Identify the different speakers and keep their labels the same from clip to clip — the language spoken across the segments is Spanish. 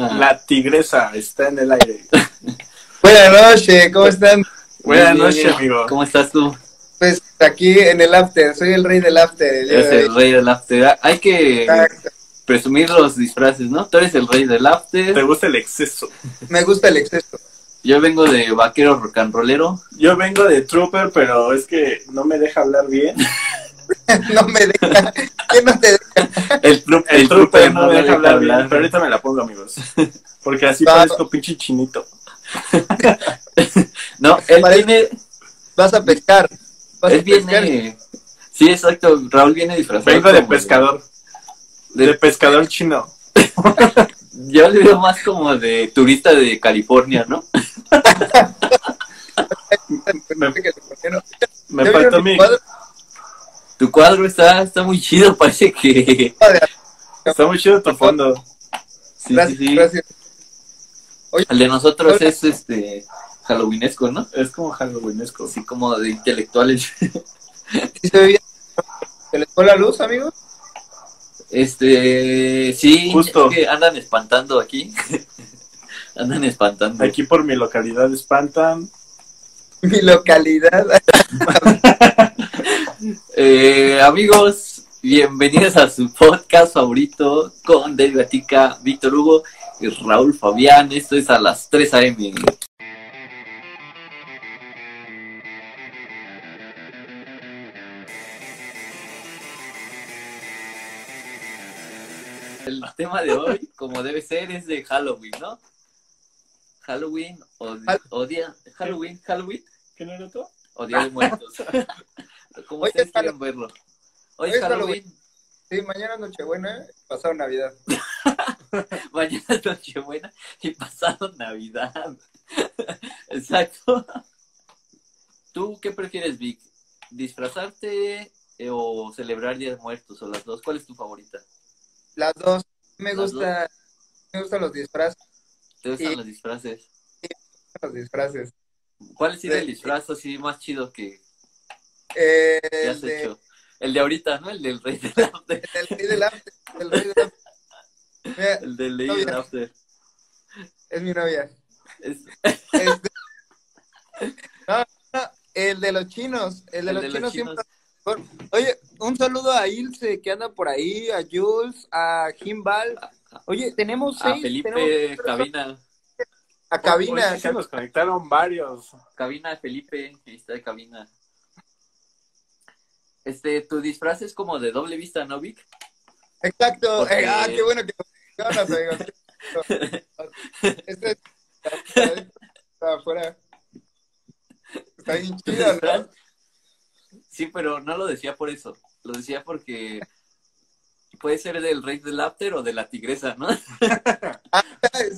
Speaker 1: Ah,
Speaker 2: La tigresa está en el aire.
Speaker 3: Buenas noches, ¿cómo están?
Speaker 2: Buenas noches, amigo.
Speaker 1: ¿Cómo estás tú?
Speaker 3: Pues aquí en el after, soy el rey del after. el día
Speaker 1: Eres
Speaker 3: de
Speaker 2: Eh,
Speaker 1: el
Speaker 3: hoy.
Speaker 1: rey del after. Ah, Hay que
Speaker 3: Exacto.
Speaker 1: presumir los disfraces, ¿no? Tú eres el rey del
Speaker 2: Te
Speaker 1: after.
Speaker 2: gusta el exceso.
Speaker 3: Me gusta el exceso.
Speaker 1: Yo vengo de vaquero rock and rollero.
Speaker 2: Yo vengo de Trooper, pero es que no me deja hablar bien.
Speaker 3: No me deja. ¿Qué no te deja?
Speaker 1: El, tru-
Speaker 2: El, Trooper, no me
Speaker 1: me
Speaker 2: deja hablar bien, pero ahorita me la pongo, amigos. Porque así
Speaker 3: Va, va.
Speaker 2: parezco pinche chinito.
Speaker 1: No, él
Speaker 3: Parece-
Speaker 1: viene,
Speaker 3: Vas a pescar. Vas
Speaker 1: él
Speaker 3: a pescar.
Speaker 1: viene. Sí, exacto. Raúl viene disfrazado.
Speaker 2: Vengo de
Speaker 1: como
Speaker 2: pescador.
Speaker 1: de-
Speaker 2: De pescador chino.
Speaker 1: Yo le veo más como de turista de California, ¿no?
Speaker 2: Me,
Speaker 3: Que le pusieron.
Speaker 2: me
Speaker 3: ¿Ya
Speaker 2: faltó
Speaker 3: vieron
Speaker 2: mi...
Speaker 3: el cuadro?
Speaker 1: Tu cuadro está, está muy chido, parece que...
Speaker 2: Está muy chido tu fondo.
Speaker 1: Sí,
Speaker 3: Gracias,
Speaker 1: sí, sí.
Speaker 3: gracias.
Speaker 1: El de nosotros es este halloweenesco, ¿no?
Speaker 2: Es como halloweenesco.
Speaker 1: Así como de intelectuales.
Speaker 3: Sí se ve bien. ¿Se les fue la luz, amigos?
Speaker 1: Este, sí,
Speaker 2: Justo.
Speaker 1: es que andan espantando aquí. andan espantando.
Speaker 2: Aquí por mi localidad espantan.
Speaker 3: Mi localidad.
Speaker 1: Eh, amigos, bienvenidos a su podcast favorito con Delgatica, Víctor Hugo y Raúl Fabián. Esto es a las 3 a.m. El tema de hoy, como debe ser, es de Halloween, ¿no? Halloween o,
Speaker 3: Hal-
Speaker 1: o día Halloween, Halloween
Speaker 2: ¿Qué no era tú?
Speaker 1: o Día de Muertos. Como
Speaker 3: Hoy
Speaker 1: ustedes
Speaker 3: es
Speaker 1: quieren verlo. Hoy
Speaker 3: Hoy
Speaker 1: es
Speaker 3: es Halloween.
Speaker 1: Halloween,
Speaker 3: Sí, mañana es Nochebuena, ¿eh? pasado Navidad.
Speaker 1: mañana es Nochebuena y pasado Navidad. Exacto. ¿Tú qué prefieres, Vic? ¿Disfrazarte eh, o celebrar Día de Muertos o las dos? ¿Cuál es tu favorita?
Speaker 3: Las dos. Me
Speaker 1: Las
Speaker 3: gusta, me gustan los disfraces,
Speaker 1: ¿Te gustan
Speaker 3: Sí.
Speaker 1: los disfraces?
Speaker 3: los disfraces.
Speaker 1: ¿Cuál ha sido el
Speaker 3: Sí.
Speaker 1: disfraz así más chido que,
Speaker 3: Eh,
Speaker 1: que
Speaker 3: el
Speaker 1: has
Speaker 3: de,
Speaker 1: hecho? El de ahorita, ¿no? El del Rey del After.
Speaker 3: el rey del after, el rey del after. Mira,
Speaker 1: El del Rey
Speaker 3: No,
Speaker 1: del
Speaker 3: ya.
Speaker 1: After.
Speaker 3: es mi novia.
Speaker 1: Es-
Speaker 3: Este- No, no, el de los chinos, el de, los, chinos siempre. Oye, un saludo a Ilse que anda por ahí, a Jules, a Gimbal. Oye, tenemos
Speaker 1: A
Speaker 3: seis, tenemos
Speaker 1: Felipe Cabina.
Speaker 3: a
Speaker 2: Hoy
Speaker 3: cabina.
Speaker 2: sí se nos conectaron varios.
Speaker 1: Cabina, Felipe, ahí está de cabina. Este, tu disfraz es como de doble vista, ¿no, Vic?
Speaker 3: Exacto.
Speaker 1: Porque-
Speaker 3: Eh, ah, qué bueno que nos mencionas, amigo. Este es- está afuera. Está bien
Speaker 1: Tu
Speaker 3: chido,
Speaker 1: disfraz-
Speaker 3: ¿no?
Speaker 1: Sí, pero no lo decía por eso. Lo decía porque puede ser del rey del after o de la tigresa, ¿no?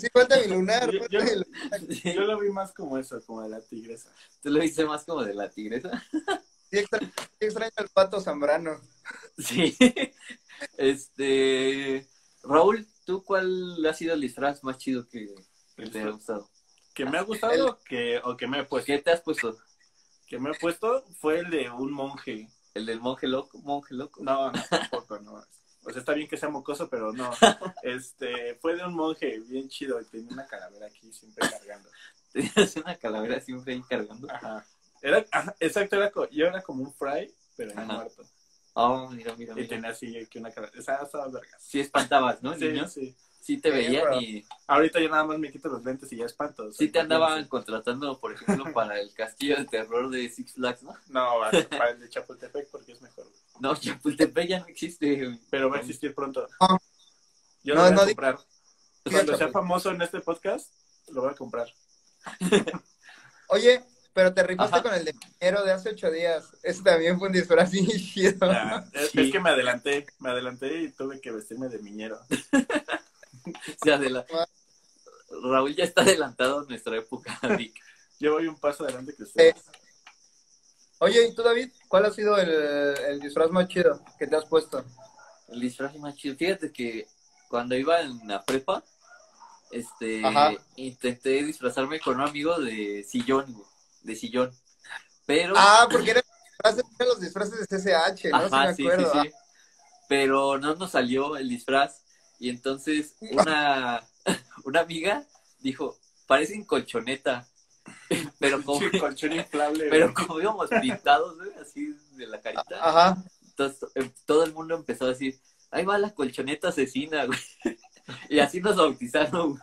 Speaker 3: Sí, falta mi lunar.
Speaker 2: Yo-
Speaker 3: falta mi
Speaker 2: yo-
Speaker 3: lunar.
Speaker 1: Sí,
Speaker 2: Yo lo vi más como eso, como de la tigresa.
Speaker 1: Tú lo viste más como de la tigresa.
Speaker 3: Sí, extra- sí extraño al pato Zambrano.
Speaker 1: Sí. Este, Raúl, ¿tú cuál ha sido el disfraz más chido que que te ha gustado?
Speaker 2: Que me ha gustado o que, o que me he puesto.
Speaker 1: ¿Qué te has puesto?
Speaker 2: Que me he puesto fue el de un monje.
Speaker 1: ¿El del monje loco? ¿Monje loco?
Speaker 2: No, no, tampoco, no. O sea, está bien que sea mocoso, pero no. Este, fue de un monje bien chido. Tenía una calavera aquí siempre cargando.
Speaker 1: Tenías una calavera siempre ahí cargando.
Speaker 2: Ajá. Era, ajá, exacto, era, co- yo era como un fry, pero era
Speaker 1: Ajá.
Speaker 2: muerto.
Speaker 1: Oh, mira, mira,
Speaker 2: Y
Speaker 1: mira.
Speaker 2: tenía así aquí una calavera. Esa estaba vergas.
Speaker 1: Sí espantabas, ¿no,
Speaker 2: Sí,
Speaker 1: niños?
Speaker 2: sí.
Speaker 1: Sí te
Speaker 3: Sí,
Speaker 1: veían
Speaker 3: bro.
Speaker 1: y
Speaker 2: Ahorita yo nada más me quito los lentes y ya espanto. o sea,
Speaker 1: sí te andaban
Speaker 2: sí.
Speaker 1: contratando, por ejemplo, para el castillo de terror de Six Flags, ¿no?
Speaker 2: No, va, para el de Chapultepec porque es mejor.
Speaker 1: No, Chapultepec ya no existe.
Speaker 2: Pero va a existir pronto.
Speaker 3: No.
Speaker 2: Yo
Speaker 3: Ah. No,
Speaker 2: lo voy a
Speaker 3: no di-
Speaker 2: comprar. Cuando sea famoso en este podcast, lo voy a comprar.
Speaker 3: Oye, pero te rifaste
Speaker 1: Ajá.
Speaker 3: con el de dinero de hace ocho días. Ese también fue un disfraz bien chido.
Speaker 2: Ah, es,
Speaker 1: Sí.
Speaker 2: es que me adelanté, me adelanté y tuve que vestirme de miñero.
Speaker 1: O sea, de la...
Speaker 2: Ah.
Speaker 1: Raúl ya está adelantado a nuestra época, Vic.
Speaker 2: Yo voy un paso adelante que ustedes.
Speaker 3: Oye, ¿y tú, David? ¿Cuál ha sido el, el disfraz más chido que te has puesto?
Speaker 1: El disfraz más chido. Fíjate que cuando iba en la prepa, este,
Speaker 3: Ajá.
Speaker 1: intenté disfrazarme con un amigo de sillón, güey, de sillón. Pero...
Speaker 3: Ah, porque eran los disfraces, eran los disfraces de CSH, ¿no?
Speaker 1: Ajá, sí,
Speaker 3: sí me
Speaker 1: sí,
Speaker 3: acuerdo.
Speaker 1: sí. Pero no nos salió el disfraz. Y entonces una, una amiga dijo, parecen colchoneta. Pero como,
Speaker 2: Sí, colchón inflable.
Speaker 1: pero
Speaker 2: güey.
Speaker 1: como íbamos pintados, güey, así de la carita.
Speaker 3: ah. Ajá.
Speaker 1: Entonces, eh, todo el mundo empezó a decir, ahí va la colchoneta asesina, güey. Y así nos bautizaron. güey.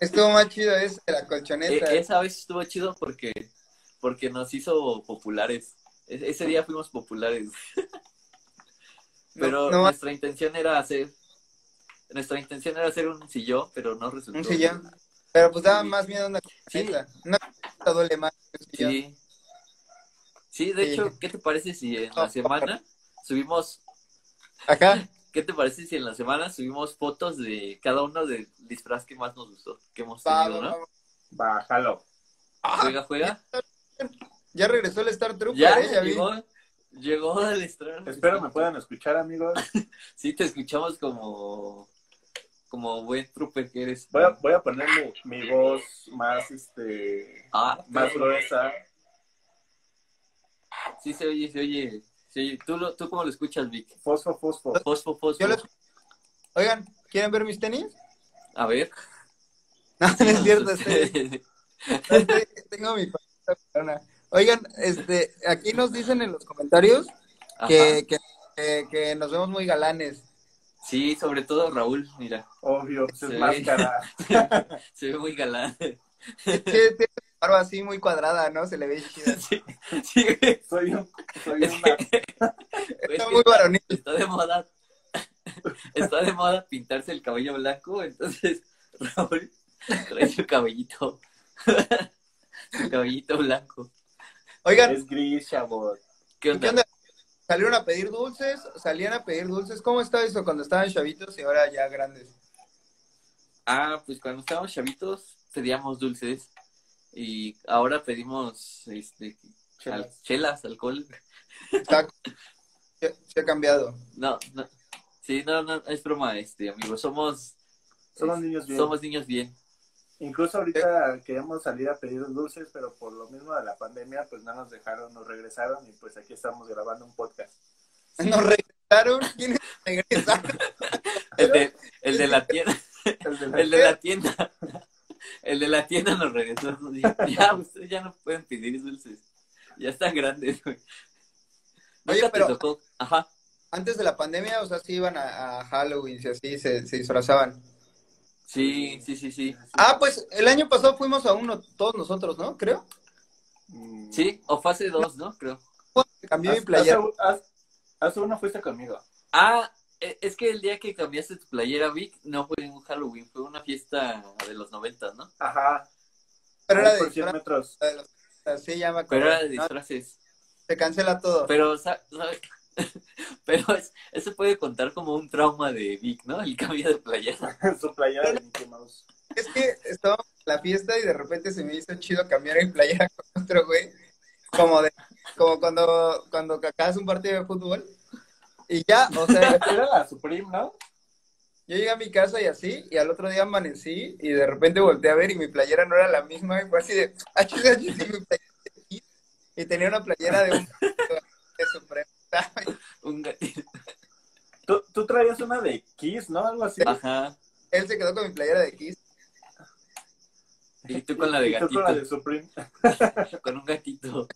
Speaker 3: Estuvo más chido ese, la
Speaker 1: Eh,
Speaker 3: colchoneta.
Speaker 1: esa vez estuvo chido porque, porque nos hizo populares. E- ese día fuimos populares. Pero
Speaker 3: No- no-
Speaker 1: nuestra intención era hacer, nuestra intención era hacer un sillón, pero no resultó.
Speaker 3: Un sillón. Pero pues daba
Speaker 1: Sí.
Speaker 3: más miedo una
Speaker 1: Sí,
Speaker 3: colchoneta. Una colchoneta duele más. que un sillón.
Speaker 1: sí. Sí, de
Speaker 3: Sí.
Speaker 1: hecho, ¿qué te parece si en
Speaker 3: No,
Speaker 1: la semana subimos
Speaker 3: Ajá.
Speaker 1: ¿Qué te parece si en la semana subimos fotos de cada uno del disfraz que más nos gustó, que hemos
Speaker 3: Va,
Speaker 1: tenido,
Speaker 3: va,
Speaker 1: ¿no?
Speaker 3: va.
Speaker 2: Bájalo.
Speaker 1: Juega, juega.
Speaker 3: Ya regresó el Star Trooper,
Speaker 1: Ya,
Speaker 3: ¿eh? Ya vi.
Speaker 1: llegó, llegó al estreno.
Speaker 2: Espero me puedan escuchar, amigos.
Speaker 1: Sí, te escuchamos como, como buen trooper que eres.
Speaker 2: Voy a, voy a poner mi, mi voz más, este,
Speaker 1: Ah,
Speaker 2: más
Speaker 1: pero-
Speaker 2: gruesa.
Speaker 1: sí se oye, se oye. se oye. ¿Tú, lo, ¿Tú cómo lo escuchas, Vic?
Speaker 2: Fosfo, fosfo.
Speaker 1: Fosfo, fosfo.
Speaker 3: Yo lo- Oigan, ¿quieren ver mis tenis?
Speaker 1: A ver.
Speaker 3: No, no es cierto, este- este- tengo mi favorita persona. Oigan, este, aquí nos dicen en los comentarios
Speaker 1: Ajá.
Speaker 3: que, que, que- que nos vemos muy galanes.
Speaker 1: Sí, sobre todo Raúl, mira.
Speaker 2: Obvio, pues es
Speaker 1: Sí.
Speaker 2: máscara.
Speaker 1: Se ve muy galán.
Speaker 3: Sí, tiene barba así muy cuadrada, ¿no? Se le ve chida.
Speaker 1: Sí, sí, güey.
Speaker 2: Soy un, soy
Speaker 1: Es
Speaker 2: una-
Speaker 1: que- es
Speaker 3: Está
Speaker 1: Pues que
Speaker 3: muy varonil.
Speaker 1: está de moda está de moda pintarse el cabello blanco entonces Raúl trae su cabellito su cabellito blanco
Speaker 3: Oigan,
Speaker 2: es gris, chabot.
Speaker 1: qué
Speaker 3: ¿qué
Speaker 1: onda
Speaker 3: onda? ¿Salieron a pedir dulces? ¿Salían a pedir dulces? ¿Cómo está eso cuando estaban chavitos y ahora ya grandes?
Speaker 1: ah pues cuando estábamos chavitos pedíamos dulces y ahora pedimos este al-
Speaker 2: Chelas.
Speaker 1: chelas alcohol
Speaker 3: Está- se, se ha cambiado.
Speaker 1: no no sí no no es broma este amigo somos
Speaker 2: Somos niños bien.
Speaker 1: somos niños bien
Speaker 2: Incluso ahorita queríamos salir a pedir dulces, pero por lo mismo de la pandemia, pues no nos dejaron, nos regresaron y pues aquí estamos grabando un podcast.
Speaker 3: Nos regresaron. ¿Quiénes regresaron?
Speaker 1: el de, el de la tienda
Speaker 2: El de la-
Speaker 1: El de la tienda. El de la tienda nos regresó. nos dijo, Ya, ustedes ya no pueden pedir dulces. Ya están grandes, güey.
Speaker 3: Oye,
Speaker 1: Nunca
Speaker 3: pero-
Speaker 1: te tocó. Ajá.
Speaker 3: Antes de la pandemia, o sea, sí iban a, a Halloween, si así se, se disfrazaban.
Speaker 1: Sí, sí, sí, sí.
Speaker 3: Ah, pues el año pasado fuimos a uno, todos nosotros, ¿no? Creo.
Speaker 2: Mm.
Speaker 1: Sí, o fase 2, ¿no? Creo.
Speaker 3: Cambié mi
Speaker 2: Haz-
Speaker 3: playera.
Speaker 2: haz- haz- Hace uno fuiste conmigo.
Speaker 1: Ah, e- es que el día que cambiaste tu playera, Vic, no fue un Halloween, fue una fiesta de los 90, ¿no?
Speaker 2: Ajá.
Speaker 3: Pero era
Speaker 2: Ahí
Speaker 3: de
Speaker 2: por 100
Speaker 3: disfraz.
Speaker 2: metros.
Speaker 3: de los- Sí, ya me
Speaker 1: Pero
Speaker 3: acuerdo.
Speaker 1: era de
Speaker 3: No,
Speaker 1: disfraces.
Speaker 3: se cancela todo.
Speaker 1: Pero, sa- ¿sabes? Pero es- eso puede contar como un trauma de Vic, ¿no? El cambio de playera.
Speaker 2: Su playera de Mickey Mouse.
Speaker 3: Es que estábamos en la fiesta y de repente se me hizo chido cambiar mi playera con otro güey. Como de, como cuando, cuando acabas un partido de fútbol. Y ya, o sea,
Speaker 2: Era la Supreme, ¿no?
Speaker 3: yo llegué a mi casa y así, y al otro día amanecí y de repente volteé a ver y mi playera no era la misma, y fue así de, "Ah, chis, ah, chis", y mi playera de Kiss. y tenía una playera de un de Supremo.
Speaker 1: Un gatito.
Speaker 2: Tú, tú traías una de Kiss, ¿no? Algo así.
Speaker 1: Ajá.
Speaker 3: Él se quedó con mi playera de Kiss.
Speaker 1: Y tú con la de
Speaker 2: Y tú
Speaker 1: gatito.
Speaker 2: con la de Supreme.
Speaker 1: con un gatito.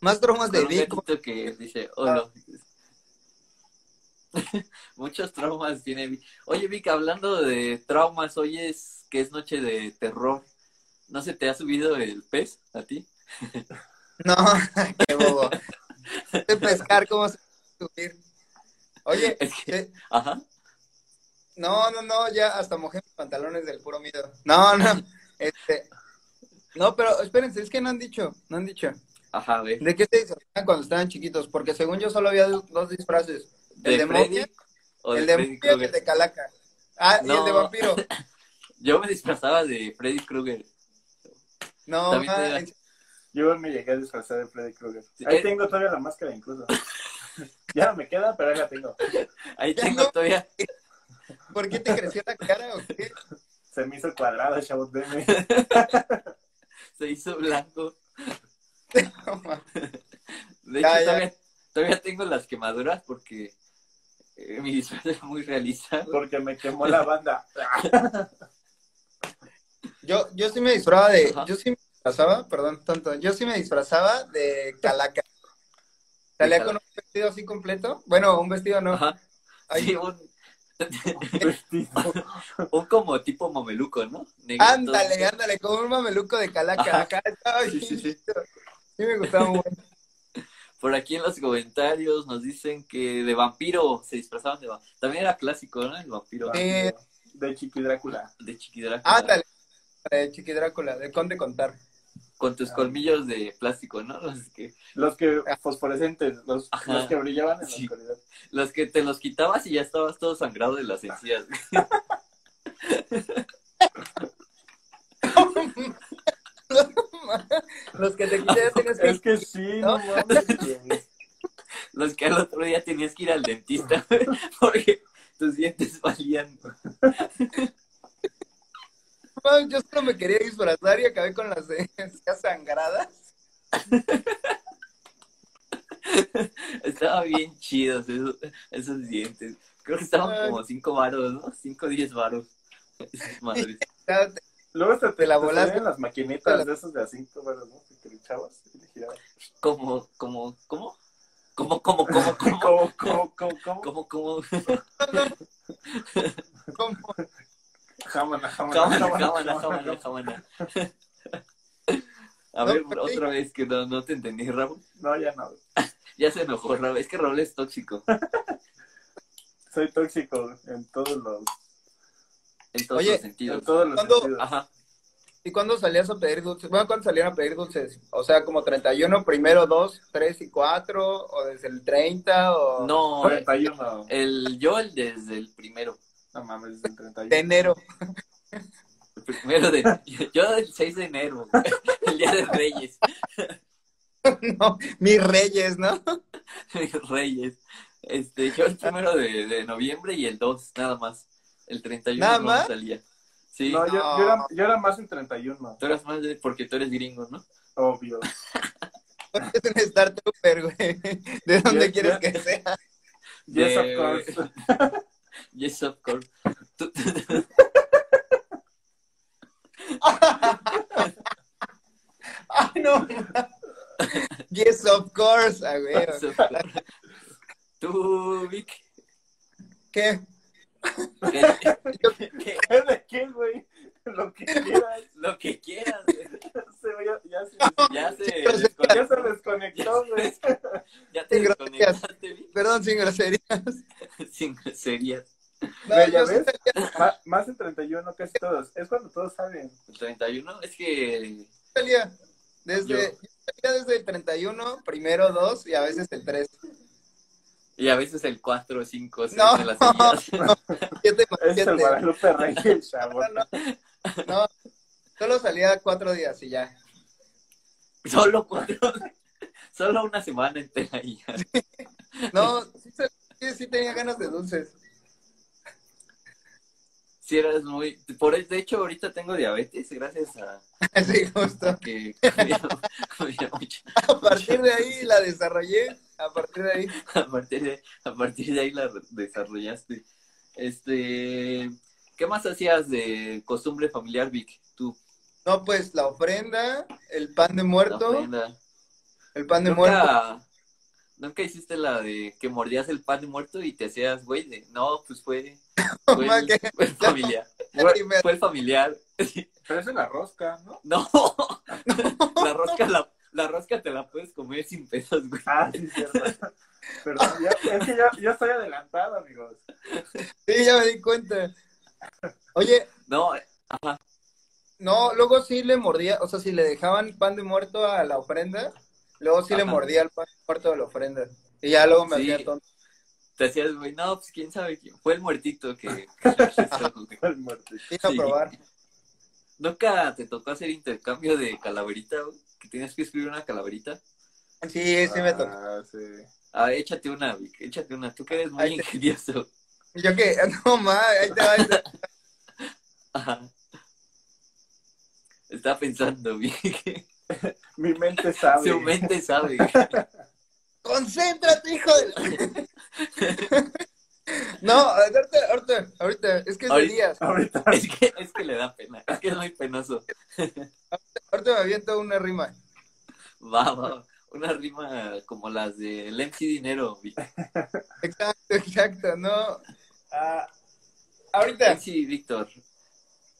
Speaker 3: Más traumas
Speaker 1: Con
Speaker 3: de
Speaker 1: un
Speaker 3: Vic.
Speaker 1: gatito que dice, "Oh,
Speaker 3: Ah.
Speaker 1: hola. Muchos traumas tiene Vic. Oye, Vic, hablando de traumas, hoy es que es noche de terror. ¿No se te ha subido el pez a ti?
Speaker 3: No, qué bobo. De pescar, ¿cómo se puede subir? Oye,
Speaker 1: Es que,
Speaker 3: eh,
Speaker 1: ajá.
Speaker 3: no, no, no, ya hasta mojé mis pantalones del puro miedo. No, no, este, no, pero espérense, es que no han dicho, no han dicho.
Speaker 1: Ajá, a ver.
Speaker 3: ¿De qué se disfrazaban cuando estaban chiquitos? Porque según yo solo había dos, dos disfraces.
Speaker 1: ¿De,
Speaker 3: de
Speaker 1: Freddy
Speaker 3: momia?
Speaker 1: o
Speaker 3: el
Speaker 1: de
Speaker 3: de
Speaker 1: Freddy
Speaker 3: momia y el
Speaker 1: Krueger?
Speaker 3: de calaca. Ah, y el de
Speaker 1: No.
Speaker 3: vampiro.
Speaker 1: Yo me disfrazaba de Freddy Krueger.
Speaker 3: No,
Speaker 1: También
Speaker 3: ah,
Speaker 1: era-
Speaker 3: en-
Speaker 2: Yo me llegué a disfrazar de Freddy Krueger.
Speaker 1: Sí,
Speaker 2: Ahí
Speaker 1: eh.
Speaker 2: tengo todavía la máscara incluso. ya no me queda, pero ahí la tengo.
Speaker 1: Ahí
Speaker 3: Ya
Speaker 1: tengo
Speaker 3: no.
Speaker 1: todavía.
Speaker 3: ¿por qué te creció la cara o qué?
Speaker 2: Se me hizo cuadrada, chavos, veme.
Speaker 1: Se hizo blanco.
Speaker 3: No, ma.
Speaker 1: De
Speaker 3: Ya,
Speaker 1: hecho,
Speaker 3: ya.
Speaker 1: Todavía, todavía tengo las quemaduras porque eh, porque mi disfraz era muy realista.
Speaker 2: Porque me quemó la banda.
Speaker 3: Yo, yo sí me disfrazaba de. Ajá. Yo sí me disfrazaba, perdón, tanto. Yo sí me disfrazaba de calaca. Salía con un vestido así completo. Bueno, un vestido no. Ajá.
Speaker 1: Ay, sí, un... un como tipo mameluco, ¿no?
Speaker 3: Negro, ándale, todo. ándale, como un mameluco de calaca. Acá sí, sí, sí. sí, me gustaba mucho.
Speaker 1: Por aquí en los comentarios nos dicen que de vampiro se disfrazaban de vampiro. También era clásico, ¿no? El vampiro.
Speaker 2: De, de Chiqui Drácula.
Speaker 1: De Chiqui Drácula.
Speaker 3: Ándale, de Chiqui Drácula, de Conde Contar.
Speaker 1: Con tus colmillos de plástico, ¿no? Los que,
Speaker 2: los que fosforescentes, los, los que brillaban en sí. la oscuridad.
Speaker 1: Los que te los quitabas y ya estabas todo sangrado de las encías.
Speaker 3: los que te quité tenías que...
Speaker 2: Es que sí, no, no mames.
Speaker 1: Los que al otro día tenías que ir al dentista porque tus dientes valían.
Speaker 3: Man, yo solo me quería disfrazar y acabé con las encías sangradas.
Speaker 1: Estaban bien chidos esos, esos, dientes. Creo que estaban Man. como 5 varos, ¿no? 5 o 10 varos. Esas madres.
Speaker 2: Luego hasta te, te la volaste en las maquinitas la... de esos de a cinco, bueno, ¿no? Que te echabas y le girabas.
Speaker 1: Como, como, ¿cómo? Como, como, como,
Speaker 2: como, como,
Speaker 1: como,
Speaker 2: como,
Speaker 1: como, como,
Speaker 2: como, Jamana, jamana,
Speaker 1: jamana, jamana, jamana, A ver, no, otra sí. vez que no, no te entendí, Raúl.
Speaker 2: No, ya no.
Speaker 1: ya se enojó, Raúl. Es que Raúl es tóxico.
Speaker 2: Soy tóxico en todos los
Speaker 1: en todos Oye, los sentidos.
Speaker 2: En todos los Ah,
Speaker 3: ¿Cuándo,
Speaker 2: sentidos.
Speaker 3: Ajá. ¿Y cuándo salías a pedir dulces? Bueno, ¿cuándo salían a pedir dulces? O sea, como 31, primero 2, 3 y 4, o desde el 30, o...
Speaker 2: eh.
Speaker 1: No,
Speaker 2: 41.
Speaker 1: El, yo el desde el primero.
Speaker 2: No mames, desde el 31.
Speaker 3: De enero.
Speaker 1: El primero de... Yo del 6 de enero, el día de Reyes.
Speaker 3: No, mis Reyes, ¿no?
Speaker 1: Mis Reyes. Este, yo el primero de, de noviembre y el 2, nada más. El 31
Speaker 3: ¿Nada más?
Speaker 1: no salía. Sí.
Speaker 2: No, yo, yo, era, yo, era, más el 31.
Speaker 1: Tú eras más de, porque tú eres gringo, ¿no?
Speaker 2: Obvio.
Speaker 3: porque es un Star Trooper, güey. ¿De dónde yes, quieres yes. que sea?
Speaker 2: Yes, de... of course.
Speaker 1: yes, of course. Tú...
Speaker 3: ah, no. yes, of course, ah, güey. Yes, of course.
Speaker 1: Tú, Vic.
Speaker 3: ¿Qué?
Speaker 2: ¿Qué? ¿De qué, güey? Lo que quieras.
Speaker 1: Lo que quieras.
Speaker 2: Se, ya, se, ya, se, no, desconectó, ya se desconectó, güey.
Speaker 1: Ya te desconectaste.
Speaker 3: Perdón, sin groserías.
Speaker 1: sin groserías.
Speaker 2: No, ya yo ves, más, más de 31 casi todos. Es cuando todos saben.
Speaker 1: ¿El 31? Es que...
Speaker 3: Salía desde, yo. Yo salía desde el 31, primero 2 y a veces el 3.
Speaker 1: Y a veces el 4, 5, 6
Speaker 3: no,
Speaker 1: de las
Speaker 3: semillas. No,
Speaker 2: siete, es el Guadalupe Reyes,
Speaker 3: no, no, no, solo salía cuatro días y ya.
Speaker 1: Solo cuatro, solo una semana entera y ya.
Speaker 3: Sí. No, sí, sí, sí, tenía ganas de dulces.
Speaker 1: Sí, eras muy... Por, de hecho, ahorita tengo diabetes gracias a...
Speaker 3: Sí, justo. A
Speaker 1: que comía, comía mucho,
Speaker 3: a partir mucho. de ahí la desarrollé a partir de ahí.
Speaker 1: A partir de, a partir de ahí la desarrollaste. Este, ¿qué más hacías de costumbre familiar, Vic? Tú.
Speaker 3: No, pues la ofrenda, el pan de muerto.
Speaker 1: La ofrenda.
Speaker 3: El pan de ¿Nunca, muerto.
Speaker 1: Nunca hiciste la de que mordías el pan de muerto y te hacías güey de, no, pues fue, fue, el, fue el familiar. Fue, fue el familiar.
Speaker 2: Pero es en la rosca, ¿no?
Speaker 1: No, la rosca la, la rosca te la puedes comer sin pesos, güey.
Speaker 2: Ah, sí, cierto. Perdón, ya, es que ya, ya, estoy adelantado, amigos.
Speaker 3: Sí, ya me di cuenta. Oye.
Speaker 1: No, ajá.
Speaker 3: No, luego sí le mordía, o sea, si le dejaban pan de muerto a la ofrenda, luego sí ajá. le mordía el pan de muerto a la ofrenda. Y ya luego me sí. hacía tonto.
Speaker 1: Te hacías, güey, no, pues quién sabe quién. Fue el muertito que.
Speaker 2: Fue el muertito.
Speaker 3: Sí. A probar.
Speaker 1: ¿Nunca te tocó hacer intercambio de calaverita, güey? ¿Que tenías que escribir una calaverita?
Speaker 3: Sí, sí me tocó.
Speaker 2: Ah, sí.
Speaker 1: Ah, échate una, Vic, échate una. Tú que eres muy te... ingenioso.
Speaker 3: ¿Yo qué? No, ma, ahí te va. Ahí te...
Speaker 1: Ajá. Está pensando, Vic.
Speaker 2: Mi mente sabe.
Speaker 1: Su mente sabe.
Speaker 3: ¡Concéntrate, hijo de... No, ahorita, ahorita, ahorita, es que es de
Speaker 1: Ahorita.
Speaker 3: días.
Speaker 2: Ahorita.
Speaker 1: Es que, es que le da pena, es que es muy penoso.
Speaker 3: Ahorita me aviento una rima.
Speaker 1: Va, va, va. una rima como las del MC Dinero. Vic.
Speaker 3: Exacto, exacto, no.
Speaker 2: Ah,
Speaker 3: Ahorita,
Speaker 1: MC Víctor.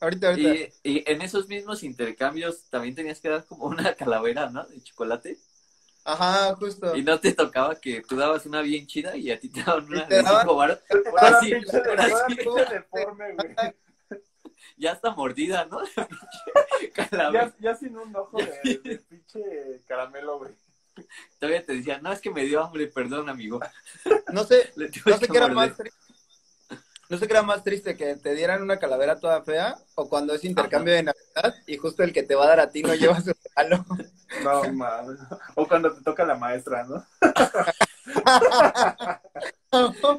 Speaker 3: ahorita, ahorita.
Speaker 1: Y, y en esos mismos intercambios también tenías que dar como una calavera, ¿no? De chocolate.
Speaker 3: Ajá, justo.
Speaker 1: Y no te tocaba que tú dabas una bien chida y a ti te daban una
Speaker 3: Y te
Speaker 1: de
Speaker 3: daban-
Speaker 1: cinco varos.
Speaker 2: cada
Speaker 1: Ahora sí,
Speaker 2: pinche, de-
Speaker 1: ahora
Speaker 2: cada
Speaker 1: sí.
Speaker 2: pinche deforme, güey.
Speaker 1: Ya está mordida, ¿no? La pinche calavera.
Speaker 2: Ya, ya sin un ojo de, de pinche caramelo, güey.
Speaker 1: Todavía te decían, no, es que me dio hambre, perdón, amigo.
Speaker 3: No sé,
Speaker 1: Le tuve
Speaker 3: no sé
Speaker 1: que
Speaker 3: qué era
Speaker 1: morder.
Speaker 3: más triste. No sé qué era más triste, que te dieran una calavera toda fea o cuando es intercambio de Navidad y justo el que te va a dar a ti no lleva su regalo.
Speaker 2: No mames. O cuando te toca la maestra, ¿no?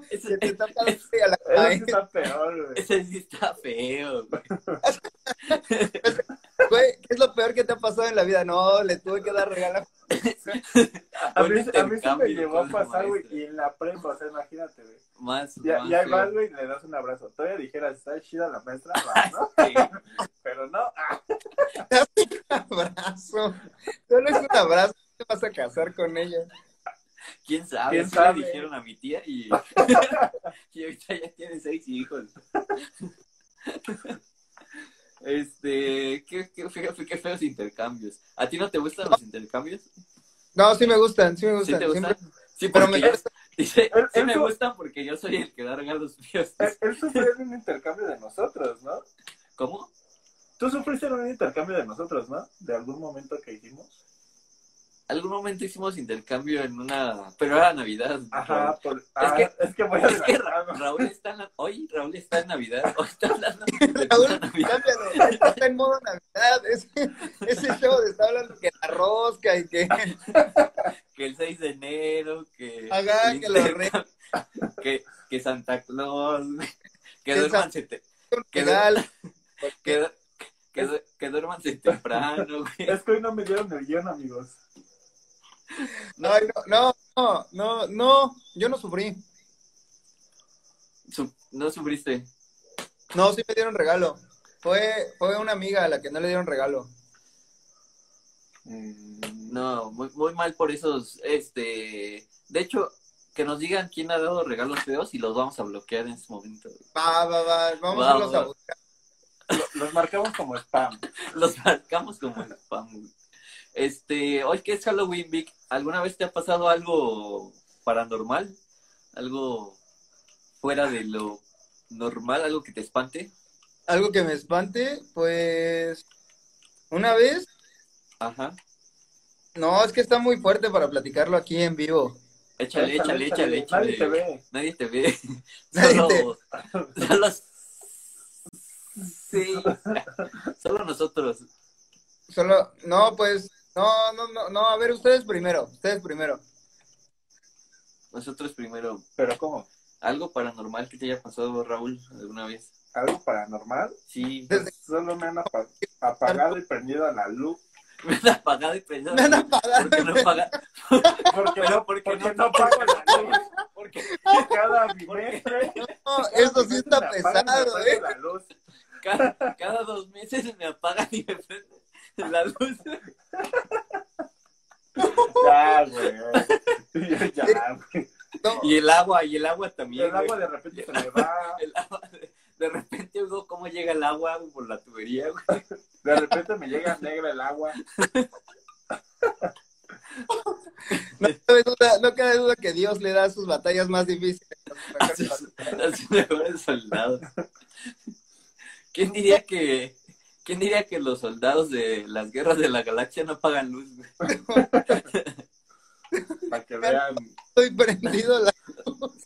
Speaker 1: Ese-
Speaker 3: Que te toca la y a la
Speaker 2: Eso sí
Speaker 3: Ay,
Speaker 2: está peor, güey.
Speaker 1: Ese sí está feo, güey.
Speaker 3: güey, ¿qué es lo peor que te ha pasado en la vida? No, le tuve que dar regalo.
Speaker 2: A
Speaker 1: Un
Speaker 2: mí, a mí sí me
Speaker 1: intercambio
Speaker 2: llegó a
Speaker 1: con la
Speaker 2: pasar, güey.
Speaker 1: maestra.
Speaker 2: Y en la prepa, o sea, imagínate, güey.
Speaker 1: Más,
Speaker 2: Ya,
Speaker 1: más
Speaker 2: y ahí
Speaker 1: feo.
Speaker 2: vas, güey, y le das un abrazo. Todavía dijeras, está chida la maestra, va, ¿no?
Speaker 1: Sí.
Speaker 2: Pero no. Ah,
Speaker 3: Abrazo. Solo es un abrazo. Te vas a casar con ella.
Speaker 1: ¿Quién sabe?
Speaker 2: ¿Quién
Speaker 1: Sí le
Speaker 2: sabe?
Speaker 1: dijeron a mi tía y... y ahorita ya tiene seis hijos. Este, qué, qué, feo, qué feos intercambios. ¿A ti no te gustan los intercambios?
Speaker 3: No, sí me gustan, sí me
Speaker 1: ¿Sí
Speaker 3: gustan.
Speaker 1: te gustan?
Speaker 3: siempre-
Speaker 1: Sí,
Speaker 3: pero
Speaker 1: pero
Speaker 3: me
Speaker 1: me dice,
Speaker 2: Él-
Speaker 1: sí
Speaker 2: él
Speaker 1: me
Speaker 2: su-
Speaker 1: gustan porque yo soy el que da regalos míos.
Speaker 3: Eh,
Speaker 2: él, él sufrió en un intercambio de nosotros, ¿no?
Speaker 1: ¿Cómo?
Speaker 2: Tú sufriste en un intercambio de nosotros, ¿no? De algún momento que hicimos.
Speaker 1: Algún momento hicimos intercambio en una, pero era Navidad.
Speaker 2: Ajá, por... ah, es,
Speaker 1: que-
Speaker 2: que, voy a
Speaker 1: Es que Ra-
Speaker 2: adelantarme.
Speaker 1: Raúl está en la- hoy Raúl está en Navidad, hoy está hablando de
Speaker 3: Raúl,
Speaker 1: Navidad.
Speaker 3: cámbialo. Está en modo Navidad. Ese, ese show de está hablando que la rosca y que.
Speaker 1: que el 6 de enero, que
Speaker 3: Ajá,
Speaker 1: el
Speaker 3: que lo
Speaker 1: intercambio, que, que Santa Claus, que
Speaker 3: Que
Speaker 1: duerman que,
Speaker 3: que
Speaker 1: Quedó- que, du-
Speaker 3: ¿Eh?
Speaker 1: que duérmanse temprano, güey.
Speaker 2: Es que hoy no me dieron el guión, amigos.
Speaker 3: Ay, no, no, no, no, yo no sufrí.
Speaker 1: Su- no sufriste.
Speaker 3: No, sí me dieron regalo. Fue, fue una amiga a la que no le dieron regalo.
Speaker 1: Mm, No, muy, muy mal por esos, este, de hecho, que nos digan quién ha dado regalos feos y los vamos a bloquear en ese momento.
Speaker 3: Va, va, va, vamos a
Speaker 1: Va,
Speaker 3: irlos
Speaker 1: va.
Speaker 3: a buscar.
Speaker 2: Lo- Los marcamos como spam.
Speaker 1: Los marcamos como spam. güey. Este, hoy que es Halloween, Vic, ¿alguna vez te ha pasado algo paranormal? ¿Algo fuera de lo normal? ¿Algo que te espante?
Speaker 3: Algo que me espante, pues. Una vez.
Speaker 1: Ajá.
Speaker 3: No, es que está muy fuerte para platicarlo aquí en vivo.
Speaker 1: Échale, échale, échale, échale.
Speaker 2: Nadie te ve.
Speaker 1: Nadie te ve.
Speaker 3: Nadie
Speaker 1: Solo, solo, sí. solo nosotros.
Speaker 3: Solo, no, pues, no, no, no, no, a ver, ustedes primero, ustedes primero.
Speaker 1: Nosotros primero.
Speaker 2: Pero ¿cómo?
Speaker 1: ¿Algo paranormal que te haya pasado, Raúl, alguna vez?
Speaker 2: ¿Algo paranormal?
Speaker 1: Sí.
Speaker 3: Desde-
Speaker 2: Solo me han apa- apagado y prendido la luz.
Speaker 1: Me han apagado y pensado.
Speaker 3: Me han apagado.
Speaker 1: ¿Por qué no apaga-
Speaker 2: Porque
Speaker 1: Pero
Speaker 2: no,
Speaker 1: ¿por qué
Speaker 2: porque
Speaker 1: no
Speaker 2: no apago la luz.
Speaker 1: Porque
Speaker 2: Cada bimestre.
Speaker 3: No,
Speaker 2: cada
Speaker 3: eso sí
Speaker 2: bimestre
Speaker 3: está
Speaker 2: me apagan y me
Speaker 3: pesado,
Speaker 2: prenden
Speaker 3: ¿eh?
Speaker 2: la luz.
Speaker 1: cada, cada dos meses me apagan y me prenden la luz.
Speaker 2: Ya, güey. Ya, Ya, güey.
Speaker 3: No,
Speaker 1: Y el agua, y el agua también.
Speaker 2: El agua
Speaker 1: güey.
Speaker 2: de repente se me va.
Speaker 1: El agua de, de repente veo cómo llega el agua güey, por la tubería, güey.
Speaker 2: De repente me llega negra el agua.
Speaker 3: no, cabe duda, no cabe duda que Dios le da sus batallas más difíciles.
Speaker 2: Ah,
Speaker 1: A sus, a sus mejores soldados. ¿Quién diría que, quién diría que los soldados de las guerras de la galaxia no pagan luz, güey?
Speaker 2: Para que vean.
Speaker 3: Estoy prendido la luz.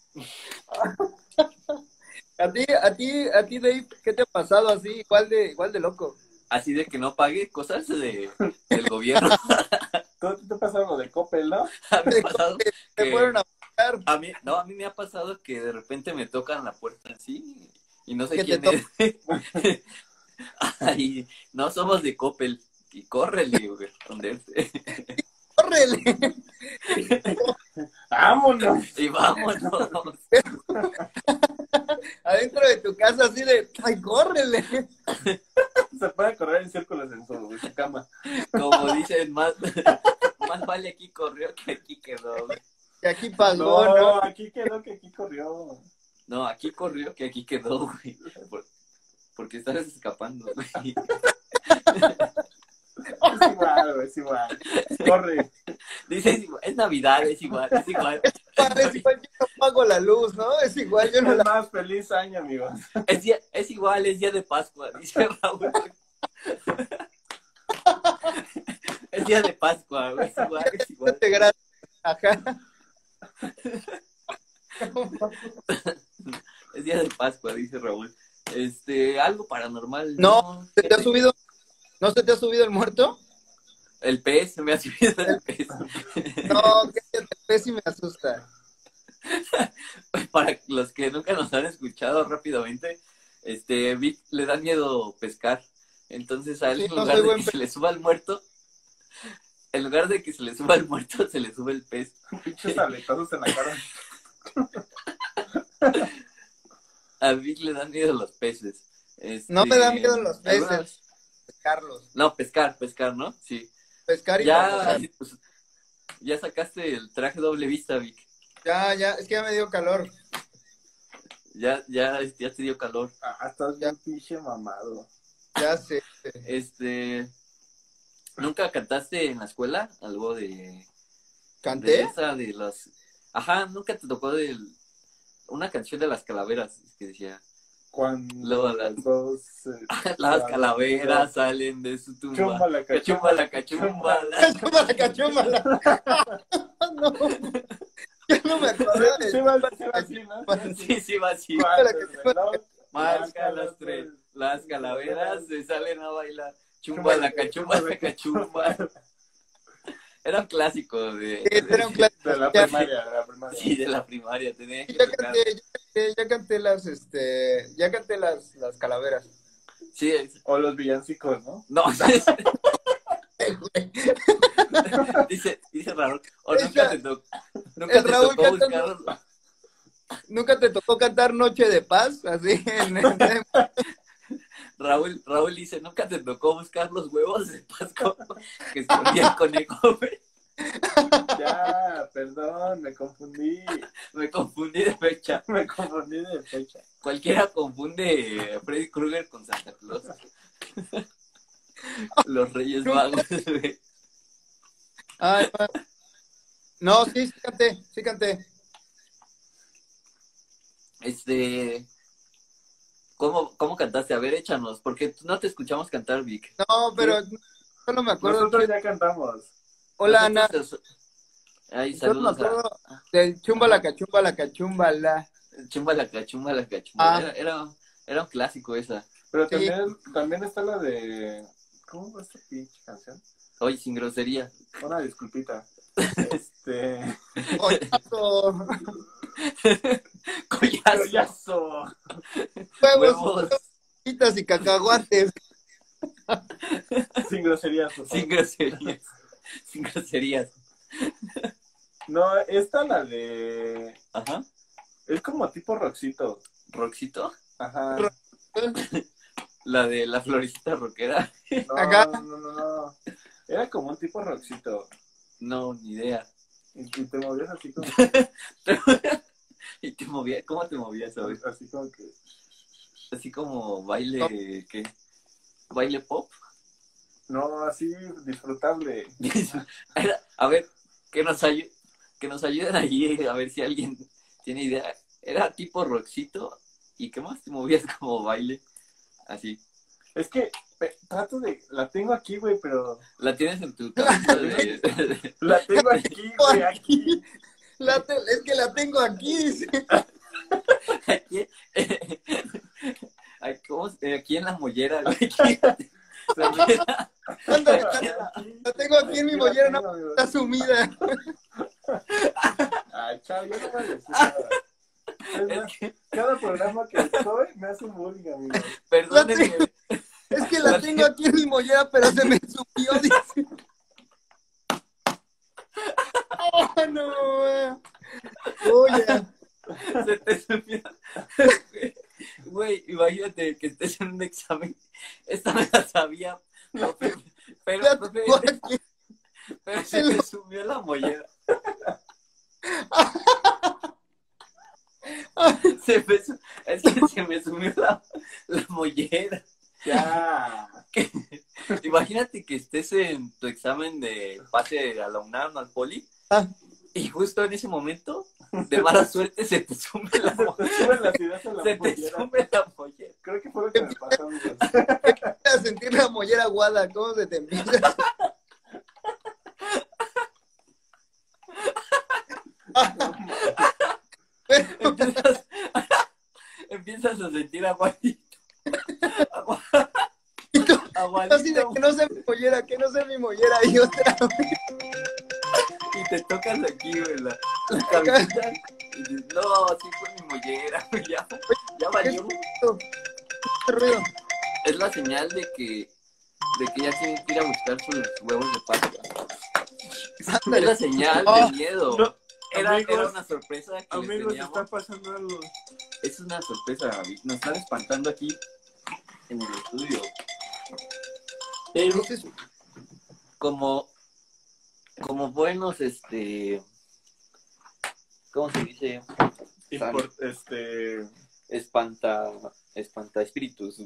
Speaker 3: A ti, a ti, a ti, Dave, ¿qué te ha pasado así? Igual de, igual de loco.
Speaker 1: Así de que no pague cosas de, del gobierno.
Speaker 2: ¿Tú tú te pasa algo de Coppel, no?
Speaker 1: A mí me ha pasado
Speaker 3: Te
Speaker 1: que-
Speaker 3: fueron a buscar.
Speaker 1: A mí, no, a mí me ha pasado que de repente me tocan la puerta así y no sé
Speaker 3: Que te
Speaker 1: quién es. Ay, no somos de Coppel. Y córrele, güey, esconderse.
Speaker 3: ¡Córrele!
Speaker 2: ¡Vámonos!
Speaker 1: Y vámonos.
Speaker 3: adentro de tu casa así de, ay, córrele.
Speaker 2: Se puede correr en círculos en su, en su cama.
Speaker 1: Como dicen, más, más vale aquí corrió que aquí quedó. güey.
Speaker 3: Que aquí pagó, ¿no?
Speaker 2: aquí quedó que aquí corrió.
Speaker 1: No, aquí corrió que aquí quedó, güey. Por- porque estabas escapando, güey.
Speaker 2: Es igual, güey, es igual. Corre.
Speaker 1: Dice, es, igual, es Navidad, es igual, es igual.
Speaker 3: Es igual, yo no pago la luz, ¿no? Es igual, yo no
Speaker 2: Es
Speaker 3: la...
Speaker 2: más, feliz año, amigos.
Speaker 1: Es, día- es igual, es día de Pascua, dice Raúl. Es día de Pascua, güey, es igual, es igual.
Speaker 3: Te gracias. Ajá.
Speaker 1: Es día de Pascua, dice Raúl. Este, algo paranormal.
Speaker 3: No, ¿Se te ha subido? ¿No se te ha subido el muerto?
Speaker 1: El pez, se me ha subido el pez.
Speaker 3: No, cállate, pez y me asusta.
Speaker 1: Para los que nunca nos han escuchado rápidamente, este, Vic le da miedo pescar. Entonces, a él,
Speaker 3: Sí,
Speaker 1: en
Speaker 3: no
Speaker 1: lugar
Speaker 3: soy
Speaker 1: de
Speaker 3: buen
Speaker 1: que
Speaker 3: pe-
Speaker 1: se le suba al muerto, en lugar de que se le suba al muerto, se le sube el pez.
Speaker 2: Pinches aletazos en la cara.
Speaker 1: A Vic le dan miedo los peces. Este,
Speaker 3: No me dan miedo los peces.
Speaker 1: ¿alguna vez?
Speaker 3: Carlos,
Speaker 1: No, pescar, pescar, ¿no? Sí.
Speaker 3: pescar y
Speaker 1: Ya,
Speaker 3: trabajar.
Speaker 1: pues, ya sacaste el traje doble vista, Vic.
Speaker 3: ya, ya, es que ya me dio calor.
Speaker 1: Ya, ya, este, ya te dio calor.
Speaker 2: Ah, estás bien pinche mamado.
Speaker 3: Ya sé.
Speaker 1: Este, ¿nunca cantaste en la escuela algo de De
Speaker 3: ¿Canté?
Speaker 1: esa de las. Ajá, nunca te tocó del... una canción de las calaveras que decía.
Speaker 2: Cuando
Speaker 1: Luego Ah, las,
Speaker 2: dos, eh,
Speaker 1: las calaveras salen de su tumba.
Speaker 2: chúmbala, cachumba.
Speaker 1: Cachumbala, cachumbala.
Speaker 3: Cachúmala, cachúmala. no, ya no me acordaba de
Speaker 2: Sí, va, sí, va, sí, ¿no?
Speaker 1: Sí, sí, va así.
Speaker 2: Cuando el reloj
Speaker 1: Marca las tres. Las calaveras se salen a bailar. Chumbala, cachumbala, cachumbala. Era un clásico de.
Speaker 3: Sí, era un clásico.
Speaker 2: De la primaria, de la primaria.
Speaker 1: Sí, de la primaria. Tenía que
Speaker 3: Ya
Speaker 1: tocar.
Speaker 3: canté, ya canté, ya canté las, este, ya canté las, las calaveras.
Speaker 1: Sí, es-
Speaker 2: O los villancicos, ¿no?
Speaker 1: no. dice, dice Raúl. O nunca te tocó. Nunca
Speaker 3: El
Speaker 1: te
Speaker 3: Raúl
Speaker 1: tocó
Speaker 3: cantando.
Speaker 1: buscar
Speaker 3: ¿Nunca te tocó cantar Noche de Paz? Así, en, en-
Speaker 1: Raúl, Raúl dice, nunca te tocó buscar los huevos de Pascua que escondía el conejo. güey?
Speaker 2: Ya, perdón, me confundí.
Speaker 1: Me confundí de fecha.
Speaker 2: Me confundí de fecha.
Speaker 1: Cualquiera confunde a Freddy Krueger con Santa Claus. Los Reyes Magos. güey.
Speaker 3: Ay, no, sí, sí canté, sí canté.
Speaker 1: Este, ¿cómo, ¿cómo cantaste? A ver, échanos, porque no te escuchamos cantar, Vic.
Speaker 3: No, pero solo me acuerdo.
Speaker 2: Nosotros ya cantamos.
Speaker 3: Hola, Ana.
Speaker 1: Nosotros te- Ay,
Speaker 3: Solo me
Speaker 1: saludos a
Speaker 3: acuerdo del chumbala, cachumbala, cachumbala.
Speaker 1: Chumbala, cachumbala, cachumbala.
Speaker 3: Ah.
Speaker 1: Era, era, era un clásico esa.
Speaker 2: Pero
Speaker 3: Sí.
Speaker 2: también, también está la de. ¿Cómo va esta pinche canción?
Speaker 1: Oye, sin grosería.
Speaker 2: Una disculpita. Este.
Speaker 3: Collazo,
Speaker 1: Collazo.
Speaker 2: ¡Collazo!
Speaker 3: huevos,
Speaker 1: Huevos.
Speaker 3: huevitas y cacahuates.
Speaker 2: Sin groserías, por favor.
Speaker 1: Sin groserías. Sin groserías.
Speaker 2: No, esta la de.
Speaker 1: Ajá.
Speaker 2: Es como tipo Roxito.
Speaker 1: Roxito.
Speaker 2: Ajá.
Speaker 3: Ro-
Speaker 1: La de la florecita rockera.
Speaker 2: No,
Speaker 3: Acá.
Speaker 2: no, no, no. Era como un tipo Roxito.
Speaker 1: No, ni idea.
Speaker 2: Y, y te movías así como,
Speaker 1: ¿Y te movías? ¿Cómo te movías, sabes?
Speaker 2: así como que.
Speaker 1: Así como baile, ¿qué? ¿Baile pop?
Speaker 2: No, así disfrutable.
Speaker 1: Era- a ver, que nos, ayu- que nos ayuden allí, a ver si alguien tiene idea. Era tipo Roxito. ¿Y qué más te movías como baile? Así.
Speaker 2: Es que pe- trato de. La tengo aquí, güey, pero.
Speaker 1: La tienes en tu cabeza de-
Speaker 2: La tengo aquí, güey, aquí.
Speaker 3: La te- es que la tengo aquí, dice.
Speaker 1: aquí, Ay, ¿cómo se- eh, aquí en la mollera, güey.
Speaker 2: Se
Speaker 1: Aquí-
Speaker 2: me-
Speaker 3: Ándale, la,
Speaker 2: aquí.
Speaker 3: la tengo aquí en mi
Speaker 2: Aquí la
Speaker 3: mollera, no
Speaker 2: tengo, amigo.
Speaker 3: está sumida.
Speaker 2: Ay, chao, yo no voy a decir nada. Es más, cada programa que estoy me hace un bullying, amigo.
Speaker 1: Perdónenme.
Speaker 3: Es que la tengo aquí en mi mollera, pero se me subió, dice. Oh, no, güey. Oye,
Speaker 1: Se te subió. Güey, imagínate que estés en un examen. Esta me la sabía, profe, pero,
Speaker 3: Ya
Speaker 1: profe,
Speaker 3: tengo aquí.
Speaker 1: pero se me subió la mollera. Se me, su- es que se me subió la, la mollera.
Speaker 2: Ya.
Speaker 1: Imagínate que estés en tu examen de pase a la UNAM, al poli,
Speaker 3: Ah.
Speaker 1: y justo en ese momento, de mala suerte, se te sube la mollera.
Speaker 2: Te suben las ideas a la
Speaker 1: Se te
Speaker 2: pollera.
Speaker 1: sube la mollera.
Speaker 2: Creo que fue lo que me pasó, amigos.
Speaker 3: a sentir la mollera aguada, ¿cómo se te empieza?
Speaker 1: Empiezas, empiezas a sentir aguadito. Agua-
Speaker 3: Así de
Speaker 1: Aguadito.
Speaker 3: que no sé mi mollera, que no sé mi mollera. Y otra
Speaker 1: Y te tocas aquí, güey, la, la cabecita. Y dices, no, sí fue mi mollera, güey, ya, ya valió.
Speaker 3: ruido.
Speaker 1: Es la señal de que, de que ya tienen que ir a buscar sus huevos de Pascua. Es la
Speaker 3: Ándale.
Speaker 1: señal
Speaker 3: Ah,
Speaker 1: de miedo.
Speaker 2: no,
Speaker 1: era,
Speaker 2: amigos,
Speaker 1: era una sorpresa que les
Speaker 2: Amigos,
Speaker 1: teníamos.
Speaker 2: está pasando algo.
Speaker 1: Es una sorpresa, Gaby. Nos están espantando aquí en el estudio. Pero
Speaker 3: Entonces,
Speaker 1: como, como buenos, este, ¿cómo se dice?
Speaker 2: Y
Speaker 1: Sale.
Speaker 2: por- este.
Speaker 1: Espanta, espanta espíritus.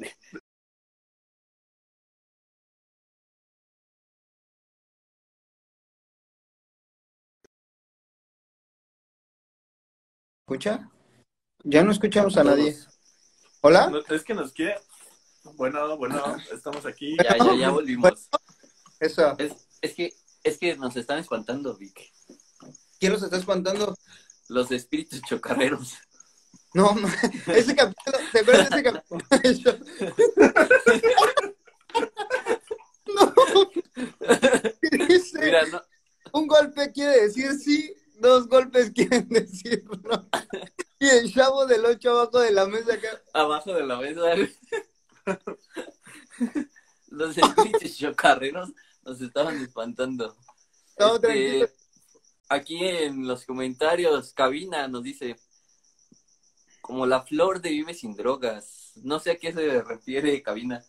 Speaker 3: ¿Escucha? Ya no escuchamos a nadie. ¿Hola?
Speaker 1: ¿Ah?
Speaker 2: no, es que nos quiere. Bueno, bueno, estamos aquí.
Speaker 1: Ya, ya, ya volvimos.
Speaker 3: Eso.
Speaker 1: Es, es que, es que nos están espantando, Vic.
Speaker 3: ¿Quién nos está espantando?
Speaker 1: Los espíritus chocarreros.
Speaker 3: No, ma- ese capítulo, ¿te acuerdas de ese capítulo? no. Dice,
Speaker 1: Mira, no,
Speaker 3: un golpe quiere decir sí, dos golpes quieren decir no. Y el chavo del ocho abajo de la mesa acá.
Speaker 1: abajo de la mesa. güey. Los espíritus chocarreros nos estaban espantando.
Speaker 3: No,
Speaker 1: Este,
Speaker 3: tranquilo.
Speaker 1: Aquí en los comentarios, Cabina nos dice, como la flor de Vive sin drogas. No sé a qué se refiere Cabina.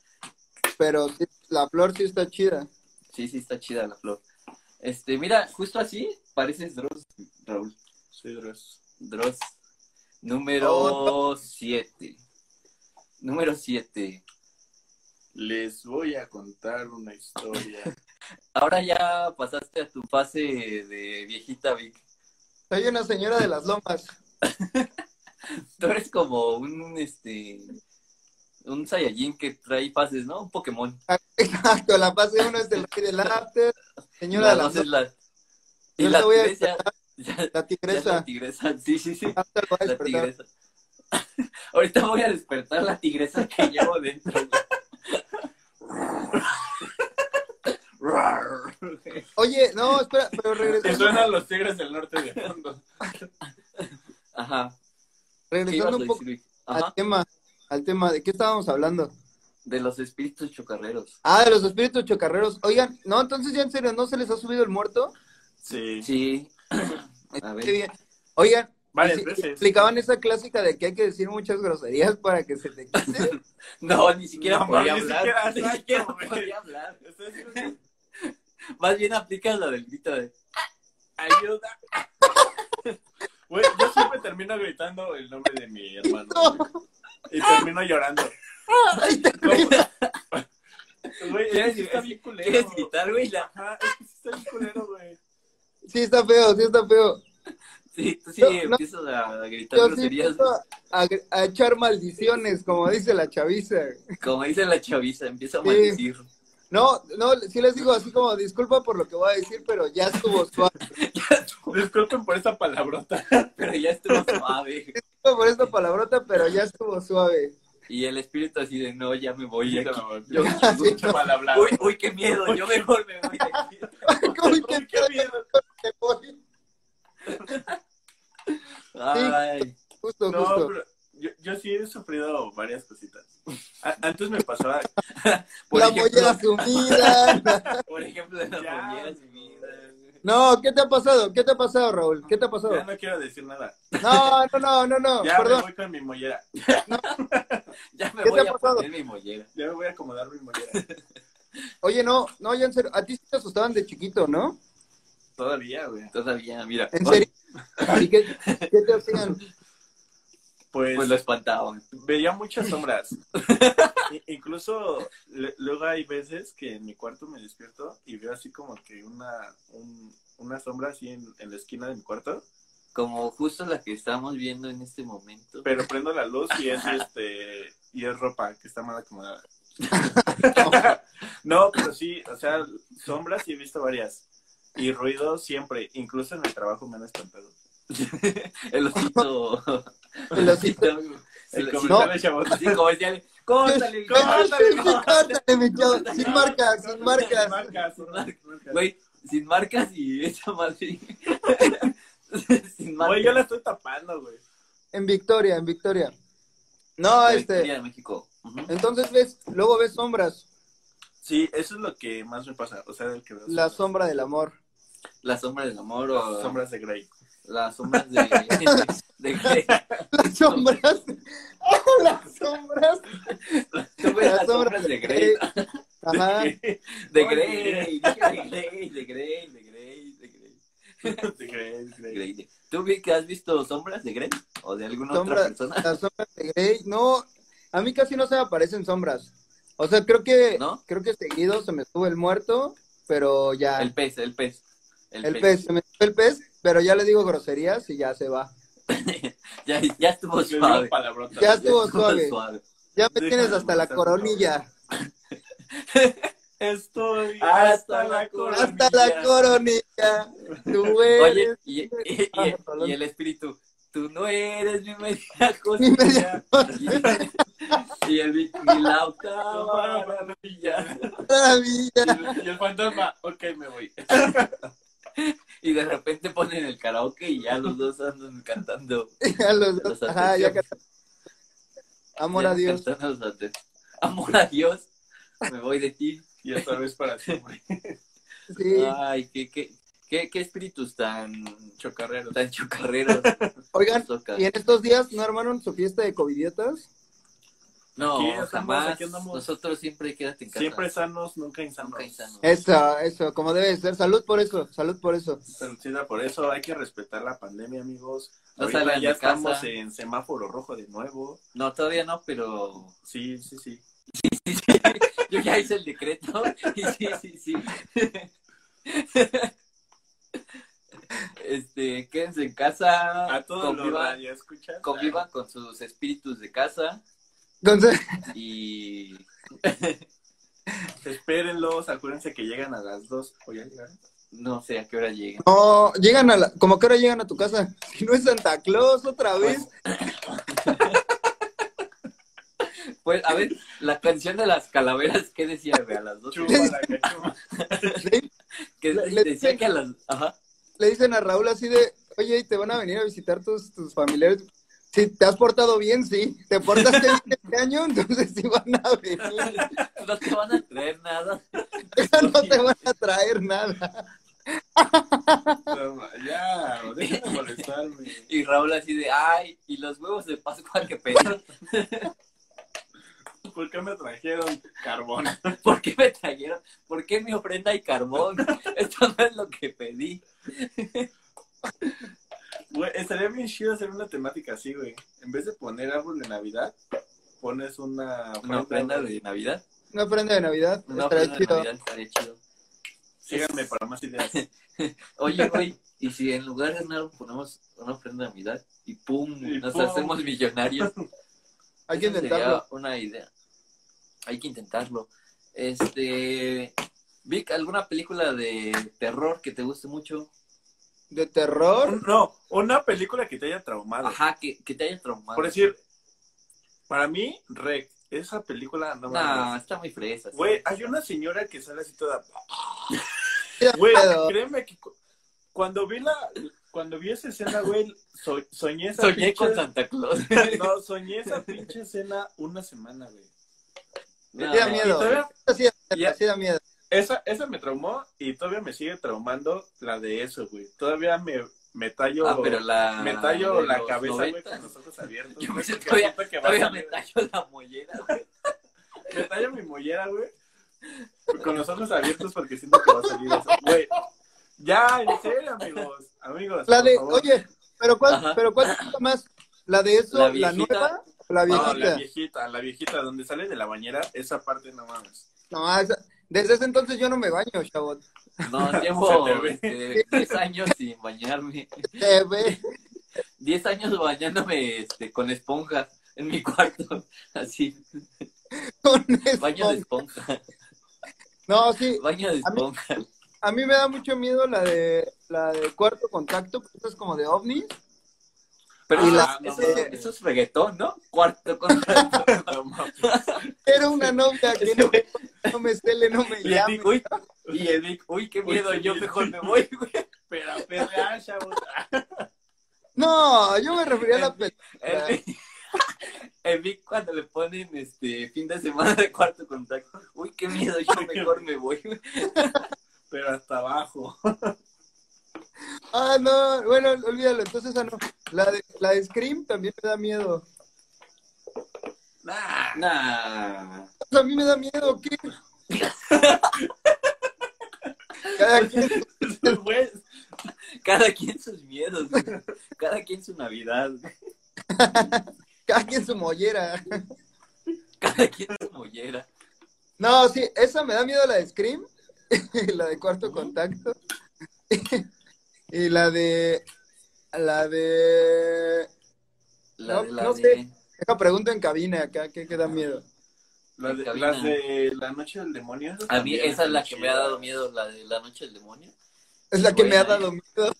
Speaker 3: Pero sí, la flor sí está chida.
Speaker 1: Sí, sí, está chida la flor. Este, mira, justo así pareces Dross, Raúl.
Speaker 2: Sí, Dross.
Speaker 1: Dross. Número 7. Número 7.
Speaker 2: Les voy a contar una historia.
Speaker 1: Ahora ya pasaste a tu fase de viejita, Vic.
Speaker 3: Soy una señora de las lomas.
Speaker 1: Tú eres como un, este, un Saiyajin que trae fases, ¿no? Un Pokémon.
Speaker 3: Exacto, la fase uno es el rey del arte, señora de
Speaker 1: La
Speaker 3: las
Speaker 1: dos es
Speaker 3: lomas,
Speaker 1: la... Y
Speaker 3: Yo
Speaker 1: la
Speaker 3: te voy a
Speaker 1: tigresa, ya- ya es
Speaker 3: la
Speaker 1: la
Speaker 3: tigresa.
Speaker 1: tigresa, sí, sí, sí,
Speaker 3: Hasta lo va a
Speaker 1: la
Speaker 3: despertar.
Speaker 1: tigresa. Ahorita voy a despertar la tigresa que llevo dentro.
Speaker 2: Rar.
Speaker 3: Oye, no, espera, pero
Speaker 2: Y
Speaker 3: regresando,
Speaker 2: suenan los tigres del norte de fondo.
Speaker 1: Ajá. ¿Qué ibas a
Speaker 3: regresando un
Speaker 1: decir,
Speaker 3: poco
Speaker 1: Vic?
Speaker 3: al
Speaker 1: Ajá,
Speaker 3: tema, al tema, ¿de qué estábamos hablando?
Speaker 1: de los espíritus chocarreros.
Speaker 3: Ah, de los espíritus chocarreros. Oigan, no, entonces ya en serio, ¿no se les ha subido el muerto?
Speaker 2: Sí.
Speaker 1: Sí. A
Speaker 3: Qué
Speaker 1: ver,
Speaker 3: bien. Oigan,
Speaker 2: Varias
Speaker 3: Sí,
Speaker 2: veces.
Speaker 3: Explicaban esa clásica de que hay que decir muchas groserías para que se te quite.
Speaker 1: no, ni siquiera
Speaker 2: No,
Speaker 1: podía
Speaker 2: ni
Speaker 1: hablar.
Speaker 2: siquiera,
Speaker 1: Ni
Speaker 2: exacto,
Speaker 1: siquiera
Speaker 2: güey.
Speaker 1: podía hablar.
Speaker 2: Estoy haciendo-
Speaker 1: Más bien aplicas la del grito de...
Speaker 2: Ayuda. Güey, yo siempre termino gritando el nombre de mi hermano. güey. Y termino llorando.
Speaker 3: Ahí te-
Speaker 2: ¿Cómo? Güey, es que
Speaker 1: ¿Quieres-
Speaker 2: sí está bien culero.
Speaker 1: ¿Quieres gritar, güey? La-
Speaker 2: Ajá, es que sí está bien culero, güey.
Speaker 3: Sí, está feo, sí está feo.
Speaker 1: Sí, tú sí
Speaker 3: No, no.
Speaker 1: empiezas a gritar
Speaker 3: Yo sí
Speaker 1: groserías.
Speaker 3: empiezo a, a echar maldiciones, como dice la chaviza.
Speaker 1: Como dice la chaviza, empieza a
Speaker 3: Sí.
Speaker 1: maldecir.
Speaker 3: No, no, sí les digo así como, disculpa por lo que voy a decir, pero ya estuvo suave.
Speaker 1: Ya estuvo-
Speaker 2: Disculpen por esta palabrota.
Speaker 1: pero ya estuvo suave.
Speaker 3: Disculpa por esta palabrota, pero ya estuvo suave.
Speaker 1: Y el espíritu así de, no, ya me voy. de aquí".
Speaker 2: Yo
Speaker 1: Yo-
Speaker 2: mucho mal hablado.
Speaker 1: uy, uy, qué miedo, yo mejor me voy de aquí.
Speaker 3: Como que
Speaker 2: Uy, qué miedo.
Speaker 3: te voy.
Speaker 1: Ay,
Speaker 3: Justo,
Speaker 2: No,
Speaker 3: justo.
Speaker 2: pero yo, yo sí he sufrido varias cositas. A- antes me pasaba,
Speaker 1: por,
Speaker 3: la
Speaker 1: ejemplo,
Speaker 3: mollera sumida.
Speaker 1: por ejemplo, de la
Speaker 2: Ya,
Speaker 1: mollera
Speaker 2: güey.
Speaker 1: sumida, güey.
Speaker 3: No, ¿qué te ha pasado? ¿Qué te ha pasado, Raúl? ¿Qué te ha pasado?
Speaker 2: Ya no quiero decir nada.
Speaker 3: No, no, no, no, no.
Speaker 2: Ya
Speaker 3: Perdón.
Speaker 2: me voy con mi mollera.
Speaker 1: Ya me
Speaker 3: ¿Qué te
Speaker 1: voy
Speaker 3: ha
Speaker 1: a
Speaker 3: pasado?
Speaker 1: poner mi mollera.
Speaker 2: Ya me voy a acomodar mi mollera.
Speaker 3: Oye, no, no, ya en serio. A ti sí te asustaban de chiquito, ¿no?
Speaker 2: Todavía, güey.
Speaker 1: Todavía, mira.
Speaker 3: ¿En serio? ¿Y qué, qué te hacían?
Speaker 2: Pues,
Speaker 1: Pues lo espantaban.
Speaker 2: veía muchas sombras. I- incluso le- luego hay veces que en mi cuarto me despierto y veo así como que una, un- una sombra así en, en la esquina de mi cuarto,
Speaker 1: Como justo la que estamos viendo en este momento.
Speaker 2: pero prendo la luz y es este y es ropa que está mal acomodada. no, pero sí, o sea, sombras sí he visto varias. Y ruido siempre, incluso en el trabajo me han espantado.
Speaker 1: El osito.
Speaker 3: El osito.
Speaker 2: El
Speaker 1: El osito.
Speaker 2: comentario de Chabot.
Speaker 1: Así como decía, córtale,
Speaker 3: Córtale,
Speaker 1: córtale.
Speaker 3: sí, córtale, mi chavo. Sin
Speaker 2: No,
Speaker 3: marcas,
Speaker 2: no,
Speaker 3: sin
Speaker 2: no,
Speaker 3: marcas.
Speaker 2: sin marcas, sin marcas.
Speaker 1: Güey, sin marcas y esa madre. sin marcas.
Speaker 2: Güey, yo la estoy tapando, güey.
Speaker 3: En Victoria, en Victoria. No,
Speaker 1: La
Speaker 3: este.
Speaker 1: Victoria de México. Ujú.
Speaker 3: Entonces ves, luego ves sombras.
Speaker 2: Sí, eso es lo que más me pasa. O sea, el que veo
Speaker 3: La
Speaker 2: sombras.
Speaker 3: sombra del amor.
Speaker 1: La sombra del amor o
Speaker 2: Sombras de Grey.
Speaker 1: las sombras de, de Grey.
Speaker 3: Las sombras. Las sombras.
Speaker 1: Tú ves
Speaker 3: Las
Speaker 1: las sombras de Grey.
Speaker 3: Ajá.
Speaker 1: De
Speaker 2: Oye.
Speaker 1: Grey, de Grey, de Grey, de Grey, de Grey.
Speaker 2: De Grey, de Grey.
Speaker 1: Grey, de- ¿Tú vi que has visto sombras de Grey? ¿O de alguna otra
Speaker 3: Sombras,
Speaker 1: persona?
Speaker 3: las sombras de Grey. No, a mí casi no se me aparecen sombras. O sea, creo que
Speaker 1: ¿No?
Speaker 3: creo que seguido se me sube el muerto, pero ya
Speaker 1: El
Speaker 3: el,
Speaker 1: pez, el pez. El,
Speaker 3: Ah. pez. se me sube el pez, pero ya le digo groserías y ya se va.
Speaker 1: ya, ya estuvo
Speaker 2: Pues Le digo
Speaker 1: suave.
Speaker 2: palabrotas.
Speaker 3: Ya estuvo suave.
Speaker 1: suave.
Speaker 3: Ya me
Speaker 2: Déjame
Speaker 3: tienes hasta la
Speaker 2: matar,
Speaker 3: coronilla,
Speaker 2: Estoy
Speaker 1: Hasta
Speaker 2: hasta
Speaker 1: la
Speaker 2: la cola.
Speaker 1: cola.
Speaker 3: hasta la coronilla. Tú
Speaker 1: Oye,
Speaker 3: eres
Speaker 1: y, y- y-
Speaker 3: Ah, perdón.
Speaker 1: y el espíritu, tú no eres mi media
Speaker 3: mi
Speaker 1: costilla.
Speaker 3: media
Speaker 1: Y el Vic, ni la octava maravilla.
Speaker 2: Y
Speaker 3: maravilla.
Speaker 2: el- y el fantasma, ok, me voy.
Speaker 1: Y de repente ponen el karaoke y ya los dos andan cantando.
Speaker 3: Ya los dos,
Speaker 1: Los
Speaker 3: ajá, ya
Speaker 1: atención.
Speaker 3: canta- Amor a
Speaker 1: Ya
Speaker 3: Dios.
Speaker 1: cantando los antes. Amor a Dios, me voy de ti.
Speaker 2: Y esta vez para siempre.
Speaker 3: Sí.
Speaker 1: Ay, qué, qué, qué, qué espíritus tan,
Speaker 2: Chocarrero.
Speaker 1: tan chocarreros.
Speaker 3: Oigan,
Speaker 1: nos tocan.
Speaker 3: ¿y en estos días no armaron su fiesta de covidiotas?
Speaker 1: No,
Speaker 2: Aquí estamos,
Speaker 1: jamás.
Speaker 2: aquí andamos.
Speaker 1: Nosotros siempre quédate en casa.
Speaker 2: Siempre sanos, nunca insanos.
Speaker 1: Nunca insanos.
Speaker 3: Eso, eso, como debe ser. Salud por eso, salud por eso.
Speaker 2: Saludcita, por eso hay que respetar la pandemia, amigos.
Speaker 1: No
Speaker 2: Ahorita
Speaker 1: salgan
Speaker 2: ya
Speaker 1: de casa.
Speaker 2: estamos en semáforo rojo de nuevo.
Speaker 1: No, todavía no, pero
Speaker 2: Sí, sí, sí.
Speaker 1: yo ya hice el decreto. Y sí, sí, sí. Este, quédense en casa.
Speaker 2: A todos los
Speaker 1: convivan,
Speaker 2: radioescuchas.
Speaker 1: convivan con sus espíritus de casa
Speaker 3: Entonces,
Speaker 1: y
Speaker 2: Espérenlos, acuérdense que llegan a las 2. ¿O ya llegaron?
Speaker 1: no sé a qué hora lleguen.
Speaker 3: no, llegan a la, como que ahora llegan a tu casa. Si no es Santa Claus otra vez.
Speaker 1: Pues, a ver, la canción de las calaveras, ¿qué decía, güey? A las dos.
Speaker 2: Chupa la cachuma.
Speaker 1: Que
Speaker 3: Le- le
Speaker 1: decía
Speaker 3: dicen-
Speaker 1: que a las. Ajá.
Speaker 3: Le dicen a Raúl así de, oye, ¿y te van a venir a visitar tus, tus familiares. Si te has portado bien, sí. Te portaste bien este año, entonces sí van a venir.
Speaker 1: No te van a traer nada.
Speaker 3: No te van a traer nada.
Speaker 2: No, Ya, dejen de molestarme.
Speaker 1: Y Raúl así de, ay, y los huevos de Pascua que pedo.
Speaker 2: ¿Por qué me trajeron carbón?
Speaker 1: ¿Por qué me trajeron? ¿Por qué mi ofrenda y carbón? Esto no es lo que pedí.
Speaker 2: Güey, estaría bien chido hacer una temática así, güey. En vez de poner árbol de Navidad, pones una
Speaker 1: Una ofrenda de Navidad.
Speaker 3: Una prenda de Navidad.
Speaker 1: Una
Speaker 3: Estará
Speaker 1: ofrenda de
Speaker 3: chido.
Speaker 1: Navidad estaría chido.
Speaker 2: Síganme para más ideas.
Speaker 1: Oye, güey, y si en lugar de un árbol ponemos una ofrenda de Navidad y pum,
Speaker 2: Y
Speaker 1: nos
Speaker 2: pum.
Speaker 1: hacemos millonarios.
Speaker 3: Hay que
Speaker 1: Esa
Speaker 3: intentarlo.
Speaker 1: Sería una idea. Hay que intentarlo. Este. Vic, ¿alguna película de terror que te guste mucho?
Speaker 3: De terror.
Speaker 2: Un- No, una película que te haya traumado.
Speaker 1: Ajá, que, que te haya traumado.
Speaker 2: Por decir, para mí, Rec, esa película no
Speaker 1: No,
Speaker 2: mames.
Speaker 1: está muy fresa. sí.
Speaker 2: Güey, hay una señora que sale así toda.
Speaker 3: Ya
Speaker 2: Güey,
Speaker 3: pedo.
Speaker 2: créeme que cu- cuando vi la. Cuando vi esa escena, güey, so- soñé esa
Speaker 1: Soñé
Speaker 2: pinche-
Speaker 1: con Santa Claus.
Speaker 2: No, soñé esa pinche escena una semana, güey.
Speaker 3: Sí
Speaker 1: No,
Speaker 3: da
Speaker 1: no,
Speaker 2: Y
Speaker 3: miedo.
Speaker 2: todavía-
Speaker 3: Sí,
Speaker 2: Ya.
Speaker 3: sí da miedo.
Speaker 2: Esa, esa me traumó y todavía me sigue traumando la de eso, güey. Todavía me, me tallo,
Speaker 1: Ah, pero la.
Speaker 2: me tallo
Speaker 1: de
Speaker 2: la
Speaker 1: los
Speaker 2: cabeza, güey,
Speaker 1: 90.
Speaker 2: con los ojos abiertos.
Speaker 1: Yo
Speaker 2: güey,
Speaker 1: pensé
Speaker 2: porque
Speaker 1: todavía-
Speaker 2: siento que va a
Speaker 1: Todavía me
Speaker 2: salir-
Speaker 1: tallo la mollera, güey.
Speaker 2: Me tallo mi mollera, güey. Con los ojos abiertos porque siento que va a salir eso. Güey. Ya, en serio, amigos. Amigos.
Speaker 3: La
Speaker 2: por
Speaker 3: de,
Speaker 2: favor.
Speaker 3: oye, pero cuál,
Speaker 1: Ajá.
Speaker 3: pero cuál te gusta más, la de eso,
Speaker 1: La
Speaker 3: la,
Speaker 1: viejita.
Speaker 3: nueva, o
Speaker 2: No,
Speaker 3: la viejita.
Speaker 2: la viejita, la viejita, donde sale de la bañera, esa parte no mames.
Speaker 3: No, esa- desde ese entonces yo no me baño, chavos.
Speaker 1: No, llevo este, 10 años sin bañarme.
Speaker 3: Te ve.
Speaker 1: 10 años bañándome este, con esponja en mi cuarto. Así,
Speaker 3: con
Speaker 1: baño de
Speaker 3: eso.
Speaker 1: esponja.
Speaker 3: No, sí,
Speaker 1: Baño de
Speaker 3: A mí-
Speaker 1: esponja.
Speaker 3: a mí me da mucho miedo la de la de cuarto contacto, porque eso es como de ovnis.
Speaker 1: Pero
Speaker 3: Y
Speaker 1: eso,
Speaker 3: la-
Speaker 1: eso-
Speaker 2: no,
Speaker 1: eso es reggaetón, ¿no? Cuarto contra.
Speaker 2: No mames.
Speaker 3: Era una novia que no, no me cele, no me
Speaker 1: Y el
Speaker 3: llame.
Speaker 1: Vic, uy, y el Vic, uy, qué
Speaker 2: Uy,
Speaker 1: miedo,
Speaker 2: qué
Speaker 1: yo
Speaker 2: miedo.
Speaker 1: mejor me voy, güey.
Speaker 2: Pero a perrear, chavos.
Speaker 3: No, yo me refería a la película.
Speaker 1: El Vic, el Vic cuando le ponen este fin de semana de cuarto contacto, uy, qué miedo, yo mejor me voy, güey.
Speaker 2: Pero hasta abajo.
Speaker 3: Ah, no, bueno, olvídalo, entonces esa no. La de, la de Scream también me da miedo.
Speaker 2: Nah.
Speaker 1: Nah.
Speaker 3: A mí me da miedo, ¿qué? Cada quien
Speaker 2: Güey,
Speaker 1: Pues, Cada quien sus miedos, güey. cada quien su Navidad, güey.
Speaker 3: Cada quien su mollera.
Speaker 1: cada quien su mollera.
Speaker 3: No, sí, esa me da miedo la de Scream, la de Cuarto Contacto, y la de, la de,
Speaker 1: La
Speaker 3: No,
Speaker 1: de la
Speaker 3: no
Speaker 1: de-
Speaker 3: sé. deja pregunta en cabina acá, ¿qué, qué da miedo?
Speaker 2: las de,
Speaker 1: Cabina.
Speaker 2: las de la noche del demonio.
Speaker 1: A mí
Speaker 2: también
Speaker 1: esa es la que
Speaker 2: están
Speaker 1: me ha dado
Speaker 2: chidas.
Speaker 1: miedo, la de la noche del demonio.
Speaker 3: Es la que me ha
Speaker 1: Buena,
Speaker 3: dado miedo,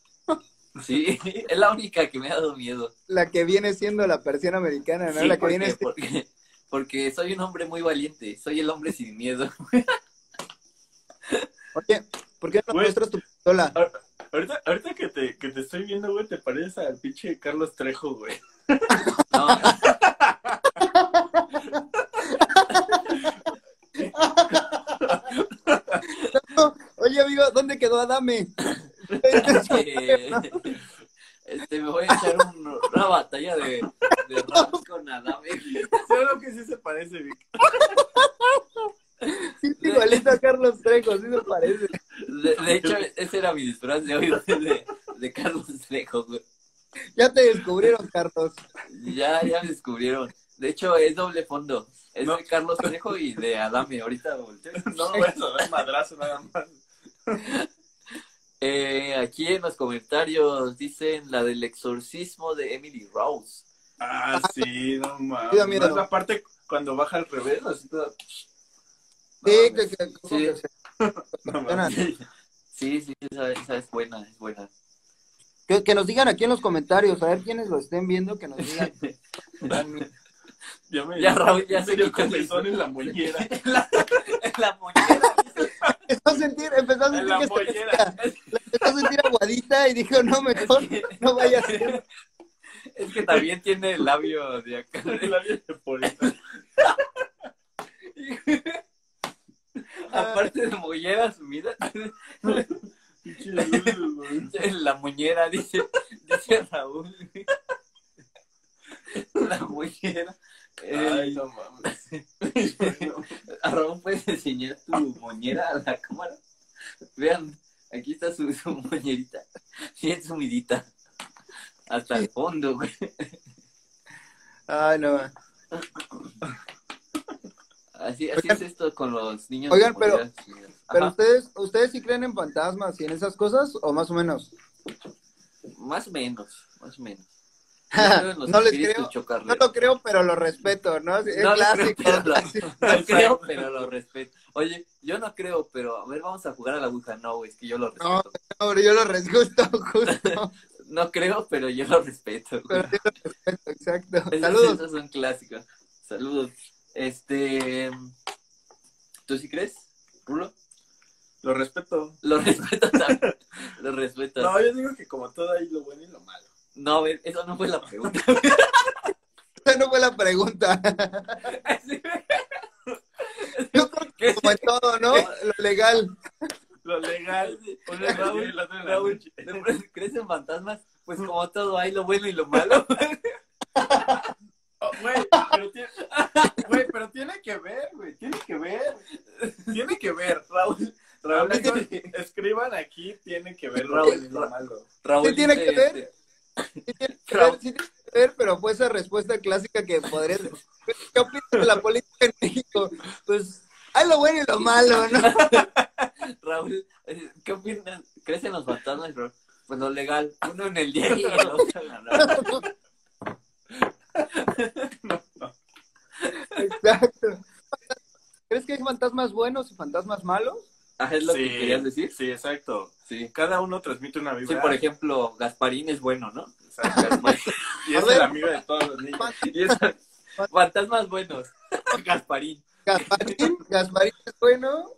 Speaker 1: Sí, es la única que me ha dado miedo.
Speaker 3: la que viene siendo la persiana americana, ¿no?
Speaker 1: Sí,
Speaker 3: la que
Speaker 1: porque,
Speaker 3: viene siendo-
Speaker 1: porque, porque soy un hombre muy valiente, soy el hombre sin miedo.
Speaker 3: Oye, ¿por qué no
Speaker 2: Güey.
Speaker 3: muestras tu pistola?
Speaker 2: Ahorita, ahorita que, te, que te estoy viendo, güey, te pareces al pinche Carlos Trejo, güey.
Speaker 1: No,
Speaker 3: No, Oye, amigo, ¿dónde quedó Adame?
Speaker 1: eh, este, me voy a echar un- una batalla de, de rap con Adame.
Speaker 2: Solo que sí se parece, Vic.
Speaker 3: Sí, es igualito a Carlos Trejo, sí se parece.
Speaker 1: De, de hecho, ese era mi disfraz de hoy de, de Carlos Trejo, güey.
Speaker 3: Ya te descubrieron, Carlos.
Speaker 1: Ya, ya me descubrieron. De hecho, es doble fondo. Es
Speaker 2: No.
Speaker 1: de Carlos Trejo y de Adame. Ahorita volteo.
Speaker 2: No me voy a dar madrazo nada más.
Speaker 1: Eh, aquí en los comentarios dicen la del exorcismo de Emily Rose.
Speaker 2: Ah, sí, no mames.
Speaker 3: Sí da
Speaker 2: ¿No
Speaker 3: miedo.
Speaker 2: es la parte cuando baja al revés, así toda...
Speaker 3: Sí,
Speaker 2: No,
Speaker 3: que, que, como
Speaker 1: Sí.
Speaker 3: que se-
Speaker 2: no mames.
Speaker 3: suena.
Speaker 1: Sí, sí, esa, esa es buena, es buena.
Speaker 3: Que, que nos digan aquí en los comentarios, a ver quiénes lo estén viendo, que nos digan.
Speaker 2: Ya, me,
Speaker 1: Ya, Raúl, ya
Speaker 2: me
Speaker 1: se
Speaker 2: dio
Speaker 1: quitó el
Speaker 2: comezón en la
Speaker 1: mollera.
Speaker 2: mollera.
Speaker 1: la, la mollera.
Speaker 3: Empezó a sentir, empezó a
Speaker 2: En
Speaker 3: sentir
Speaker 2: la
Speaker 3: que se-
Speaker 2: mollera.
Speaker 3: empezó a sentir aguadita y dijo, no, mejor
Speaker 1: Es que-
Speaker 3: no vaya a ser.
Speaker 1: Es que también tiene el labio de acá.
Speaker 2: El labio de Polito.
Speaker 1: Aparte de mollera sumida,
Speaker 2: Pinche luz, güey.
Speaker 1: la moñera, dice, dice Raúl. La moñera. Eh,
Speaker 2: Ay, no mames.
Speaker 1: A Raúl, ¿puedes enseñar tu moñera a la cámara? Vean, aquí está su, su moñerita. Bien sumidita. Hasta el fondo, güey.
Speaker 3: Ay, no.
Speaker 1: Así, así
Speaker 3: Oigan.
Speaker 1: es esto con los niños.
Speaker 3: Oigan,
Speaker 1: con
Speaker 3: pero-
Speaker 1: moñeras sumidas.
Speaker 3: Pero
Speaker 1: Ajá,
Speaker 3: ustedes, ustedes sí creen en fantasmas y en esas cosas, o más o menos.
Speaker 1: Más o menos, más o menos. Yo creo en los
Speaker 3: No les
Speaker 1: espíritus
Speaker 3: creo.
Speaker 1: chocarreros.
Speaker 3: No lo creo, pero lo respeto, ¿no? Es
Speaker 1: Pues, No lo
Speaker 3: clásico.
Speaker 1: creo, pero lo-
Speaker 3: clásico.
Speaker 1: No creo, pero lo respeto. Oye, yo no creo, pero a ver, vamos a jugar a la Ouija. No, güey, es que yo lo
Speaker 3: No,
Speaker 1: respeto.
Speaker 3: pero yo lo respeto, justo.
Speaker 1: No, creo, pero yo lo respeto. güey.
Speaker 3: Pero yo lo respeto, exacto.
Speaker 1: Esos-
Speaker 3: Saludos.
Speaker 1: Esos son clásicos. Saludos. Este. ¿Tú sí crees, Rulo?
Speaker 2: Lo respeto.
Speaker 1: Lo respeto también. Lo respeto.
Speaker 2: No, yo digo que como todo hay lo bueno y lo malo.
Speaker 1: No, a ver, eso no fue la pregunta.
Speaker 3: Esa no fue la pregunta. Yo creo Como en todo, ¿no? Lo legal.
Speaker 2: Lo legal. Uno es Raúl, el otro es
Speaker 1: Raúl,
Speaker 2: Raúl.
Speaker 1: ¿de pronto ¿crees en fantasmas? Pues como todo, hay lo bueno y lo malo.
Speaker 2: Oh, Güey, pero, tiene- güey, pero tiene que ver, güey. Tiene que ver. Tiene que ver, Raúl. Raúl, escriban aquí, tiene que ver, Raúl. es lo malo.
Speaker 1: Raúl
Speaker 3: ¿Qué tiene
Speaker 1: dice,
Speaker 3: que ver?
Speaker 1: este,
Speaker 3: Sí tiene que ver, sí tiene que ver, pero fue esa respuesta clásica que podrías. ¿Qué opinas de la política en México? Pues hay lo bueno y lo malo, ¿no?
Speaker 1: Raúl, eh, ¿qué opinas? ¿Crees en los fantasmas, Raúl? Pues lo legal, uno en el día y el otro en la noche.
Speaker 3: Exacto. ¿Crees que hay fantasmas buenos y fantasmas malos?
Speaker 1: Ah, ¿Es lo que querías decir?
Speaker 2: Sí, exacto.
Speaker 1: Sí.
Speaker 2: Cada uno transmite una vibra.
Speaker 1: Sí, por ejemplo, Gasparín es bueno, ¿no?
Speaker 2: Exacto.
Speaker 1: Gasparín.
Speaker 2: Y es el amigo de todos los niños.
Speaker 1: Y es- Fantasmas buenos. Gasparín.
Speaker 3: Gasparín, Gasparín es bueno.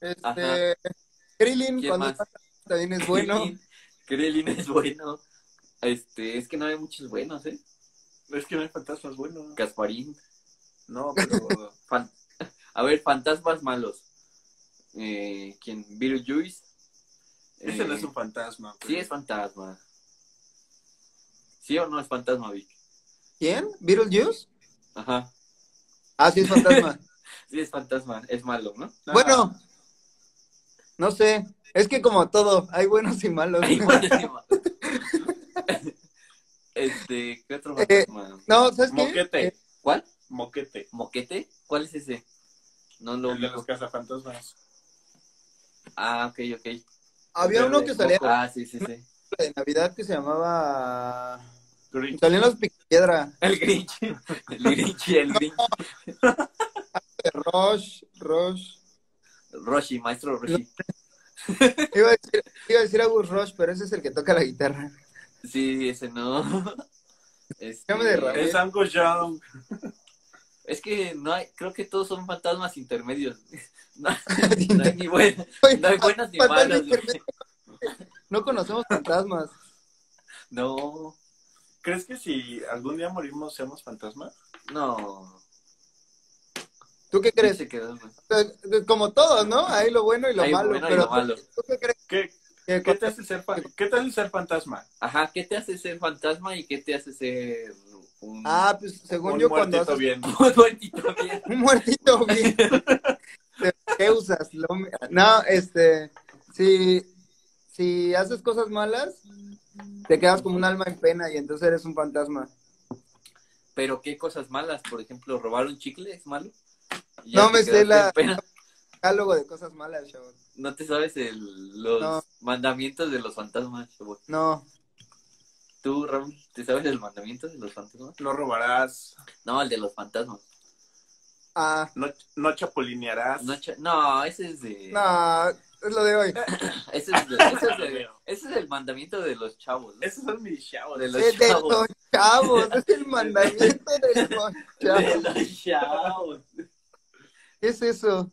Speaker 3: Este,
Speaker 1: Ajá.
Speaker 3: Krillin,
Speaker 1: ¿Quién
Speaker 3: cuando
Speaker 1: más?
Speaker 3: pasa, también es bueno.
Speaker 1: Krillin. Krillin es bueno. Este, es que no hay muchos buenos, ¿eh?
Speaker 2: Es que no hay fantasmas buenos.
Speaker 1: Gasparín.
Speaker 2: No, pero.
Speaker 1: Fan- A ver, fantasmas malos. Eh, ¿Quién? Beetlejuice.
Speaker 2: Ese no
Speaker 1: Eh,
Speaker 2: es un fantasma.
Speaker 1: Sí,
Speaker 2: güey.
Speaker 1: es fantasma. ¿Sí o no es fantasma, Vic?
Speaker 3: ¿Quién? ¿Beetlejuice?
Speaker 1: Ajá.
Speaker 3: Ah, sí, es fantasma.
Speaker 1: Sí, es fantasma. Es malo, ¿no?
Speaker 2: No,
Speaker 3: Bueno, no sé. Es que como todo, hay buenos y malos.
Speaker 1: Ay, buenísimo. este, ¿qué otro
Speaker 3: Eh,
Speaker 1: fantasma?
Speaker 3: No, ¿sabes qué?
Speaker 2: Moquete.
Speaker 3: Eh,
Speaker 1: ¿Cuál?
Speaker 2: Moquete.
Speaker 1: ¿Moquete? ¿Cuál es ese? No lo
Speaker 2: El de los
Speaker 1: ubico.
Speaker 2: cazafantasmas.
Speaker 1: Ah, ok, ok.
Speaker 3: había uno que salía
Speaker 1: Ah, sí, sí, sí.
Speaker 3: de Navidad que se llamaba...
Speaker 2: Grinch.
Speaker 3: Salían los picapiedra.
Speaker 1: El Grinch. El Grinch, el Grinch.
Speaker 3: Rush, Rush.
Speaker 1: Roshi, maestro Roshi.
Speaker 3: Iba a decir, iba a decir Agus Rush, pero ese es el que toca la guitarra.
Speaker 1: Sí, ese no. Este,
Speaker 3: Llame de rabia.
Speaker 2: Es algo Young.
Speaker 1: es que no hay, creo que todos son fantasmas intermedios. No, no hay ni buenas, no hay buenas ni
Speaker 3: Fantasma
Speaker 1: malas. güey.
Speaker 3: No conocemos fantasmas.
Speaker 1: No,
Speaker 2: ¿Crees que si algún día morimos seamos fantasmas?
Speaker 1: no.
Speaker 3: ¿Tú qué crees?
Speaker 1: Se quedó, güey.
Speaker 3: Como todos, ¿no? Hay lo bueno y lo
Speaker 1: Hay
Speaker 3: malo.
Speaker 1: bueno y
Speaker 3: pero
Speaker 1: lo malo.
Speaker 3: ¿tú qué crees?
Speaker 2: ¿Qué,
Speaker 3: que
Speaker 2: qué te hace ser fa- ¿Qué te hace ser fantasma?
Speaker 1: Ajá, ¿qué te hace ser fantasma y qué te hace ser un,
Speaker 3: Ah, pues según
Speaker 2: Un
Speaker 3: yo cuando
Speaker 2: muertito
Speaker 3: haces
Speaker 2: bien.
Speaker 1: un muertito bien?
Speaker 3: un muertito bien. ¿Qué usas? Lo- No, este, si, si haces cosas malas, te quedas como un alma en pena y entonces eres un fantasma.
Speaker 1: Pero qué cosas malas, por ejemplo, robar un chicle es malo. Y
Speaker 3: No
Speaker 1: ya te
Speaker 3: me sé
Speaker 1: quedaste
Speaker 3: la-
Speaker 1: en pena.
Speaker 3: Catálogo de cosas malas, chavos.
Speaker 1: No te sabes el- los
Speaker 3: No.
Speaker 1: mandamientos de los fantasmas. güey.
Speaker 3: No,
Speaker 1: ¿Tú, Raúl, te sabes el mandamiento de los fantasmas?
Speaker 2: No robarás.
Speaker 1: No, el de los fantasmas.
Speaker 3: ah,
Speaker 2: No, no chapulinearás.
Speaker 1: No, cha- no ese es de...
Speaker 3: no, es lo de hoy.
Speaker 1: Ese es, de- ese es de- ese es el mandamiento de los chavos. ¿no?
Speaker 2: Esos son mis chavos.
Speaker 1: De los
Speaker 3: Es de
Speaker 1: chavos.
Speaker 3: los chavos, es el mandamiento de los
Speaker 1: De
Speaker 3: chavos.
Speaker 1: los chavos.
Speaker 3: ¿Qué es eso?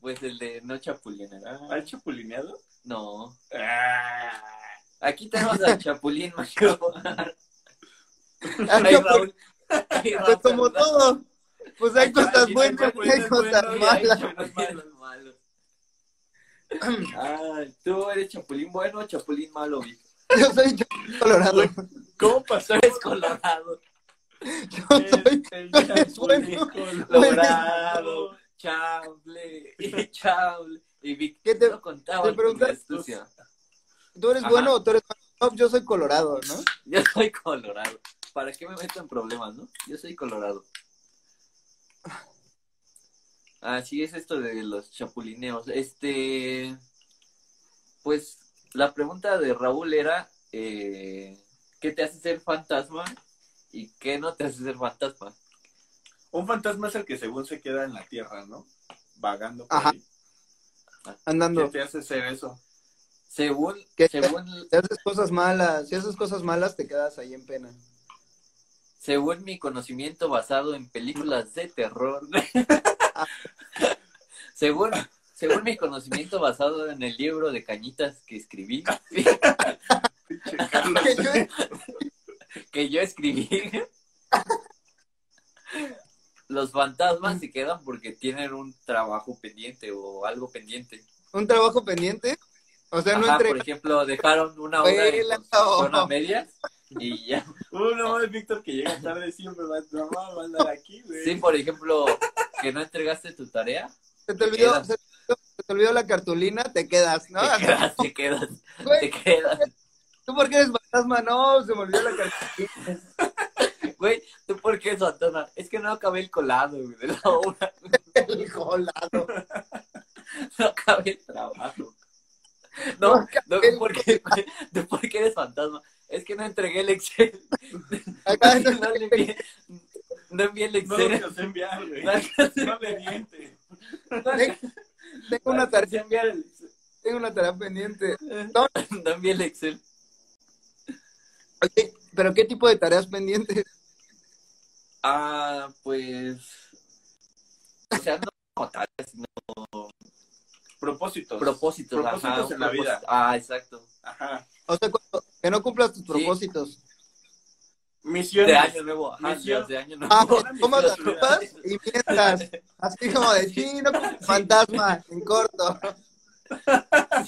Speaker 1: Pues el de no chapulinear.
Speaker 2: ¿Has chapulineado?
Speaker 1: No.
Speaker 2: Ah.
Speaker 1: Aquí tenemos al Chapulín Mayor.
Speaker 3: Ah,
Speaker 1: Ay, Raúl. Ay,
Speaker 3: Pues
Speaker 1: Raúl,
Speaker 3: como
Speaker 1: perdón.
Speaker 3: todo, pues hay
Speaker 1: Ay,
Speaker 3: cosas
Speaker 1: Chapulín,
Speaker 3: buenas y
Speaker 2: Chapulín
Speaker 3: hay
Speaker 2: es
Speaker 3: cosas
Speaker 2: bueno,
Speaker 1: Ay,
Speaker 3: malas.
Speaker 1: Chapulín es malo. Ah, tú eres Chapulín bueno o Chapulín malo, Vic?
Speaker 3: Yo soy Chapulín Colorado.
Speaker 2: ¿Cómo pasó?
Speaker 1: Tú eres colorado,
Speaker 3: Yo soy
Speaker 1: eh,
Speaker 2: El, el
Speaker 3: eres
Speaker 2: chapulín
Speaker 3: bueno.
Speaker 2: colorado.
Speaker 1: colorado, chable, y chable. Y Vic,
Speaker 3: ¿Qué te-
Speaker 1: no contaba
Speaker 3: te preguntas?
Speaker 1: con tu astucia.
Speaker 3: ¿Tú eres
Speaker 1: Ajá.
Speaker 3: bueno o tú eres malo? No, yo soy colorado, ¿no?
Speaker 1: Yo soy colorado. ¿Para qué me meto en problemas, no? Yo soy colorado. Así Ah, es esto de los chapulineos. Este. Pues la pregunta de Raúl era: eh, ¿qué te hace ser fantasma y qué no te hace ser fantasma?
Speaker 2: Un fantasma es el que según se queda en la tierra, ¿no? Vagando por
Speaker 3: Ajá.
Speaker 2: ahí. ¿Qué
Speaker 3: Andando.
Speaker 2: te hace ser eso?
Speaker 1: Según.
Speaker 3: ¿Qué te-
Speaker 1: Según,
Speaker 3: Si haces cosas malas, si haces cosas malas te quedas ahí en pena.
Speaker 1: según mi conocimiento basado en películas de terror. según, según mi conocimiento basado en el libro de cañitas que escribí,
Speaker 2: Pinche Carlos.
Speaker 3: Que yo-
Speaker 1: que yo escribí. los fantasmas se quedan porque tienen un trabajo pendiente o algo pendiente.
Speaker 3: ¿Un trabajo pendiente? O sea, no
Speaker 1: Ajá,
Speaker 3: entre...
Speaker 1: por ejemplo, dejaron una obra de
Speaker 3: Vela,
Speaker 1: construcción
Speaker 3: o-
Speaker 1: a medias y ya.
Speaker 2: Uno más Víctor que llega tarde siempre va, no, va a andar aquí, güey.
Speaker 1: Sí, por ejemplo, que no entregaste tu tarea,
Speaker 3: Se te, olvidó,
Speaker 1: quedas.
Speaker 3: se, te olvidó- se te olvidó la cartulina, te quedas, ¿no?
Speaker 1: te quedas, te quedas,
Speaker 3: Güey,
Speaker 1: te quedas.
Speaker 3: ¿Tú por qué eres fantasma? No, se me olvidó la cartulina.
Speaker 1: Güey, ¿tú por qué, Santana? Es que no acabé el colado güey, de la obra,
Speaker 3: El colado.
Speaker 1: no acabé el trabajo. No, no, ¿por qué, ¿tú por qué eres fantasma? Es que no entregué el Excel.
Speaker 3: Acá Ah, no-
Speaker 1: no, le envié, no envié el
Speaker 2: No lo
Speaker 1: Excel.
Speaker 2: alcancé a enviar, güey.
Speaker 1: No alcancé-
Speaker 2: No le miente.
Speaker 3: tengo, una
Speaker 1: no
Speaker 3: tarea,
Speaker 1: alcancé a enviar el Excel.
Speaker 3: tengo una tarea pendiente.
Speaker 1: No envié el Excel.
Speaker 3: Oye, ¿pero qué tipo de tareas pendientes?
Speaker 1: Ah, pues. O sea, no, no tal, sino
Speaker 2: Propósitos.
Speaker 1: propósitos. ajá,
Speaker 2: Propósitos
Speaker 1: un
Speaker 2: en la
Speaker 1: propósito.
Speaker 2: vida.
Speaker 1: Ah, exacto.
Speaker 2: Ajá.
Speaker 3: O sea, cuando- que no cumplas tus propósitos.
Speaker 2: Misiones.
Speaker 1: De año nuevo. Ajá,
Speaker 2: Misión.
Speaker 1: de año nuevo.
Speaker 3: Ah,
Speaker 2: Ahora mis
Speaker 3: tomas las
Speaker 2: prioridades.
Speaker 3: copas y mientras. Así como de, sí, no cumples fantasma, en corto.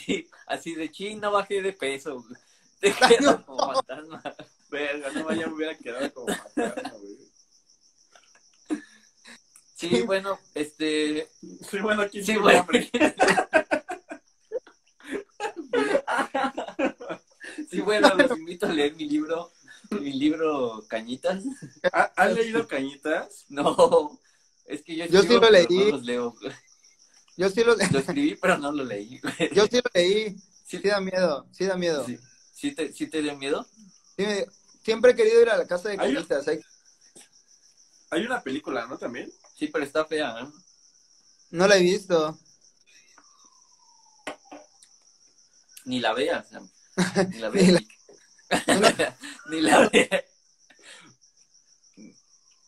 Speaker 1: Sí, así de chino bajé de peso.
Speaker 3: Ah,
Speaker 1: Te quedas como fantasma.
Speaker 2: Verga, no vaya, me hubiera quedado como fantasma, güey.
Speaker 1: Sí, bueno, este.
Speaker 2: Sí, bueno, aquí
Speaker 1: Sí,
Speaker 2: tiene
Speaker 1: bueno.
Speaker 2: hambre.
Speaker 1: Sí, bueno, los invito a leer mi libro. Mi libro Cañitas.
Speaker 2: ¿Ha- ¿Has leído Cañitas?
Speaker 1: No. Es que yo,
Speaker 3: Yo sí
Speaker 1: escribo,
Speaker 3: lo
Speaker 1: pero
Speaker 3: leí.
Speaker 1: No los leo.
Speaker 3: Yo sí lo,
Speaker 1: Lo escribí, pero no lo leí.
Speaker 3: yo sí lo leí.
Speaker 1: Sí.
Speaker 3: Sí da miedo, sí da miedo.
Speaker 1: Sí, ¿Sí te, sí te dio miedo?
Speaker 3: Sí me- siempre he querido ir a la casa de
Speaker 2: Hay un-
Speaker 3: canitas. hay-
Speaker 2: Hay una película, ¿no? También.
Speaker 1: Sí, pero está fea, ¿eh?
Speaker 3: No la he visto.
Speaker 1: Ni la veas. Sam. Ni la
Speaker 3: Ni
Speaker 1: veas.
Speaker 3: la-
Speaker 1: Vic. Ni la veas.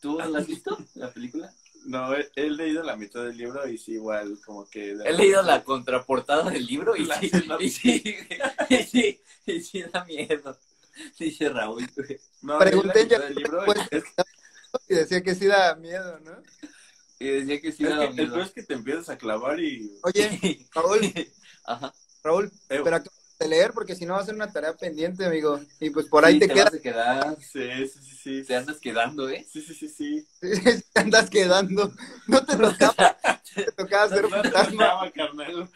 Speaker 1: ¿Tú la has visto, la película?
Speaker 2: No, he, he leído la mitad del libro y sí, igual, como que...
Speaker 1: He leído la contraportada del libro y
Speaker 2: La-
Speaker 1: sí, y sí, y sí, y sí da miedo. Dice Raúl. güey.
Speaker 2: No,
Speaker 3: Pregunté
Speaker 2: leí la mitad
Speaker 3: ya,
Speaker 2: del libro y-
Speaker 3: pues,
Speaker 2: es-
Speaker 3: Y decía que sí da miedo, ¿no?
Speaker 1: Y decía que sí
Speaker 2: es
Speaker 1: daba
Speaker 2: que el peor
Speaker 1: miedo.
Speaker 2: es que te empiezas a clavar y...
Speaker 3: Oye, Raúl,
Speaker 1: Ajá.
Speaker 3: Raúl,
Speaker 2: Eh,
Speaker 3: pero acá de leer porque si no va a ser una tarea pendiente, amigo. Y pues por ahí
Speaker 1: Sí,
Speaker 3: te, quedas,
Speaker 1: vas a quedar,
Speaker 2: Sí, sí, sí, sí.
Speaker 1: te andas quedando, ¿eh?
Speaker 2: Sí, sí, sí, sí.
Speaker 3: te andas quedando. No te tocaba, te tocaba ser
Speaker 2: No te
Speaker 3: fantasma.
Speaker 2: tocaba, carnal.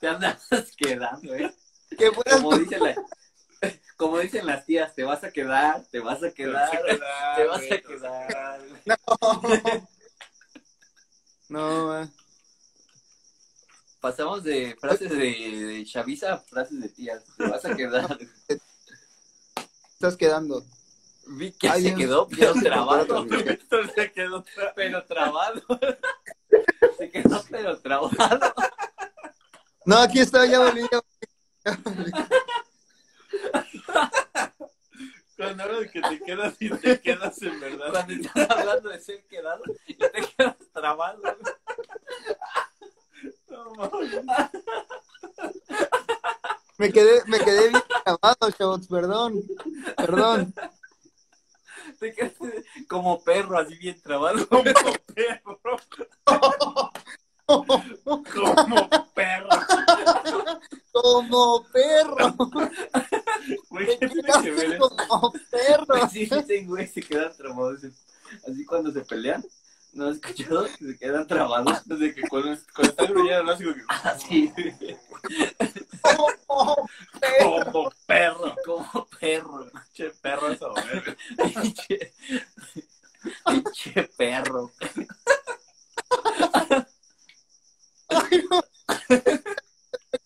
Speaker 1: Te andas quedando, ¿eh?
Speaker 3: Que fueras
Speaker 1: Como dicen, la- como dicen las tías, te vas a quedar, te vas a quedar, te vas a quedar.
Speaker 3: No, ma.
Speaker 1: Pasamos de frases de, de chaviza a frases de tías. Te vas a quedar.
Speaker 3: estás quedando.
Speaker 1: Vi que
Speaker 3: Ay,
Speaker 1: se
Speaker 3: Dios.
Speaker 1: quedó pero trabado,
Speaker 3: Perdón.
Speaker 2: Víctor se quedó tra-
Speaker 1: pero trabado. Se quedó pero trabado.
Speaker 3: No, aquí está, ya volví. ya volví.
Speaker 2: Cuando hablas de que te quedas y te quedas en verdad.
Speaker 1: Cuando estás hablando de ser quedado, y te quedas trabado.
Speaker 2: No, mames.
Speaker 3: Me quedé, me quedé bien grabado, chavos, perdón. Perdón.
Speaker 1: Te quedas como perro, así bien trabado.
Speaker 2: Como perro. Como perro.
Speaker 3: Como perro.
Speaker 2: Güey, ¿qué tiene que ver eso?
Speaker 3: Como perro.
Speaker 1: Sí, dicen, güey, se quedan trabados. Así cuando se pelean, ¿no has escuchado? Se quedan trabados.
Speaker 2: Desde que cuando, cuando está gruñendo, no hace como que...
Speaker 1: Así,
Speaker 3: Como perro.
Speaker 2: Como perro.
Speaker 1: como perro.
Speaker 2: Che, perro eso, güey.
Speaker 1: Pinche, pinche perro.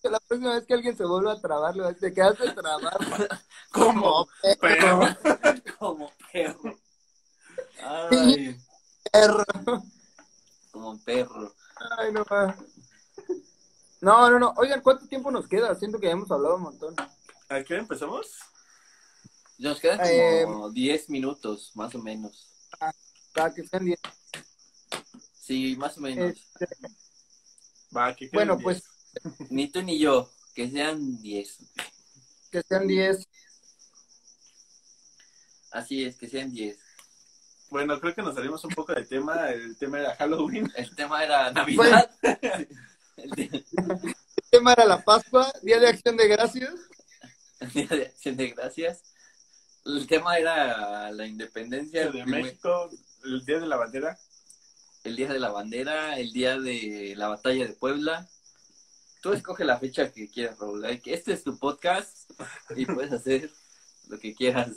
Speaker 3: La próxima vez que alguien se vuelva a trabar, le voy a decir, te quedaste trabado.
Speaker 2: Como perro.
Speaker 1: Como perro. Ay,
Speaker 3: perro.
Speaker 1: como perro.
Speaker 3: Ay, no ma. No, no, no. Oigan, ¿cuánto tiempo nos queda? Siento que ya hemos hablado un montón.
Speaker 2: ¿A qué hora empezamos?
Speaker 1: Nos quedan
Speaker 3: Em.
Speaker 1: como 10 minutos, más o menos.
Speaker 3: Para que estén bien.
Speaker 1: Sí, más o menos.
Speaker 2: Va, que queden
Speaker 3: Bueno,
Speaker 2: diez.
Speaker 3: pues
Speaker 1: Ni tú ni yo, que sean 10.
Speaker 3: que sean 10.
Speaker 1: Así es, que sean 10.
Speaker 2: Bueno, creo que nos salimos un poco del tema. El tema era Halloween.
Speaker 1: El tema era Navidad.
Speaker 3: El, de- El tema era la Pascua, Día de Acción de Gracias.
Speaker 1: el Día de Acción de Gracias. El tema era la independencia
Speaker 2: El de México, el Día de la Bandera.
Speaker 1: el día de la bandera, el día de la batalla de Puebla. Tú escoge la fecha que quieras, Raúl. Ay, que Este es tu podcast y puedes hacer lo que quieras.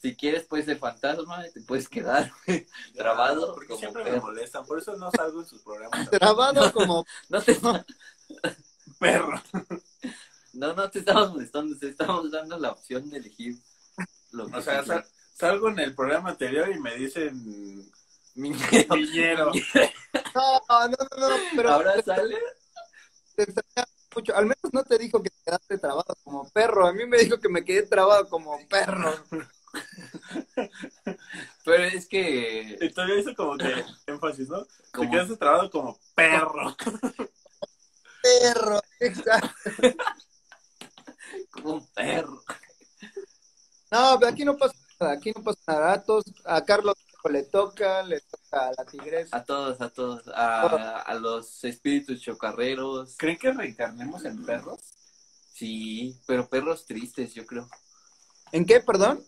Speaker 1: Si quieres, puedes ser fantasma, te puedes quedar güey, trabado.
Speaker 2: Porque
Speaker 1: como
Speaker 2: siempre me
Speaker 1: perro.
Speaker 2: molestan. Por eso no salgo en sus programas.
Speaker 3: Grabado como
Speaker 1: No, te,
Speaker 2: Perro.
Speaker 1: no, no te estamos molestando, te estamos dando la opción de elegir lo que
Speaker 2: O sea,
Speaker 1: tú
Speaker 2: sal- salgo en el programa anterior y me dicen
Speaker 1: quieras.
Speaker 2: piñero.
Speaker 3: No, no, no, no, pero
Speaker 1: Ahora sale.
Speaker 3: te extrañaba mucho. Al menos no te dijo que te quedaste trabado como perro. A mí me dijo que me quedé trabado como perro.
Speaker 1: Pero es que.
Speaker 2: Y todavía hizo como que énfasis, ¿no?
Speaker 1: Como,
Speaker 2: Te quedas trabado como perro.
Speaker 3: Perro, exacto.
Speaker 1: como un perro.
Speaker 3: No, pero aquí no pasa nada. Aquí no pasa nada. A, todos- a Carlos le toca, le toca a la tigresa.
Speaker 1: A todos, a todos. A, a los espíritus chocarreros.
Speaker 2: ¿Creen que reencarnemos en perros?
Speaker 1: Sí, pero perros tristes, yo creo.
Speaker 3: ¿En qué, perdón?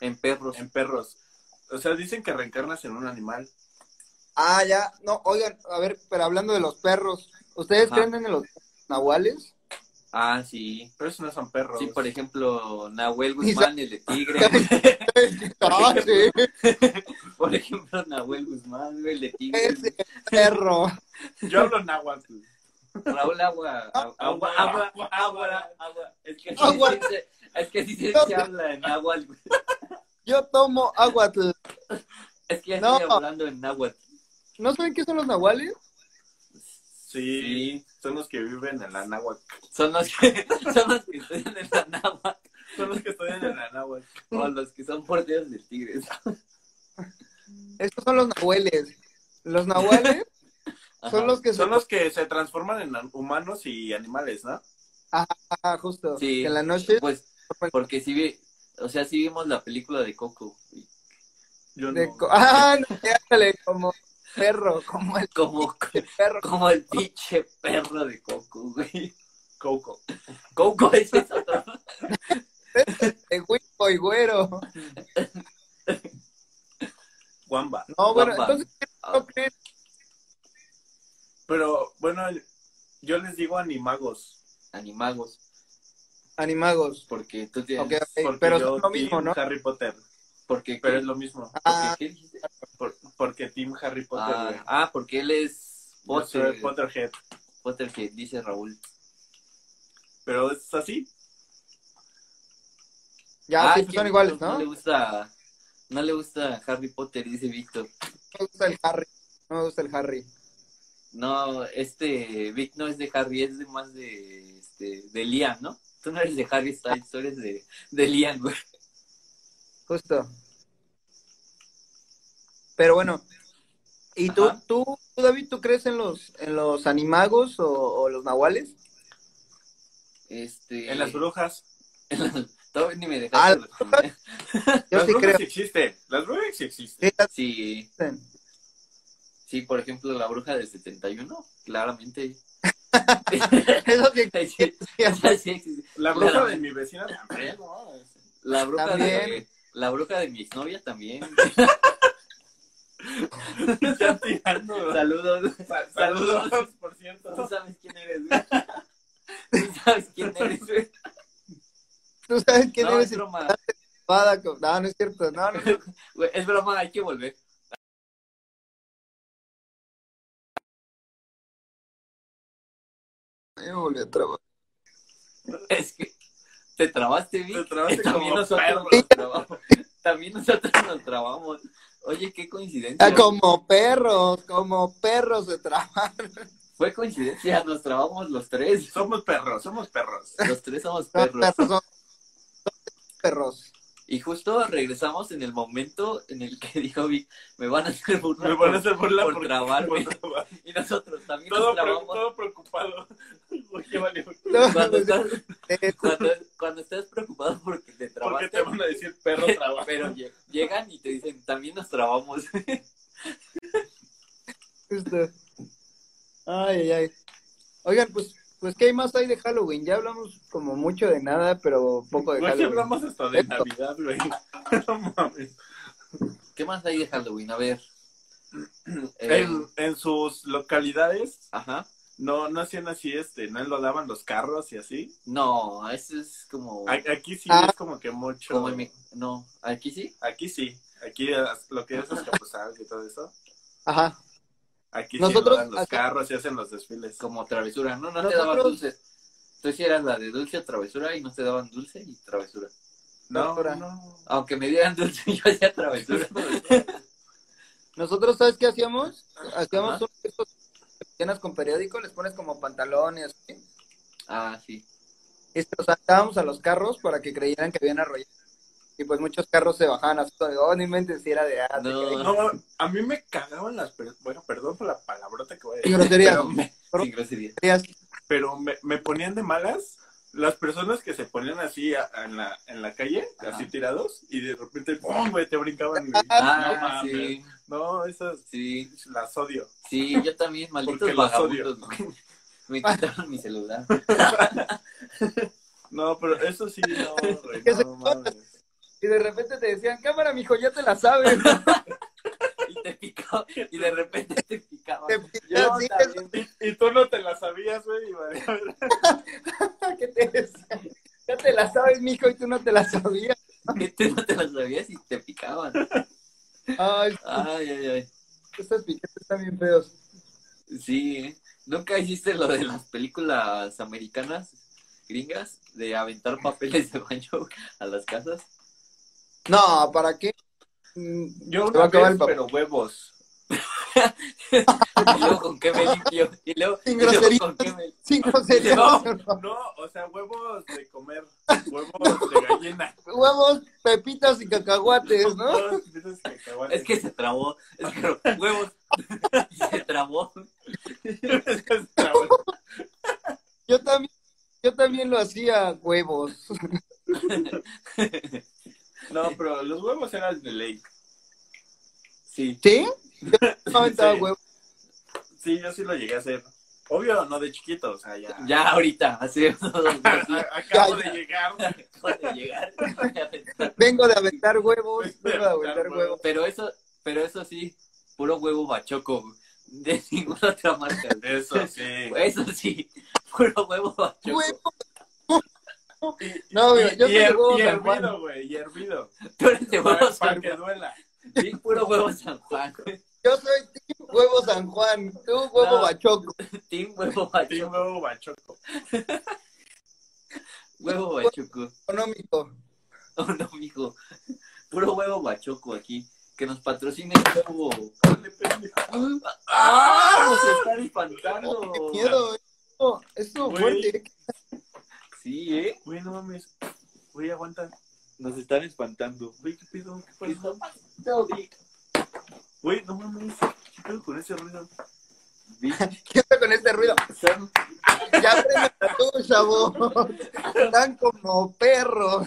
Speaker 1: En perros.
Speaker 2: En perros. O sea, dicen que reencarnas en un animal.
Speaker 3: Ah, ya. No, oigan, a ver, pero hablando de los perros. ¿Ustedes
Speaker 1: Ajá.
Speaker 3: creen en los nahuales?
Speaker 1: Ah, sí.
Speaker 2: Pero esos no son perros.
Speaker 1: Sí, por ejemplo, Nahuel
Speaker 3: Y
Speaker 1: Guzmán, el de Tigre.
Speaker 3: Ah, sí,
Speaker 1: Por ejemplo, Nahuel Guzmán, el de Tigre.
Speaker 3: ese perro.
Speaker 2: Yo hablo náhuatl.
Speaker 1: Raúl Agua. Agua, agua, agua, agua. Es que así
Speaker 3: Agua.
Speaker 1: se dice- es que así se,
Speaker 3: No.
Speaker 1: se habla en Nahual. güey.
Speaker 3: Yo tomo agua.
Speaker 1: Es que ya
Speaker 3: No.
Speaker 1: estoy hablando en Nahuatl.
Speaker 3: ¿No saben qué son los nahuales?
Speaker 2: Sí, son los que viven en la náhuatl.
Speaker 1: Son los que, son los que estudian en la Nahuatl
Speaker 2: Son los que estudian en la náhuatl.
Speaker 1: o los que son porteros del Tigre.
Speaker 3: Estos son los nahuales. Los nahuales
Speaker 1: Ajá.
Speaker 3: son los que
Speaker 2: Son
Speaker 3: son
Speaker 2: los que se transforman en humanos y animales, ¿no?
Speaker 3: Ah, justo.
Speaker 1: Sí.
Speaker 3: Que en la noche.
Speaker 1: Pues, porque sí vi, o sea, sí vimos la película de Coco. y
Speaker 2: Yo
Speaker 3: de
Speaker 2: no.
Speaker 3: co- Ah, no, ya, ándale, como perro, como el
Speaker 1: Como,
Speaker 3: perro.
Speaker 1: como el pinche perro de Coco, güey.
Speaker 2: Coco.
Speaker 1: Coco ese es otro.
Speaker 3: De huico y güero.
Speaker 2: Guamba.
Speaker 3: No, bueno,
Speaker 1: Guamba.
Speaker 3: entonces,
Speaker 1: ah.
Speaker 3: ¿no creen?
Speaker 2: Pero bueno, yo les digo animagos.
Speaker 1: Animagos,
Speaker 3: Animagos.
Speaker 1: porque tú tienes.
Speaker 3: Ok, ok.
Speaker 2: porque
Speaker 3: pero
Speaker 2: yo
Speaker 3: son lo
Speaker 2: team
Speaker 3: mismo, ¿no?
Speaker 2: Harry Potter.
Speaker 1: Porque,
Speaker 2: Pero es lo mismo.
Speaker 3: Ah,
Speaker 1: ¿qué dijiste?
Speaker 2: Por- porque Team Harry Potter.
Speaker 1: Ah, pues
Speaker 2: güey.
Speaker 1: ah, porque él es
Speaker 2: Yo soy
Speaker 1: Potter,
Speaker 2: Potterhead.
Speaker 1: Potter que dice Raúl.
Speaker 2: Pero es así.
Speaker 3: ya,
Speaker 1: Ah,
Speaker 3: sí,
Speaker 1: es
Speaker 3: pues
Speaker 1: que
Speaker 3: son iguales,
Speaker 1: No
Speaker 3: ¿no?
Speaker 1: le
Speaker 3: No
Speaker 1: gusta, no le gusta Harry Potter, dice Víctor.
Speaker 3: me gusta el Harry. No me gusta el Harry.
Speaker 1: No, este Vic no es de Harry, es de más de este de Liam, ¿no? Tú no eres de Harry Styles, tú eres de, de Liam, güey.
Speaker 3: Justo. Pero bueno. ¿Y tú,
Speaker 1: Ajá.
Speaker 3: tú, tú, David, tú crees en los, en los animagos o, o los nahuales?
Speaker 1: Este
Speaker 2: En las brujas.
Speaker 1: Todavía ni me dejaste
Speaker 3: Ah,
Speaker 1: responder.
Speaker 3: Yo
Speaker 2: las
Speaker 3: sí
Speaker 2: brujas
Speaker 3: creo.
Speaker 2: existen. Las brujas sí existen.
Speaker 3: Sí, las
Speaker 1: Sí,
Speaker 3: dicen.
Speaker 1: sí, por ejemplo, la bruja del 71, claramente.
Speaker 3: Eso sí
Speaker 1: Sí, esa sí existe.
Speaker 2: La bruja
Speaker 1: Claro.
Speaker 2: de mi vecina también, ¿no?
Speaker 1: la bruja
Speaker 3: También.
Speaker 1: de la bruja de mi exnovia también.
Speaker 2: Ya tirando.
Speaker 1: Saludos.
Speaker 2: Sa-
Speaker 1: Saludos.
Speaker 2: Saludos, por
Speaker 1: Tú
Speaker 2: cierto.
Speaker 1: sabes quién eres. güey. Tú sabes quién eres. güey.
Speaker 3: Tú sabes quién
Speaker 1: No,
Speaker 3: eres
Speaker 1: es broma.
Speaker 3: espada. co- No, no es cierto. No, no, no.
Speaker 1: Güey, Es broma, hay que volver.
Speaker 3: Me volví a trabar.
Speaker 1: Es que te trabaste, Vic.
Speaker 2: Te trabaste
Speaker 1: también
Speaker 2: como
Speaker 1: nosotros
Speaker 2: perro.
Speaker 1: nos trabamos. También nosotros nos trabamos. Oye, qué coincidencia.
Speaker 3: Ah, como perros, como perros de trabajo.
Speaker 1: Fue coincidencia, nos trabamos los tres.
Speaker 2: Somos perros, somos perros.
Speaker 1: Los tres somos
Speaker 3: Son
Speaker 1: perros.
Speaker 3: perros. Son son perros.
Speaker 1: Y justo regresamos en el momento en el que dijo Vic, me van a hacer burla.
Speaker 2: Me van a hacer burla
Speaker 1: por
Speaker 2: porque-
Speaker 1: trabarme.
Speaker 2: por trabar.
Speaker 1: Y nosotros también
Speaker 2: Todo,
Speaker 1: nos
Speaker 2: pre-
Speaker 1: trabamos.
Speaker 2: todo preocupado. Uy, qué valió.
Speaker 1: Cuando estás,
Speaker 3: Eh,
Speaker 1: cuando, cuando estás preocupado porque te
Speaker 2: ¿Por qué
Speaker 1: trabaste,
Speaker 2: te van a decir perro trabado?
Speaker 1: pero lle- llegan y te dicen, así nos trabamos.
Speaker 3: Justo. Este. Ay, ay, ay. Oigan, pues, pues, ¿qué más hay de Halloween? Ya hablamos como mucho de nada, pero poco de
Speaker 1: Pues
Speaker 2: Güey, sí
Speaker 3: Halloween.
Speaker 2: hablamos hasta de
Speaker 3: Esto.
Speaker 2: Navidad, güey. No mames.
Speaker 1: ¿Qué más hay de Halloween? A ver. Eh,
Speaker 2: En, en sus localidades
Speaker 1: Ajá.
Speaker 2: no, no hacían así, este, no daban los carros y así.
Speaker 1: No, eso es como...
Speaker 2: A- Aquí sí
Speaker 3: Ah.
Speaker 2: es como que mucho.
Speaker 1: como en mi- No, aquí sí.
Speaker 2: Aquí sí, aquí as- lo que es escapuzales y todo eso.
Speaker 3: Ajá.
Speaker 2: Aquí
Speaker 3: Nosotros
Speaker 2: sí rodan los
Speaker 3: hace-
Speaker 2: carros y hacen los desfiles.
Speaker 1: como travesura, no, no te
Speaker 3: Nosotros-
Speaker 1: daban dulces. Tú sí eras la de dulce o travesura y no te daban dulce y travesura.
Speaker 2: No,
Speaker 3: Ahora.
Speaker 2: no.
Speaker 1: Aunque me dieran dulce, yo hacía travesura.
Speaker 3: Nosotros, ¿sabes qué hacíamos? Hacíamos
Speaker 1: Ajá.
Speaker 3: unos de estos que llenas con periódico, les pones como pantalones, ¿sí?
Speaker 1: Ah, sí.
Speaker 3: y se los sacábamos a los carros para que creyeran que habían arrollado. Y pues muchos carros se bajaban así, de, oh, ni mentes, si era de... Ah,
Speaker 1: No.
Speaker 3: no.
Speaker 2: No, a mí me cagaban las... per- Bueno, perdón por la palabrota que voy a
Speaker 3: Y
Speaker 2: decir.
Speaker 3: grosería.
Speaker 2: Pero me-
Speaker 1: Sin grosería.
Speaker 3: groserías.
Speaker 2: pero me, me ponían de malas las personas que se ponían así a- en, la, en la calle,
Speaker 1: Ajá.
Speaker 2: así tirados, y de repente, ¡pum! güey, te brincaban. güey. no
Speaker 1: Ah,
Speaker 2: mames.
Speaker 1: sí,
Speaker 2: No, esas
Speaker 1: sí,
Speaker 2: las odio.
Speaker 1: sí, yo también, malditos
Speaker 2: Porque los odio.
Speaker 1: vagabundos. Me quitaron mi celular.
Speaker 2: No, pero eso sí, no, güey,
Speaker 3: Que se-
Speaker 2: no mames.
Speaker 3: Y de repente te decían, cámara, mijo, ya te la sabes.
Speaker 1: Y te picaba, y de repente te picaba.
Speaker 3: Te
Speaker 1: Yo
Speaker 3: pican, sí,
Speaker 1: también.
Speaker 2: Y, y tú no te la sabías, güey. y vale, vale.
Speaker 3: ¿qué te decían? Ya te la sabes, mijo, y tú no te la sabías.
Speaker 1: Y tú no te lo sabías y te picaban.
Speaker 3: Ay,
Speaker 1: Ay, ay, ay.
Speaker 3: estos piquetes están bien feos.
Speaker 1: Sí, ¿eh? ¿nunca hiciste lo de las películas americanas, gringas, de aventar papeles de baño a las casas?
Speaker 3: No, ¿para qué? Mm,
Speaker 2: Yo
Speaker 3: Se va
Speaker 2: una
Speaker 3: a acabar
Speaker 2: vez,
Speaker 3: el papel.
Speaker 2: pero huevos.
Speaker 1: Y luego con qué me limpio, y luego,
Speaker 3: Sin
Speaker 1: y luego
Speaker 3: groserías.
Speaker 1: con qué me...
Speaker 3: Sin groserías.
Speaker 2: No. No, o sea, huevos de comer, huevos de gallina.
Speaker 3: Huevos, pepitas y cacahuates, ¿no?
Speaker 2: Todos esos cacahuates.
Speaker 1: Es que se trabó, es que huevos, y se trabó.
Speaker 3: Yo también, yo también lo hacía huevos.
Speaker 2: No, pero los huevos eran de ley.
Speaker 1: Sí,
Speaker 3: ¿Sí? Yo no aventaba
Speaker 2: Sí.
Speaker 3: huevos.
Speaker 2: Sí, yo sí lo llegué a hacer. Obvio, no de chiquito, o sea, ya.
Speaker 1: ya ahorita, hace unos dos días,
Speaker 2: A- a- acabo
Speaker 3: Ya,
Speaker 2: de llegar.
Speaker 1: acabo de llegar.
Speaker 3: Vengo de aventar huevos,
Speaker 2: De
Speaker 3: vengo de aventar
Speaker 2: aventar
Speaker 3: huevos.
Speaker 1: Pero eso, pero eso sí, puro huevo bachoco, de ninguna otra marca.
Speaker 2: Eso sí.
Speaker 1: Eso sí, puro huevo bachoco.
Speaker 3: Huevo. No,
Speaker 2: Y,
Speaker 3: mira, yo
Speaker 2: y
Speaker 3: soy de
Speaker 2: her-
Speaker 3: huevo
Speaker 2: y
Speaker 3: San Juan.
Speaker 2: hervido, güey, y hervido.
Speaker 1: Tú eres de
Speaker 2: Para,
Speaker 1: huevo
Speaker 2: para
Speaker 1: San
Speaker 2: que
Speaker 1: Juan.
Speaker 2: duela.
Speaker 1: Sí, puro huevo San Juan.
Speaker 3: Yo soy team huevo San Juan, tú huevo
Speaker 1: No.
Speaker 3: bachoco.
Speaker 1: Team huevo
Speaker 2: Sí,
Speaker 1: bachuco.
Speaker 2: huevo bachoco.
Speaker 1: Huevo bachuco.
Speaker 3: Económico.
Speaker 1: Oh, no, mijo. Puro huevo bachoco aquí. Que nos patrocine el huevo.
Speaker 2: Dale, pendejo.
Speaker 1: ¡Ah! Nos están
Speaker 3: Oh,
Speaker 1: espantando.
Speaker 3: ¡Qué miedo! Esto, esto
Speaker 2: Güey.
Speaker 3: fuerte. eh,
Speaker 1: Sí, ¿eh?
Speaker 2: Güey, no mames. Güey, aguanta.
Speaker 1: Nos están espantando.
Speaker 2: Güey, qué pedo, qué
Speaker 1: ¿Qué
Speaker 2: pedo.
Speaker 1: está pasando, Vic?
Speaker 2: Güey, no mames. ¿Qué pedo con ese ruido?
Speaker 1: Vic,
Speaker 3: ¿Qué onda con este ruido?
Speaker 1: son-
Speaker 3: Ya prende tú, chavo. Están como perros.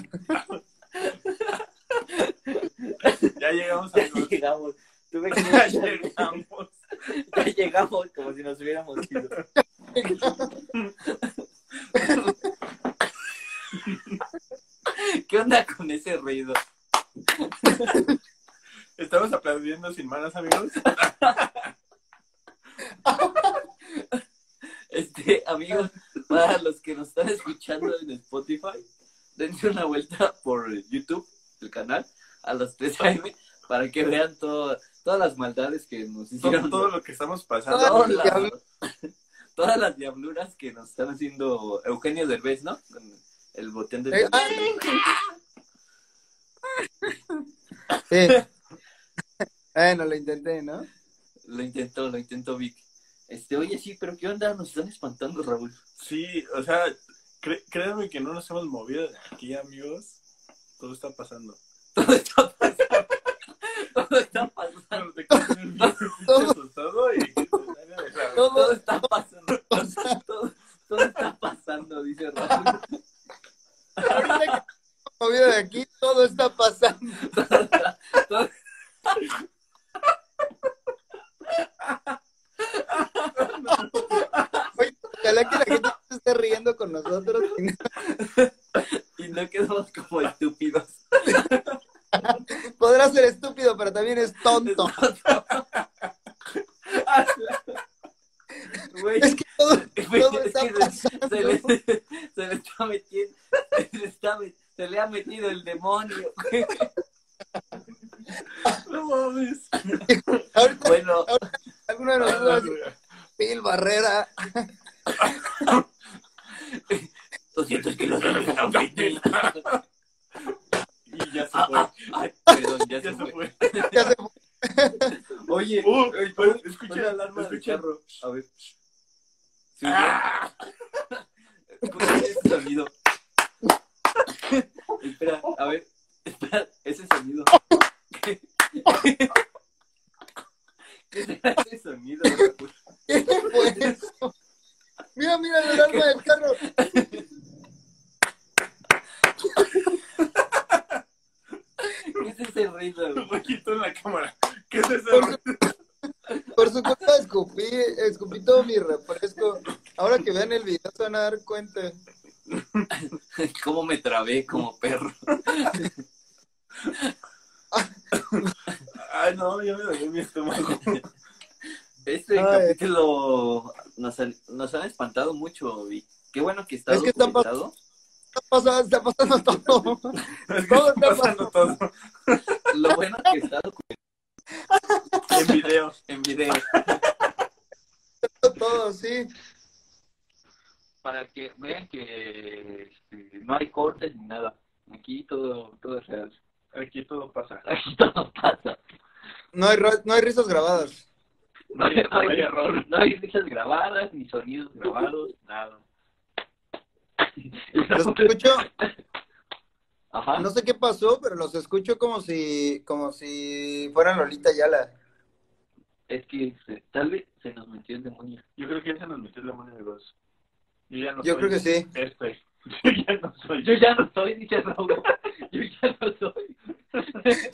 Speaker 2: Ya llegamos a
Speaker 1: Ya llegamos. Tuve que
Speaker 2: Ya
Speaker 1: luchar.
Speaker 2: llegamos.
Speaker 1: Ya llegamos como si nos hubiéramos ido. ¿Qué onda con ese ruido?
Speaker 2: Estamos aplaudiendo sin manos, amigos.
Speaker 1: Este, amigos, para los que nos están escuchando en Spotify, dense una vuelta por YouTube, el canal, a las 3 AM, para que vean todo, todas las maldades que nos
Speaker 2: Todo,
Speaker 1: hicieron.
Speaker 2: todo lo que estamos pasando.
Speaker 1: Todas
Speaker 3: lo-
Speaker 1: las- todas las diabluras que nos están haciendo Eugenio Derbez, ¿no? Con el botín de...
Speaker 3: Eh, ay. Sí. Bueno, lo intenté, ¿no?
Speaker 1: Lo intentó, lo intentó Vic. Este, oye, sí, pero ¿qué onda? Nos están espantando, Raúl.
Speaker 2: Sí, o sea, cre- créanme que no nos hemos movido de aquí, amigos. Todo está pasando.
Speaker 1: Todo está pasando. Todo está pasando.
Speaker 2: Pero te quedas nervioso,
Speaker 3: Todo-
Speaker 2: asustado y- Todo-
Speaker 1: Todo está pasando. Todo, todo está pasando, dice Raúl.
Speaker 3: Ahorita que me movido de aquí, todo está pasando.
Speaker 1: Todo,
Speaker 3: Ojalá que la gente se esté riendo con nosotros. y no-
Speaker 1: Y no quedamos como estúpidos.
Speaker 3: Podrá ser estúpido, pero también es tonto.
Speaker 1: Güey,
Speaker 3: Es que todo,
Speaker 1: güey,
Speaker 3: todo
Speaker 1: es
Speaker 3: está
Speaker 1: que se-
Speaker 3: pasando.
Speaker 1: se le, se le está metiendo, se le, está met- se le ha metido el demonio. güey.
Speaker 2: No mames.
Speaker 3: Ahorita
Speaker 1: Bueno,
Speaker 3: alguno de nosotros va a decir, Phil Barrera.
Speaker 1: 200 kilos de cocaína.
Speaker 2: Y ya se
Speaker 1: Ah,
Speaker 2: fue.
Speaker 1: ah, ay, Perdón, ya se
Speaker 2: Ya se
Speaker 1: fue.
Speaker 2: fue.
Speaker 3: Ya se-
Speaker 1: Oye,
Speaker 2: Uh,
Speaker 1: oye,
Speaker 2: pero
Speaker 1: pon-
Speaker 2: escucha,
Speaker 1: pon la alarma del
Speaker 2: escucha.
Speaker 1: carro. A ver. Sí,
Speaker 2: Ah,
Speaker 1: ¿Por qué ese sonido? Espera, a ver. Espera, ese sonido. ¿Qué será ese sonido?
Speaker 3: ¿Qué fue eso? Pues, Mira, mira el alarma del carro.
Speaker 1: ¿Qué es ese ruido?
Speaker 2: un poquito en la cámara. ¿Qué es eso?
Speaker 3: Por su, por su culpa escupí, escupí todo mi refresco. Ahora que vean el video se van a dar cuenta.
Speaker 1: ¿Cómo me trabé como perro?
Speaker 2: Ay, no, ya me dolió mi estómago.
Speaker 1: Este
Speaker 3: Ay.
Speaker 1: capítulo nos, han- nos han espantado mucho y qué bueno que está
Speaker 3: Es que está pa-
Speaker 1: documentado.
Speaker 3: Está pasando, está pasando todo.
Speaker 2: Es que
Speaker 3: Todo
Speaker 2: está
Speaker 3: está
Speaker 2: pasando todo
Speaker 1: Lo bueno que está documentado
Speaker 2: en video.
Speaker 1: en video.
Speaker 3: Todo, sí.
Speaker 1: para que vean que este, no hay cortes ni nada. Aquí todo, todo es real.
Speaker 2: Aquí todo pasa.
Speaker 1: Aquí todo pasa.
Speaker 3: No hay, ro- no hay risas grabadas.
Speaker 1: No hay, no hay error, no hay risas grabadas, ni sonidos grabados, nada.
Speaker 3: Los escucho,
Speaker 1: Ajá.
Speaker 3: no sé qué pasó, pero los escucho como si, como si fueran Lolita Yala.
Speaker 1: Es que se- tal vez se nos metió el demonio.
Speaker 2: Yo creo que ya se nos metió la mano de dos. Yo ya no
Speaker 3: Yo creo que sí.
Speaker 2: Este. Yo ya no soy.
Speaker 1: Yo ya no soy, dice Raúl. Yo ya no soy.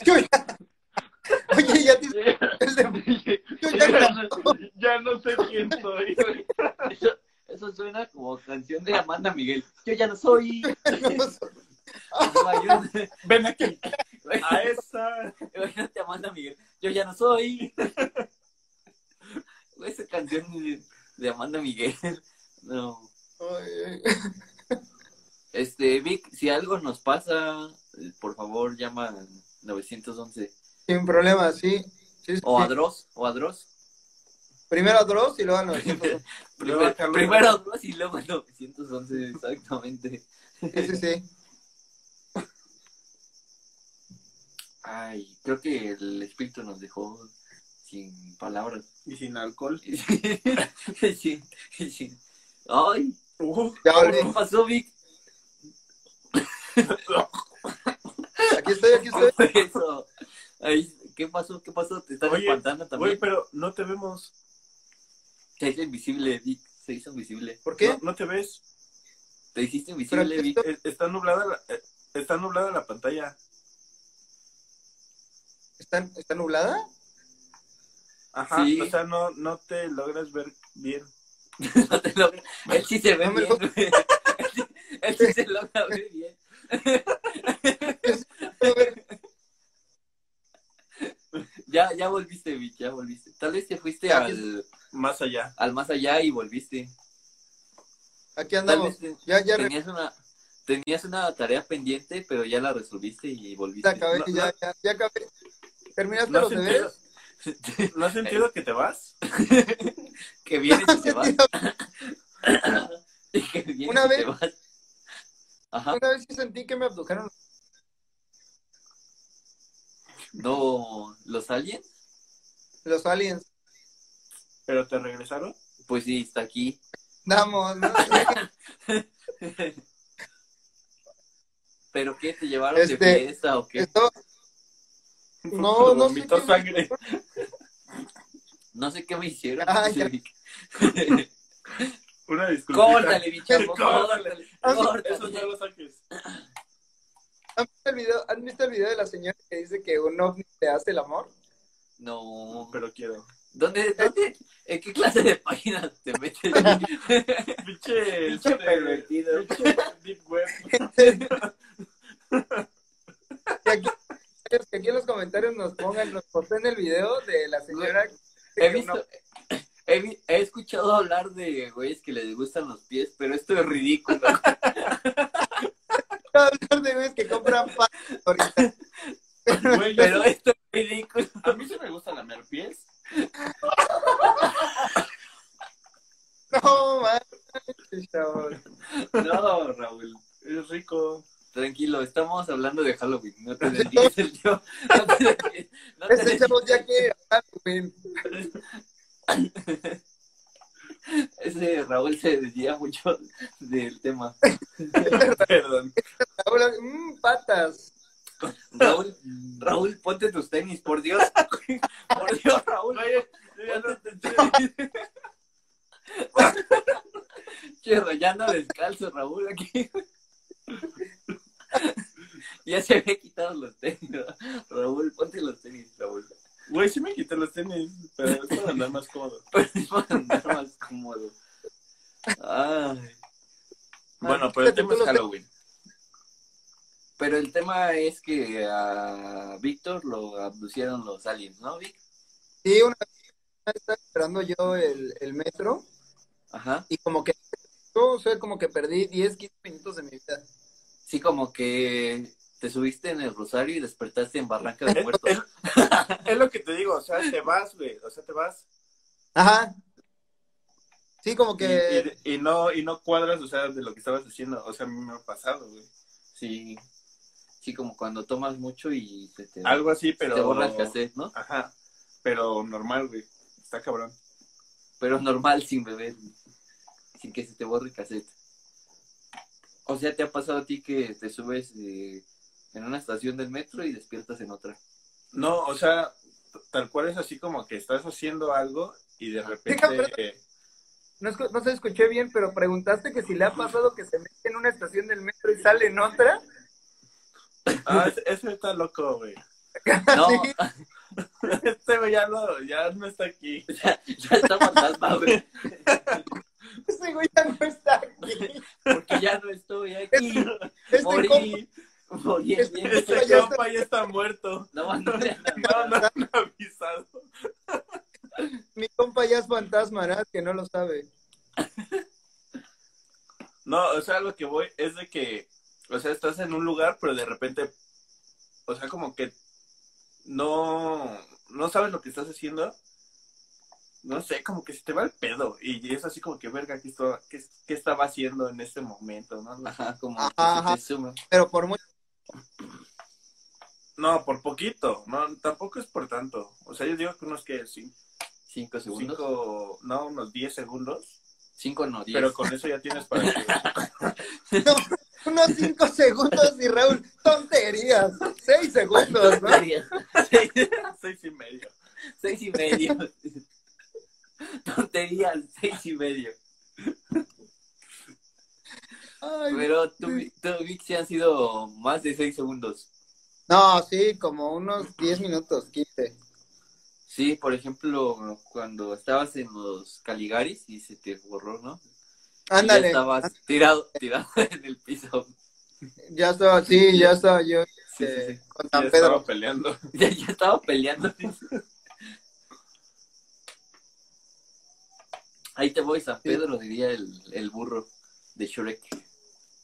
Speaker 3: Yo ya- Oye, ya tienes el de- yo ya grabé.
Speaker 2: Ya no sé quién soy.
Speaker 1: Eso, eso suena como canción de Amanda Miguel. Yo ya no soy. Imagínate-
Speaker 2: Ven aquí. A esa.
Speaker 1: Imagínate a Amanda Miguel. Yo ya no soy. Güey, Esa canción de- de Amanda Miguel. No.
Speaker 3: Oye,
Speaker 1: Este, Vic, si algo nos pasa, por favor llama al 911.
Speaker 3: Sin problema, sí. Sí, sí,
Speaker 1: O a
Speaker 3: sí.
Speaker 1: Dross. O a Dross.
Speaker 3: Primero a Dross y luego a nosotros.
Speaker 2: Luego a
Speaker 1: Primero,
Speaker 2: Carlos.
Speaker 1: primero a Dross y luego a 911, exactamente.
Speaker 3: Sí, sí, sí.
Speaker 1: Ay, creo que el espíritu nos dejó sin palabras.
Speaker 2: Y sin alcohol.
Speaker 1: Y sin- y sin- y sin- Ay,
Speaker 2: Uf.
Speaker 3: Ya
Speaker 1: ¿qué
Speaker 3: volví.
Speaker 1: pasó, Vic?
Speaker 3: Aquí estoy, aquí
Speaker 1: ¿Qué
Speaker 3: estoy.
Speaker 1: fue eso? Ay, ¿Qué pasó? ¿Qué pasó? Te estás
Speaker 2: Oye,
Speaker 1: espantando también.
Speaker 2: Güey, pero no te vemos.
Speaker 1: Te hizo invisible, Vic. Se hizo invisible.
Speaker 3: ¿Por qué?
Speaker 2: No, no te ves.
Speaker 1: Te hiciste invisible,
Speaker 3: Pero-
Speaker 1: Vic.
Speaker 2: Eh, Está nublada la, eh, está nublada la pantalla.
Speaker 3: ¿Está, está nublada?
Speaker 2: Ajá.
Speaker 1: Sí.
Speaker 2: O sea, no, no te logras ver bien.
Speaker 1: No te logra- Él sí se ve
Speaker 3: No me
Speaker 1: bien,
Speaker 3: lo-
Speaker 1: güey. Él sí- Él sí se logra ver bien. Ya, ya volviste, Vic, ya volviste. Tal vez te fuiste
Speaker 3: Ya,
Speaker 1: al,
Speaker 2: Más allá.
Speaker 1: al más allá y volviste.
Speaker 3: Aquí
Speaker 1: Tal
Speaker 3: andamos.
Speaker 1: vez te-
Speaker 3: Ya, ya,
Speaker 1: tenías una tenías una tarea pendiente, pero ya la resolviste y volviste.
Speaker 3: ya acabé,
Speaker 2: no,
Speaker 3: ya, ya, ya acabé. ¿Terminaste
Speaker 2: ¿No has,
Speaker 3: los
Speaker 2: sentido,
Speaker 3: deberes?
Speaker 2: ¿No has sentido que te vas?
Speaker 1: que vienes y te vas. Y que vienes
Speaker 3: Una
Speaker 1: y te
Speaker 3: vez-
Speaker 1: vas. Ajá.
Speaker 3: Una vez sí sentí que me abdujeron.
Speaker 1: No, los aliens,
Speaker 3: Los aliens.
Speaker 2: ¿Pero te regresaron?
Speaker 1: pues sí, está aquí.
Speaker 3: Damos, ¿no?
Speaker 1: ¿Pero qué? ¿Te llevaron
Speaker 3: Este,
Speaker 1: de fiesta o qué?
Speaker 3: Esto- No, no sé.
Speaker 2: Vomitó
Speaker 3: qué-
Speaker 2: sangre.
Speaker 1: No sé qué me hicieron.
Speaker 3: Ah,
Speaker 1: dice
Speaker 3: ya.
Speaker 1: Vic.
Speaker 2: Una disculpa.
Speaker 1: córtale, bicho, córtale.
Speaker 2: Córtale.
Speaker 3: Ah,
Speaker 1: córtale.
Speaker 2: Eso no lo saques.
Speaker 3: ¿Han visto, el video, ¿Han visto el video de la señora que dice que un ovni te hace el amor?
Speaker 1: No,
Speaker 2: Pero quiero.
Speaker 1: ¿Dónde, dónde, en qué clase de página te metes?
Speaker 2: Pinche,
Speaker 1: Pinche
Speaker 2: este,
Speaker 1: pervertido.
Speaker 2: pinche deep web.
Speaker 3: Que aquí, que aquí en los comentarios nos pongan, nos posten el video de la señora. que
Speaker 1: He
Speaker 3: no-
Speaker 1: visto, he, vi- he escuchado hablar de güeyes que les gustan los pies, pero esto es ridículo.
Speaker 3: hablar de güeyes que compran pan. ahorita.
Speaker 2: Güey, yo
Speaker 1: Pero esto es ridículo.
Speaker 2: A mí sí me gusta lamer pies.
Speaker 3: No manches, chavos.
Speaker 1: No, Raúl.
Speaker 2: Es rico.
Speaker 1: Tranquilo, estamos hablando de Halloween. No te desvíes el yo. No te desvíes. No te
Speaker 3: Este chavo ya que. ah, güey.
Speaker 1: desvíes. Ese Raúl se desvía mucho del tema.
Speaker 2: Perdón.
Speaker 3: Ahora, mm, patas.
Speaker 1: Raúl, Raúl, ponte tus tenis, por Dios. Por Dios, Raúl.
Speaker 2: Güey, yo ya no-
Speaker 1: Che, rayando descalzo, Raúl, aquí. ya se había quitado los tenis. ¿no? Raúl, ponte los tenis, Raúl.
Speaker 2: Güey, sí me quité los tenis, pero es para andar más cómodo.
Speaker 1: Pero es para andar más cómodo. Ay.
Speaker 2: Bueno, pero el tema es Halloween.
Speaker 1: Pero el tema es que a Víctor lo abducieron los aliens, ¿no, Vic?
Speaker 3: Sí, una vez estaba esperando yo el, el metro
Speaker 1: Ajá.
Speaker 3: y como que. Yo, o sea, como que perdí 10, 15 minutos de mi vida.
Speaker 1: Sí, como que te subiste en el Rosario y despertaste en Barranca de Muertos.
Speaker 2: Es lo que te digo, o sea, te vas, güey. O sea, te vas.
Speaker 3: Ajá. Sí, como
Speaker 2: Y,
Speaker 3: que.
Speaker 2: y- y no, y no cuadras, o sea, de lo que estabas diciendo. O sea, a mí me ha pasado, güey.
Speaker 1: Sí. Sí, como cuando tomas mucho y se te,
Speaker 2: Algo así, pero.
Speaker 1: te borra el cassette, ¿no?
Speaker 2: Ajá. Pero normal, güey. Está cabrón.
Speaker 1: Pero normal, sin beber. Sin que se te borre el cassette. O sea, ¿te ha pasado a ti que te subes eh, en una estación del metro y despiertas en otra?
Speaker 2: No, o sea, t- tal cual es así como que estás haciendo algo y de repente.
Speaker 3: Deja, perdón.
Speaker 2: eh,
Speaker 3: No, escu- no se escuché bien, pero preguntaste que si le ha pasado que se mete en una estación del metro y sale en otra.
Speaker 2: ah, ese- ese está loco, güey.
Speaker 1: No,
Speaker 3: Sí.
Speaker 2: Este güey ya, lo- ya no está aquí.
Speaker 1: ya está fantasma, güey.
Speaker 3: Ese güey ya no está aquí.
Speaker 1: Porque ya no estoy aquí.
Speaker 3: Este compa-
Speaker 1: Morí. Morí en
Speaker 3: Este-
Speaker 1: viento.
Speaker 2: Este
Speaker 3: Ya está-
Speaker 2: compa ya está muerto.
Speaker 1: No, no, no,
Speaker 2: No, no han avisado.
Speaker 3: mi compa ya es fantasma, ¿verdad? Que no lo sabe.
Speaker 2: No, o sea, lo que voy es de que, o sea, estás en un lugar, pero de repente, o sea, como que no, no sabes lo que estás haciendo. No sé, como que se te va el pedo. Y es así como que, verga, ¿qué, estaba, qué, qué estaba haciendo en este momento? No, no,
Speaker 1: Ajá, como
Speaker 3: Ajá,
Speaker 1: que se
Speaker 3: ajá.
Speaker 1: te suma.
Speaker 3: Pero por mucho.
Speaker 2: No, por poquito. No, tampoco es por tanto. O sea, yo digo que unos que cin-
Speaker 1: Cinco segundos.
Speaker 2: cinco,
Speaker 1: Cinco,
Speaker 2: no, unos 10 segundos.
Speaker 1: no, diez.
Speaker 2: Pero con eso ya tienes para que...
Speaker 3: Unos cinco segundos y Raúl, tonterías. Seis segundos, ¿no?
Speaker 1: Tonterías. Seis,
Speaker 2: seis y medio.
Speaker 1: seis y medio. Tonterías, seis y medio.
Speaker 3: Ay.
Speaker 1: Pero tú, tú Vic, sí han sido más de seis segundos.
Speaker 3: No, sí, como unos diez minutos, quince.
Speaker 1: Sí, por ejemplo, cuando estabas en los Caligaris y se te borró, ¿no? Y ya
Speaker 3: Ándale.
Speaker 1: estabas tirado, tirado en el piso.
Speaker 3: Ya estaba, sí, ya estaba yo
Speaker 1: Sí, sí,
Speaker 3: eh,
Speaker 1: sí.
Speaker 3: con
Speaker 2: Ya
Speaker 3: San
Speaker 2: estaba
Speaker 3: Pedro.
Speaker 2: peleando.
Speaker 1: Ya, ya estaba peleando. Ahí te voy, San Pedro, diría el, el burro de Shrek.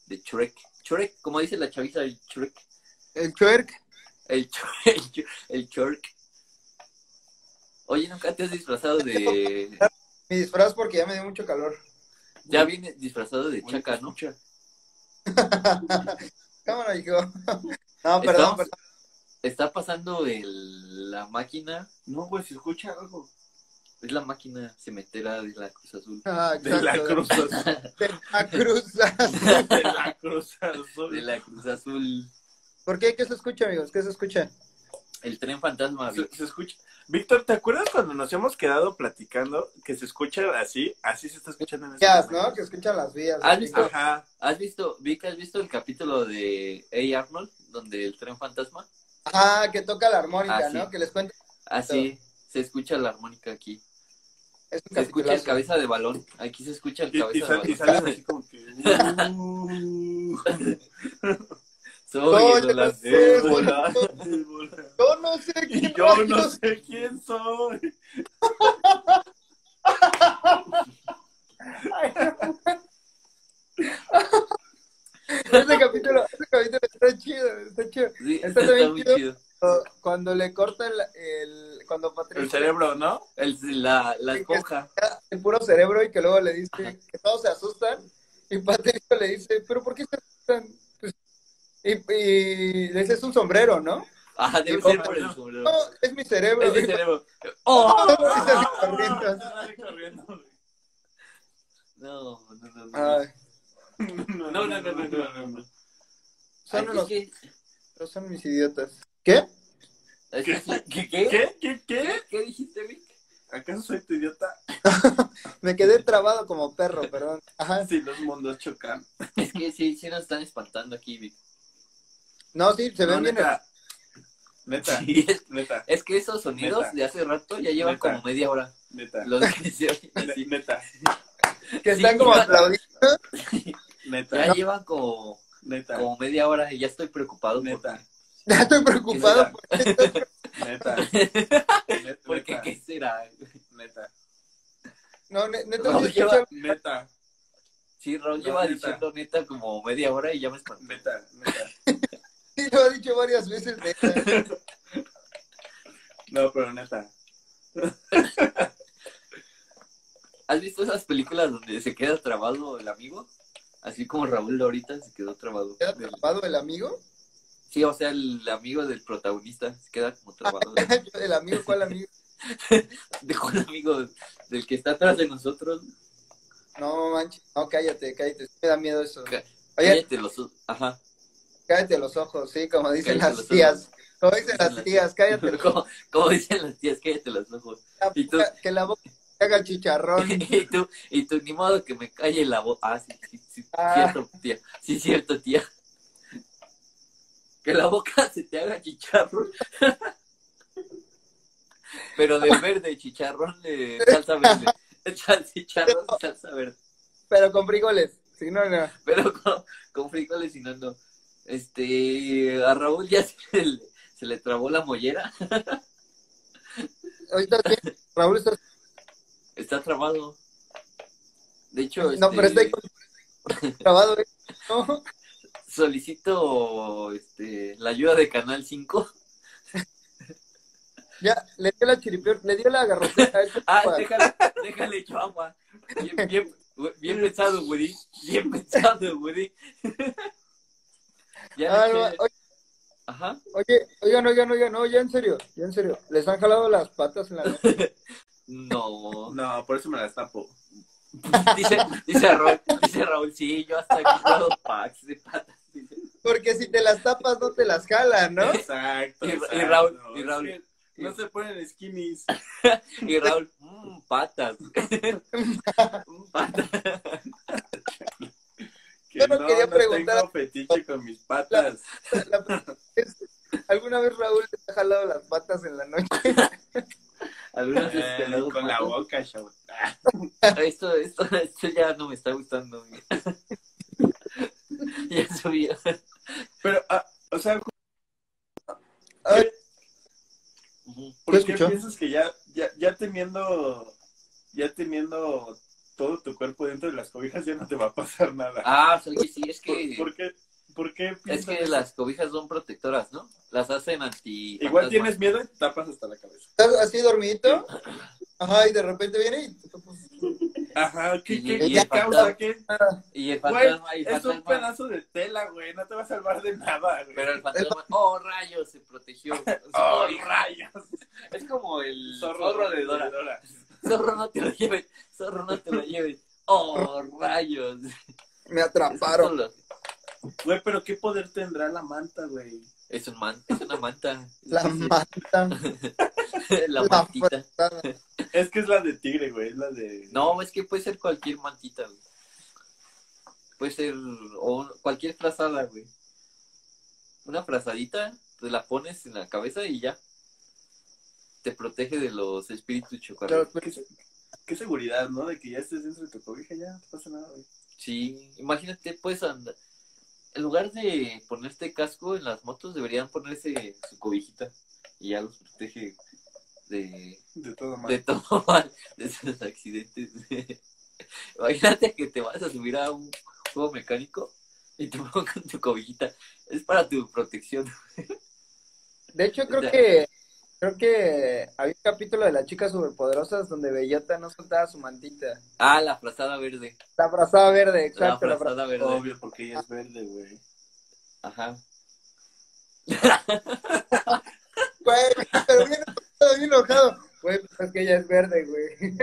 Speaker 1: De Shrek. Shrek, como dice la chaviza, el Shrek.
Speaker 3: El chuerk.
Speaker 1: El, Ch- el, Ch- el Shrek. Oye, ¿nunca te has disfrazado de...
Speaker 3: Mi disfraz porque ya me dio mucho calor.
Speaker 1: Ya vienes disfrazado de chaca, ¿no?
Speaker 3: Cámara, hijo. No, perdón,
Speaker 1: Estamos-
Speaker 3: perdón.
Speaker 1: Está pasando el, la máquina.
Speaker 2: No, güey, se escucha algo.
Speaker 1: Es la máquina cementera de la Cruz Azul.
Speaker 3: Ah,
Speaker 2: De la
Speaker 3: exacto.
Speaker 2: Cruz Azul.
Speaker 3: De la cruz.
Speaker 2: De la Cruz
Speaker 1: De
Speaker 2: Azul.
Speaker 1: la Cruz Azul.
Speaker 3: ¿Por qué? ¿Qué se escucha, amigos? ¿Qué se escucha?
Speaker 1: El tren fantasma.
Speaker 2: Se,
Speaker 1: Vic.
Speaker 2: se escucha. Víctor, ¿te acuerdas cuando nos hemos quedado platicando que se escucha así? Así se está escuchando en este
Speaker 3: Vías, ¿no?
Speaker 2: momento.
Speaker 3: Que escuchan las vías.
Speaker 1: ¿Has visto?
Speaker 2: Ajá.
Speaker 1: ¿Has visto, Vic, has visto el capítulo de Hey Arnold, donde el tren fantasma?
Speaker 3: Ah, que toca la armónica,
Speaker 1: Ah, sí.
Speaker 3: ¿no? Que les cuento.
Speaker 1: Así se escucha la armónica aquí.
Speaker 3: es un
Speaker 1: Se escucha el
Speaker 3: capitulazo.
Speaker 1: cabeza de balón. Aquí se escucha el
Speaker 2: Y, y,
Speaker 1: cabeza
Speaker 2: sal- y
Speaker 1: de balón.
Speaker 2: sales así como que. "Uh,
Speaker 1: Soy
Speaker 3: Soy
Speaker 1: el
Speaker 3: el
Speaker 2: el
Speaker 1: acero.
Speaker 2: volán, el volán".
Speaker 3: Yo no sé
Speaker 2: Y
Speaker 3: quién
Speaker 2: yo no
Speaker 3: rayos-
Speaker 2: sé quién soy.
Speaker 3: Ese capítulo, ese capítulo está chido, está chido.
Speaker 1: Sí,
Speaker 3: Está
Speaker 1: está,
Speaker 3: bien
Speaker 1: muy
Speaker 3: chido.
Speaker 1: chido.
Speaker 3: Cuando le corta el, el- cuando
Speaker 2: El
Speaker 3: Patricia
Speaker 2: cerebro, ¿no?
Speaker 1: El- la, la
Speaker 3: Sí,
Speaker 1: esponja.
Speaker 3: el puro cerebro y que luego le dice
Speaker 1: Ajá.
Speaker 3: que todos se asustan y Patricio le dice, pero ¿por qué se asustan? Pues, y, y le dice, es un sombrero, ¿no?
Speaker 1: Ajá, Ah, debe
Speaker 3: Y
Speaker 1: ser
Speaker 2: como-
Speaker 1: por el
Speaker 2: no.
Speaker 3: No,
Speaker 1: sombrero.
Speaker 3: es mi cerebro.
Speaker 1: Es mi cerebro. ¡Oh!
Speaker 3: Y se hace corriendo.
Speaker 2: Sale corriendo, güey.
Speaker 1: No, no, no. no.
Speaker 3: Ay,
Speaker 2: No,
Speaker 1: No, no, no, no, no, no.
Speaker 3: son,
Speaker 1: Ay,
Speaker 3: unos-
Speaker 1: ¿qué?
Speaker 3: son mis idiotas. ¿Qué?
Speaker 1: ¿Qué? ¿Qué?
Speaker 2: ¿Qué? ¿Qué? ¿Qué?
Speaker 1: ¿Qué dijiste, Vic?
Speaker 2: ¿Acaso soy tu idiota?
Speaker 3: Me quedé trabado como perro, perdón. Ajá.
Speaker 2: Si los mundos chocan.
Speaker 1: Es que sí, sí nos están espantando aquí, Vic.
Speaker 3: No, sí, se
Speaker 2: No,
Speaker 3: ven bien.
Speaker 2: neta. Neta,
Speaker 1: Sí, es,
Speaker 2: neta,
Speaker 1: es que esos sonidos
Speaker 2: Neta.
Speaker 1: de hace rato ya llevan
Speaker 2: Neta.
Speaker 1: como media hora.
Speaker 2: neta,
Speaker 1: Los que se oyen así.
Speaker 2: ne- neta,
Speaker 3: Que
Speaker 1: Sí,
Speaker 3: están como
Speaker 1: no.
Speaker 3: aplaudiendo.
Speaker 2: neta,
Speaker 1: Ya llevan como,
Speaker 2: neta,
Speaker 1: como media hora y ya estoy preocupado.
Speaker 2: neta,
Speaker 3: Ya estoy preocupado.
Speaker 2: neta,
Speaker 1: por- Porque,
Speaker 2: neta,
Speaker 1: ¿qué será?
Speaker 2: neta,
Speaker 3: No, ne- neta,
Speaker 1: No,
Speaker 3: se
Speaker 1: lleva-
Speaker 3: escucha-
Speaker 2: neta,
Speaker 1: Sí, Raúl
Speaker 2: No,
Speaker 1: lleva
Speaker 2: neta.
Speaker 1: diciendo neta como media hora y ya me espanté.
Speaker 2: neta, neta.
Speaker 3: sí, lo ha dicho varias veces. neta.
Speaker 2: No, pero neta.
Speaker 1: ¿Has visto esas películas donde se queda trabado el amigo? Así como Raúl ahorita se quedó trabado.
Speaker 3: ¿Queda atrapado el amigo?
Speaker 1: Sí, o sea, el amigo del protagonista se queda como trabado.
Speaker 3: ¿El amigo cuál amigo?
Speaker 1: Dejó el amigo del que está atrás de nosotros.
Speaker 3: No, manches. No, cállate, cállate. sí Me da miedo eso.
Speaker 1: Ca-
Speaker 3: Oye,
Speaker 1: Cállate los... Ajá.
Speaker 3: cállate los ojos, sí, como dicen
Speaker 1: cállate
Speaker 3: las
Speaker 1: los
Speaker 3: tías.
Speaker 1: ojos.
Speaker 3: Como dicen las tías, cállate los
Speaker 1: Como, como dicen las tías, cállate los ojos. Y tú-
Speaker 3: ojos. Que la boca te haga chicharrón.
Speaker 1: y tú, y tú, ni modo que me calle la voz. Ah, sí, sí, sí,
Speaker 3: Ah.
Speaker 1: cierto, tía. Sí, cierto, tía. Que la boca se te haga chicharrón. Pero del verde, chicharrón de salsa verde. Chal- Chicharrón de salsa verde.
Speaker 3: Pero con frijoles. Si no, no.
Speaker 1: Pero con, con frijoles y no, no. Este, a Raúl ya se le, se le trabó la mollera.
Speaker 3: Ahorita sí, Raúl está...
Speaker 1: Está trabado. De hecho,
Speaker 3: No, pero
Speaker 1: este,
Speaker 3: está grabado. ¿eh? No.
Speaker 1: solicito este, la ayuda de Canal 5.
Speaker 3: Ya, le dio la chiripior, le dio la garrotera. Eso
Speaker 1: Ah,
Speaker 3: para-
Speaker 1: déjale, déjale hecho agua. Bien, bien, bien pensado, Woody. Bien pensado, Woody. Ya
Speaker 3: Ah,
Speaker 1: no
Speaker 3: no,
Speaker 1: sé.
Speaker 3: oye,
Speaker 1: Ajá.
Speaker 3: oye, oigan, oigan, oigan, no, ya en serio, ya en serio. Les han jalado las patas en la noche.
Speaker 1: No.
Speaker 2: No, por eso me las tapo.
Speaker 1: Dice, dice, Raúl, dice Raúl, sí, yo hasta he quitado packs de patas. dice.
Speaker 3: Porque si te las tapas, no te las jalan, ¿no?
Speaker 2: Exacto.
Speaker 1: Y- y
Speaker 2: exacto.
Speaker 1: Raúl, y
Speaker 2: Es
Speaker 1: Raúl.
Speaker 2: que No se ponen skinnies.
Speaker 1: Y Raúl, mmm, patas. Mm, patas.
Speaker 2: Que
Speaker 3: Yo
Speaker 2: no,
Speaker 3: no quería
Speaker 2: no
Speaker 3: preguntar-
Speaker 2: tengo fetiche con mis patas.
Speaker 3: La pregunta es, ¿Alguna vez Raúl les ha jalado las patas en la noche?
Speaker 1: Algunas veces
Speaker 2: Eh,
Speaker 1: te lo hago
Speaker 2: con la
Speaker 1: patas.
Speaker 2: boca, chavo.
Speaker 1: Esto, esto, esto ya no me está gustando. güey. ya subí.
Speaker 2: Pero, ah, o sea,
Speaker 3: Ay,
Speaker 1: Ujú.
Speaker 2: ¿Por
Speaker 3: ¿Qué
Speaker 2: qué
Speaker 3: escuchó?
Speaker 2: piensas que ya, ya, ya teniendo, ya teniendo todo tu cuerpo dentro de las cobijas ya no te va a pasar nada?
Speaker 1: Ah, oye, sí, es
Speaker 2: ¿Por,
Speaker 1: que,
Speaker 2: por qué, por qué
Speaker 1: es
Speaker 2: piensas
Speaker 1: que
Speaker 2: eso?
Speaker 1: las cobijas son protectoras, ¿no? Las hacen anti.
Speaker 2: Igual tienes miedo y te tapas hasta la cabeza.
Speaker 3: ¿Estás así dormidito? Ajá, y de repente viene y... pues,
Speaker 2: Ajá, ¿qué,
Speaker 1: Y-
Speaker 2: qué,
Speaker 1: y
Speaker 2: qué
Speaker 1: el
Speaker 2: causa?
Speaker 1: fantasma.
Speaker 2: ¿Qué?
Speaker 1: Y el
Speaker 2: Güey,
Speaker 1: fantasma, y el
Speaker 2: Es un
Speaker 1: fantasma.
Speaker 2: pedazo de tela, güey, no te va a salvar de nada, güey.
Speaker 1: Pero el fantasma, oh rayos, se protegió.
Speaker 2: ¡Oh, rayos!
Speaker 1: Es como el
Speaker 2: Zorro,
Speaker 1: de Dora. Zorro no te lo lleves, zorro no te lo lleves. Oh rayos.
Speaker 3: Me
Speaker 1: Son
Speaker 3: atraparon.
Speaker 1: los-
Speaker 2: Güey, pero ¿qué poder tendrá la manta, güey?
Speaker 1: Es un man, es una manta.
Speaker 3: La mata.
Speaker 1: La
Speaker 3: la
Speaker 1: mantita.
Speaker 3: fregada.
Speaker 2: Es que es la de tigre, güey, es la de...
Speaker 1: No, es que puede ser cualquier mantita, güey. Puede ser o cualquier frazada, güey. Una frazadita, te la pones en la cabeza y ya. Te protege de los espíritus chocarreros.
Speaker 3: Pero, pues,
Speaker 2: qué seguridad, ¿no? De que ya estés dentro de tu cobija, ya no te pasa nada, güey.
Speaker 1: Sí, imagínate, pues, andar. En lugar de ponerte casco en las motos, deberían ponerse su cobijita y ya los protege de,
Speaker 2: De todo mal.
Speaker 1: de todo mal, de esos accidentes. Imagínate que te vas a subir a un juego mecánico y te pongan tu cobijita. Es para tu protección.
Speaker 3: De hecho, creo
Speaker 1: Ya.
Speaker 3: que creo que había un capítulo de las chicas superpoderosas donde Bellota no soltaba su mantita.
Speaker 1: Ah, la frazada verde.
Speaker 3: La frazada verde,
Speaker 1: La
Speaker 3: exacto. la
Speaker 1: frazada
Speaker 3: frazada.
Speaker 1: verde.
Speaker 2: Obvio, porque ella es verde, güey.
Speaker 1: Ajá.
Speaker 3: Güey, pero bien enojado, bien enojado. Güey, pues es que ella es verde, güey.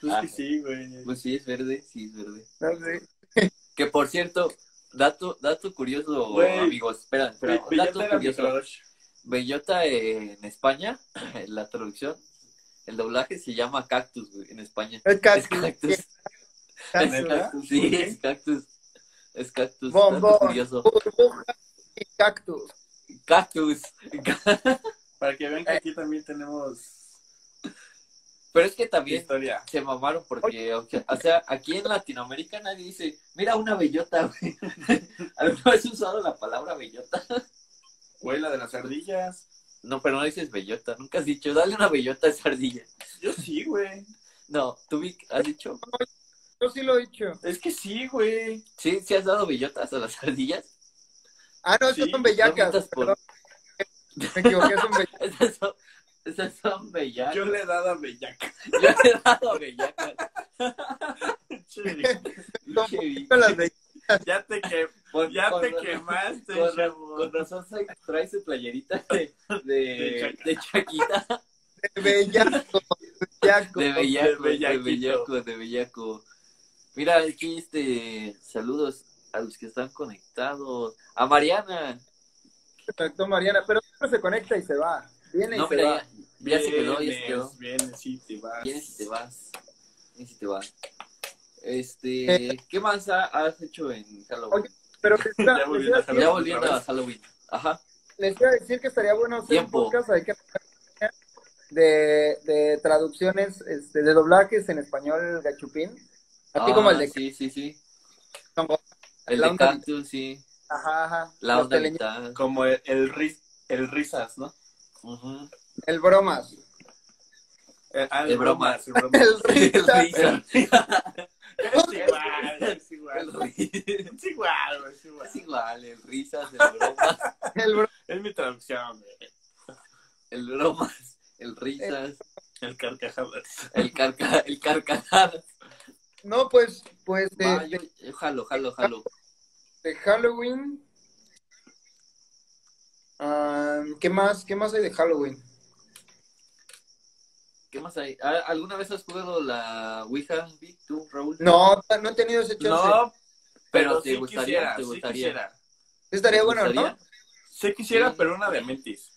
Speaker 2: Pues
Speaker 1: Ah,
Speaker 2: que sí, güey.
Speaker 1: Pues sí, es verde, sí, es verde.
Speaker 3: No sé.
Speaker 1: Que por cierto, dato, dato curioso,
Speaker 2: Güey.
Speaker 1: amigos. Espera, espera.
Speaker 2: Be- Bellota
Speaker 1: dato
Speaker 2: era mi
Speaker 1: curioso.
Speaker 2: crush.
Speaker 1: Bellota eh, en España, en la traducción, el doblaje se llama cactus, güey, en España.
Speaker 3: Es
Speaker 1: Es
Speaker 3: cactus.
Speaker 1: cactus.
Speaker 3: cactus.
Speaker 2: ¿Neta?
Speaker 1: Sí,
Speaker 2: ¿Por qué?
Speaker 1: es cactus. Es cactus.
Speaker 3: Bombón.
Speaker 1: dato curioso.
Speaker 3: Burbuja y cactus.
Speaker 1: Cactus.
Speaker 2: Para que
Speaker 1: Eh.
Speaker 2: vean que aquí también tenemos
Speaker 1: Pero es que también
Speaker 2: historia.
Speaker 1: se mamaron porque, o sea, o sea, aquí en Latinoamérica nadie dice, mira una bellota, güey. ¿Alguna vez has usado la palabra bellota?
Speaker 2: Güey, la de las ardillas.
Speaker 1: No, pero no dices bellota. Nunca has dicho, dale una bellota a esa ardilla.
Speaker 2: Yo sí, güey.
Speaker 1: No, tú, Vic, has dicho,
Speaker 3: Yo sí lo he dicho.
Speaker 2: Es que sí, güey.
Speaker 1: sí, sí has dado bellotas a las ardillas.
Speaker 3: Ah, no, estas
Speaker 2: Sí,
Speaker 3: son
Speaker 1: No
Speaker 3: bellacas.
Speaker 1: mientas por-
Speaker 3: perdón, me equivoqué, son bellacas.
Speaker 1: Esas son, esas son bellacas.
Speaker 2: Yo le he dado a Bellaca.
Speaker 1: Yo he dado bellacas. Pinche Vic.
Speaker 3: Son las bellacas.
Speaker 2: ya te, que,
Speaker 1: Por-
Speaker 2: ya
Speaker 1: por-
Speaker 2: te quemaste,
Speaker 1: Con, ra-
Speaker 2: chavo.
Speaker 1: con razón sa- trae su playerita de, de,
Speaker 2: De chaca.
Speaker 1: de chaquita,
Speaker 3: Bellaco. Bellaco.
Speaker 1: de bellaco, de,
Speaker 2: bellaquito.
Speaker 1: bellaco, de bellaco. Mira, aquí este, saludos a los que están conectados. A Mariana,
Speaker 3: Perfecto, Mariana. Pero siempre se conecta y se va. Viene y
Speaker 1: no,
Speaker 3: se
Speaker 1: mira,
Speaker 3: va.
Speaker 1: ya, ya se quedó, ya se quedó.
Speaker 2: Vienes, sí, te vas.
Speaker 1: Vienes y te vas, vienes y te vas. Este,
Speaker 3: Eh.
Speaker 1: ¿qué más ha- has hecho en Halloween?
Speaker 3: Pero les iba,
Speaker 2: Ya volvió
Speaker 3: les iba
Speaker 2: la
Speaker 3: a decir-
Speaker 1: ya
Speaker 2: otra
Speaker 1: volviendo
Speaker 2: vez.
Speaker 1: a Halloween, ajá.
Speaker 3: les iba a decir que estaría bueno hacer
Speaker 1: Tiempo.
Speaker 3: un podcast ahí que- de, de traducciones, este, de doblajes en español gachupín. Así
Speaker 1: Ah,
Speaker 3: como el de
Speaker 1: Sí, sí, sí.
Speaker 3: Como-
Speaker 1: El
Speaker 3: la
Speaker 1: de
Speaker 3: onda-
Speaker 1: Cactus, sí.
Speaker 3: Ajá, ajá.
Speaker 1: La
Speaker 3: Los
Speaker 1: onda
Speaker 3: teleñ-
Speaker 1: vital.
Speaker 2: Como el, el, ris- el risas, ¿no?
Speaker 1: Ujú.
Speaker 3: El bromas.
Speaker 2: El, ah,
Speaker 1: El bromas.
Speaker 2: El bromas.
Speaker 3: El risa.
Speaker 1: El
Speaker 2: es igual, es igual.
Speaker 1: risa.
Speaker 2: Es igual, güey, es igual.
Speaker 1: Es igual, el risas, el bromas,
Speaker 3: El bromas.
Speaker 2: Es mi traducción, güey.
Speaker 1: el bromas, el risas,
Speaker 2: El carcajadas.
Speaker 1: el carca, el carcajadas.
Speaker 3: No, pues, pues de,
Speaker 1: Va,
Speaker 3: de-
Speaker 1: yo- yo Jalo, jalo, jalo.
Speaker 3: de Halloween. Ah, ¿Qué más? ¿Qué más hay de Halloween?
Speaker 1: ¿Qué más hay? ¿A- ¿Alguna vez has jugado la Ouija, Vic, tú, Raúl?
Speaker 3: No, no he tenido ese chance.
Speaker 2: No,
Speaker 1: Pero
Speaker 2: pero
Speaker 1: te
Speaker 2: sí
Speaker 1: gustaría,
Speaker 2: quisiera,
Speaker 1: te
Speaker 2: sí
Speaker 1: gustaría.
Speaker 2: quisiera.
Speaker 3: Estaría
Speaker 1: ¿Te
Speaker 3: bueno,
Speaker 1: gustaría?
Speaker 3: ¿no?
Speaker 2: Sí quisiera,
Speaker 1: Sí.
Speaker 2: pero una de mentis.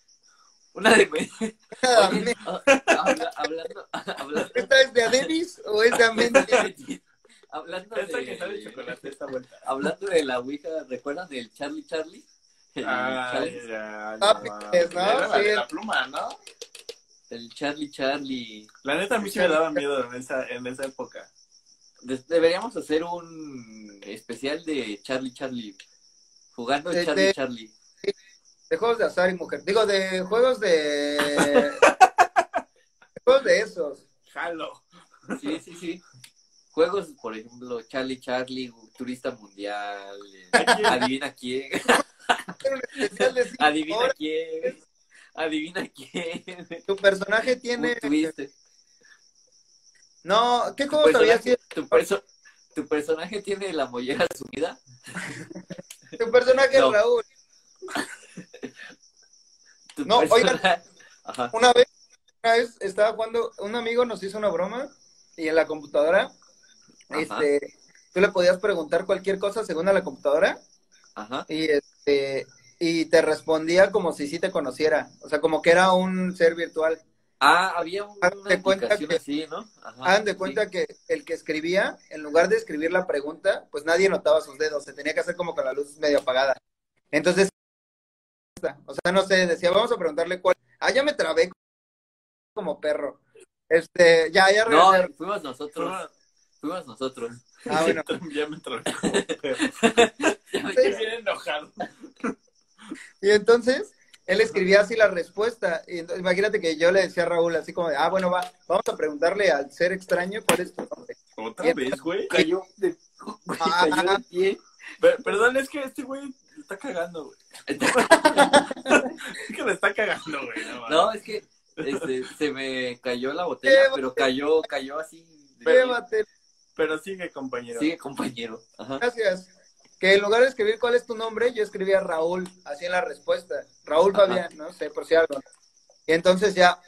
Speaker 1: Una de Oye, ah, habla- hablando, hablando,
Speaker 3: ¿Esta es de Adebis o es de Amendi?
Speaker 1: hablando
Speaker 2: Esta que sabe
Speaker 1: de,
Speaker 2: chocolate esta vuelta.
Speaker 1: hablando de la Ouija, ¿recuerdan del Charlie Charlie? El Charlie
Speaker 2: Ay, ya,
Speaker 3: Ah,
Speaker 2: no,
Speaker 3: pues, ¿no?
Speaker 2: Era la de
Speaker 3: Sí.
Speaker 2: la pluma, ¿no?
Speaker 1: El Charlie Charlie.
Speaker 2: La neta a mí sí me daba miedo en esa, en esa época.
Speaker 1: Des- Deberíamos hacer un especial de Charlie Charlie. Jugando
Speaker 3: De-
Speaker 1: Charlie
Speaker 3: de-
Speaker 1: Charlie.
Speaker 3: De juegos de azar y mujer. Digo, de juegos de. de juegos de esos.
Speaker 2: Jalo.
Speaker 1: Sí, sí, sí. Juegos, por ejemplo, Charlie Charlie, Turista Mundial. eh, Adivina quién.
Speaker 3: Era un especial de cinco
Speaker 1: Adivina
Speaker 3: horas.
Speaker 1: quién. Adivina quién.
Speaker 3: Tu personaje
Speaker 1: Un
Speaker 3: tiene.
Speaker 1: twist.
Speaker 3: No, ¿qué
Speaker 1: Tu
Speaker 3: juegos había sido?
Speaker 1: personaje, tu perso- tu personaje tiene la mollera subida.
Speaker 3: Tu personaje,
Speaker 1: No.
Speaker 3: Raúl.
Speaker 1: Tu
Speaker 3: No, oigan.
Speaker 1: persona- Ajá.
Speaker 3: Una vez, una vez estaba jugando, un amigo nos hizo una broma y en la computadora,
Speaker 1: Ajá.
Speaker 3: este, tú le podías preguntar cualquier cosa según a la computadora
Speaker 1: Ajá.
Speaker 3: y este y te respondía como si sí te conociera, o sea, como que era un ser virtual.
Speaker 1: Ah, había un-
Speaker 3: Haz
Speaker 1: una
Speaker 3: de cuenta
Speaker 1: aplicación
Speaker 3: que-
Speaker 1: así, ¿no? Ajá,
Speaker 3: Hagan de
Speaker 1: sí.
Speaker 3: cuenta que el que escribía, en lugar de escribir la pregunta, pues nadie notaba sus dedos, se tenía que hacer como con la luz medio apagada. Entonces, o sea, no sé, decía, vamos a preguntarle cuál. Ah, ya me trabé como perro. Este, ya,
Speaker 1: No,
Speaker 3: ya regresé.
Speaker 1: fuimos nosotros. Fuimos nosotros.
Speaker 3: Ah, bueno.
Speaker 2: Ya me trajo. Estoy bien enojado.
Speaker 3: Y entonces, él escribía así la respuesta. Y entonces, imagínate que yo le decía a Raúl así como, de, ah, bueno, va, vamos a preguntarle al ser extraño cuál es tu nombre.
Speaker 2: ¿Otra vez, güey?
Speaker 1: Cayó de, güey, cayó de pie.
Speaker 2: Per- perdón, es que este güey está cagando, güey. Es que le está cagando, güey. No,
Speaker 1: No, es que este, se me cayó la botella, pero cayó, cayó así. de-
Speaker 3: Llévate,
Speaker 2: Pero sigue, compañero.
Speaker 1: Sigue, compañero. Ajá.
Speaker 3: gracias. Que en lugar de escribir cuál es tu nombre, yo escribía Raúl, así en la respuesta. Raúl
Speaker 1: Ajá.
Speaker 3: Fabián, no sé, por si algo. Y entonces ya,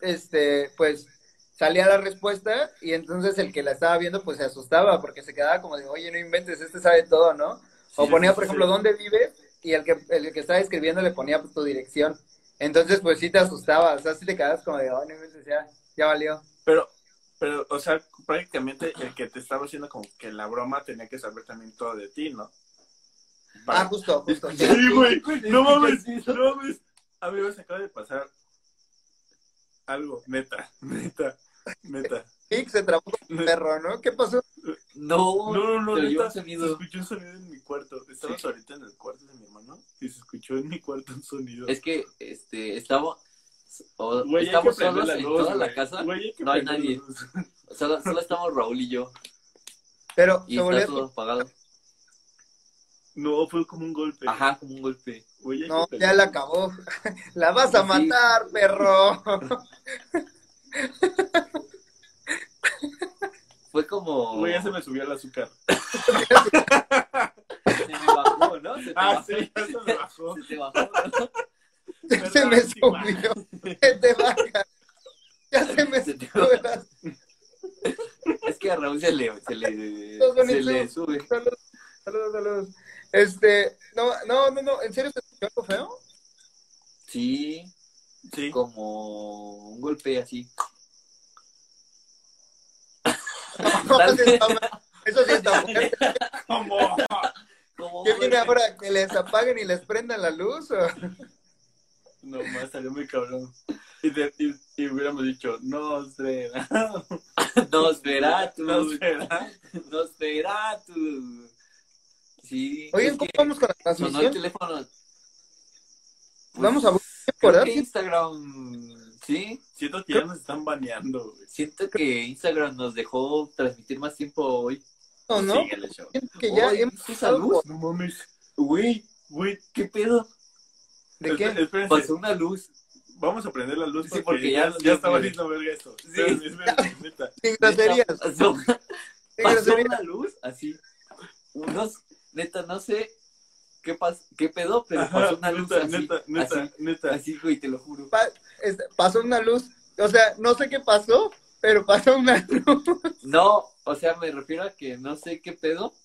Speaker 3: este, pues, salía la respuesta y entonces el que la estaba viendo, pues, se asustaba porque se quedaba como de, oye, no inventes, este sabe todo, ¿no? O
Speaker 2: Sí,
Speaker 3: ponía,
Speaker 2: sí,
Speaker 3: por
Speaker 2: sí.
Speaker 3: ejemplo, dónde vive y el que, el que estaba escribiendo le ponía pues, tu dirección. Entonces, pues sí te asustaba, o sea, sí te quedabas como de, oh, no inventes, ya, ya valió.
Speaker 2: Pero, pero, o sea, prácticamente el que te estaba haciendo como que la broma tenía que saber también todo de ti, ¿no?
Speaker 3: Ah, justo, justo. sí.
Speaker 2: Sí, güey. No mames, no mames. Amigos, se acaba de pasar algo, neta, neta, neta.
Speaker 3: Vic se trabó con un perro, ¿no? ¿Qué pasó?
Speaker 1: No,
Speaker 2: No, no, no,
Speaker 1: se oyó
Speaker 2: neta,
Speaker 1: un
Speaker 2: se
Speaker 1: sonido.
Speaker 2: escuchó un sonido en mi cuarto. Estamos ahorita en el cuarto de mi hermano y se escuchó en mi cuarto un sonido.
Speaker 1: Es que este, estamos, o-
Speaker 2: Güey, hay
Speaker 1: estamos
Speaker 2: que prender
Speaker 1: solos
Speaker 2: la
Speaker 1: en
Speaker 2: luz,
Speaker 1: toda la
Speaker 2: güey.
Speaker 1: casa.
Speaker 2: Güey, hay que
Speaker 1: No hay
Speaker 2: prender
Speaker 1: nadie.
Speaker 2: la luz.
Speaker 1: Solo, solo estamos Raúl y yo.
Speaker 3: Pero
Speaker 1: Y
Speaker 3: se volvió a
Speaker 1: está todo apagado.
Speaker 2: No, fue como un golpe.
Speaker 1: Ajá, como un golpe.
Speaker 2: Güey, hay
Speaker 3: No,
Speaker 2: que
Speaker 3: ya
Speaker 2: prender-
Speaker 3: la acabó. La vas a
Speaker 1: Pues Sí.
Speaker 3: matar, perro.
Speaker 1: Fue como.
Speaker 2: Güey, ya se me subió el azúcar.
Speaker 1: se me bajó, ¿no? Se te
Speaker 2: Ah,
Speaker 1: bajó.
Speaker 2: sí, ya se me bajó.
Speaker 1: Se te bajó, ¿no?
Speaker 3: se
Speaker 2: Perdón,
Speaker 3: me
Speaker 2: sí, güey.
Speaker 3: subió. Se te baja. Ya se me
Speaker 1: Se te
Speaker 3: subió.
Speaker 1: Es que a Raúl se le, se le,
Speaker 3: Los
Speaker 1: se le
Speaker 3: bonitos.
Speaker 1: sube.
Speaker 3: Saludos, saludos, saludos. Este, no, no, no, no, ¿en serio se escuchó algo feo?
Speaker 1: Sí,
Speaker 2: Sí.
Speaker 1: como un golpe así.
Speaker 3: No, eso sí está mal. Eso sí está fuerte.
Speaker 2: ¿Cómo?
Speaker 1: Como un
Speaker 3: ¿Qué viene
Speaker 1: golpe.
Speaker 3: ahora? ¿Que les apaguen y les prendan la luz? o?
Speaker 2: No, más salió muy cabrón. Y, de- y, y hubiéramos dicho, no, será.
Speaker 1: Nosferatu.
Speaker 2: No, será.
Speaker 1: Nosferatu. Sí.
Speaker 3: Oye,
Speaker 1: es
Speaker 3: ¿cómo
Speaker 1: que
Speaker 3: vamos con la
Speaker 1: Sonó el
Speaker 3: transmisión?
Speaker 1: teléfono. Pues,
Speaker 3: Vamos a
Speaker 1: creo
Speaker 3: ¿verdad?
Speaker 1: que Instagram. Sí,
Speaker 2: Siento que ya nos están baneando, güey.
Speaker 1: siento que Instagram nos dejó transmitir más tiempo hoy.
Speaker 3: ¿no? ¿no?
Speaker 2: Sigue el show.
Speaker 3: Que ya
Speaker 1: Oye,
Speaker 3: hemos
Speaker 1: ¿viste esa luz?
Speaker 2: No mames.
Speaker 1: Güey,
Speaker 2: Güey,
Speaker 1: ¿qué pedo?
Speaker 3: ¿De qué?
Speaker 2: Esp- Espérense,
Speaker 1: Pasó una luz.
Speaker 2: vamos a prender la luz
Speaker 1: Sí,
Speaker 2: porque,
Speaker 1: porque
Speaker 2: ya,
Speaker 1: ya-
Speaker 2: ya está valiendo verga esto.
Speaker 1: Sí.
Speaker 2: Espérense, espérense, neta.
Speaker 3: Sin groserías,
Speaker 1: Pasó,
Speaker 3: sin
Speaker 1: pasó
Speaker 3: groserías.
Speaker 1: una luz así. Unos, neta, no sé qué, pas, qué pedo, pero
Speaker 2: Ajá,
Speaker 1: pasó una luz
Speaker 2: neta,
Speaker 1: así.
Speaker 2: neta, neta,
Speaker 1: así,
Speaker 2: neta.
Speaker 1: así, güey, te lo juro.
Speaker 3: Pa- este, pasó una luz. O sea, no sé qué pasó, pero pasó una luz.
Speaker 1: No, o sea, me refiero a que no sé qué pedo.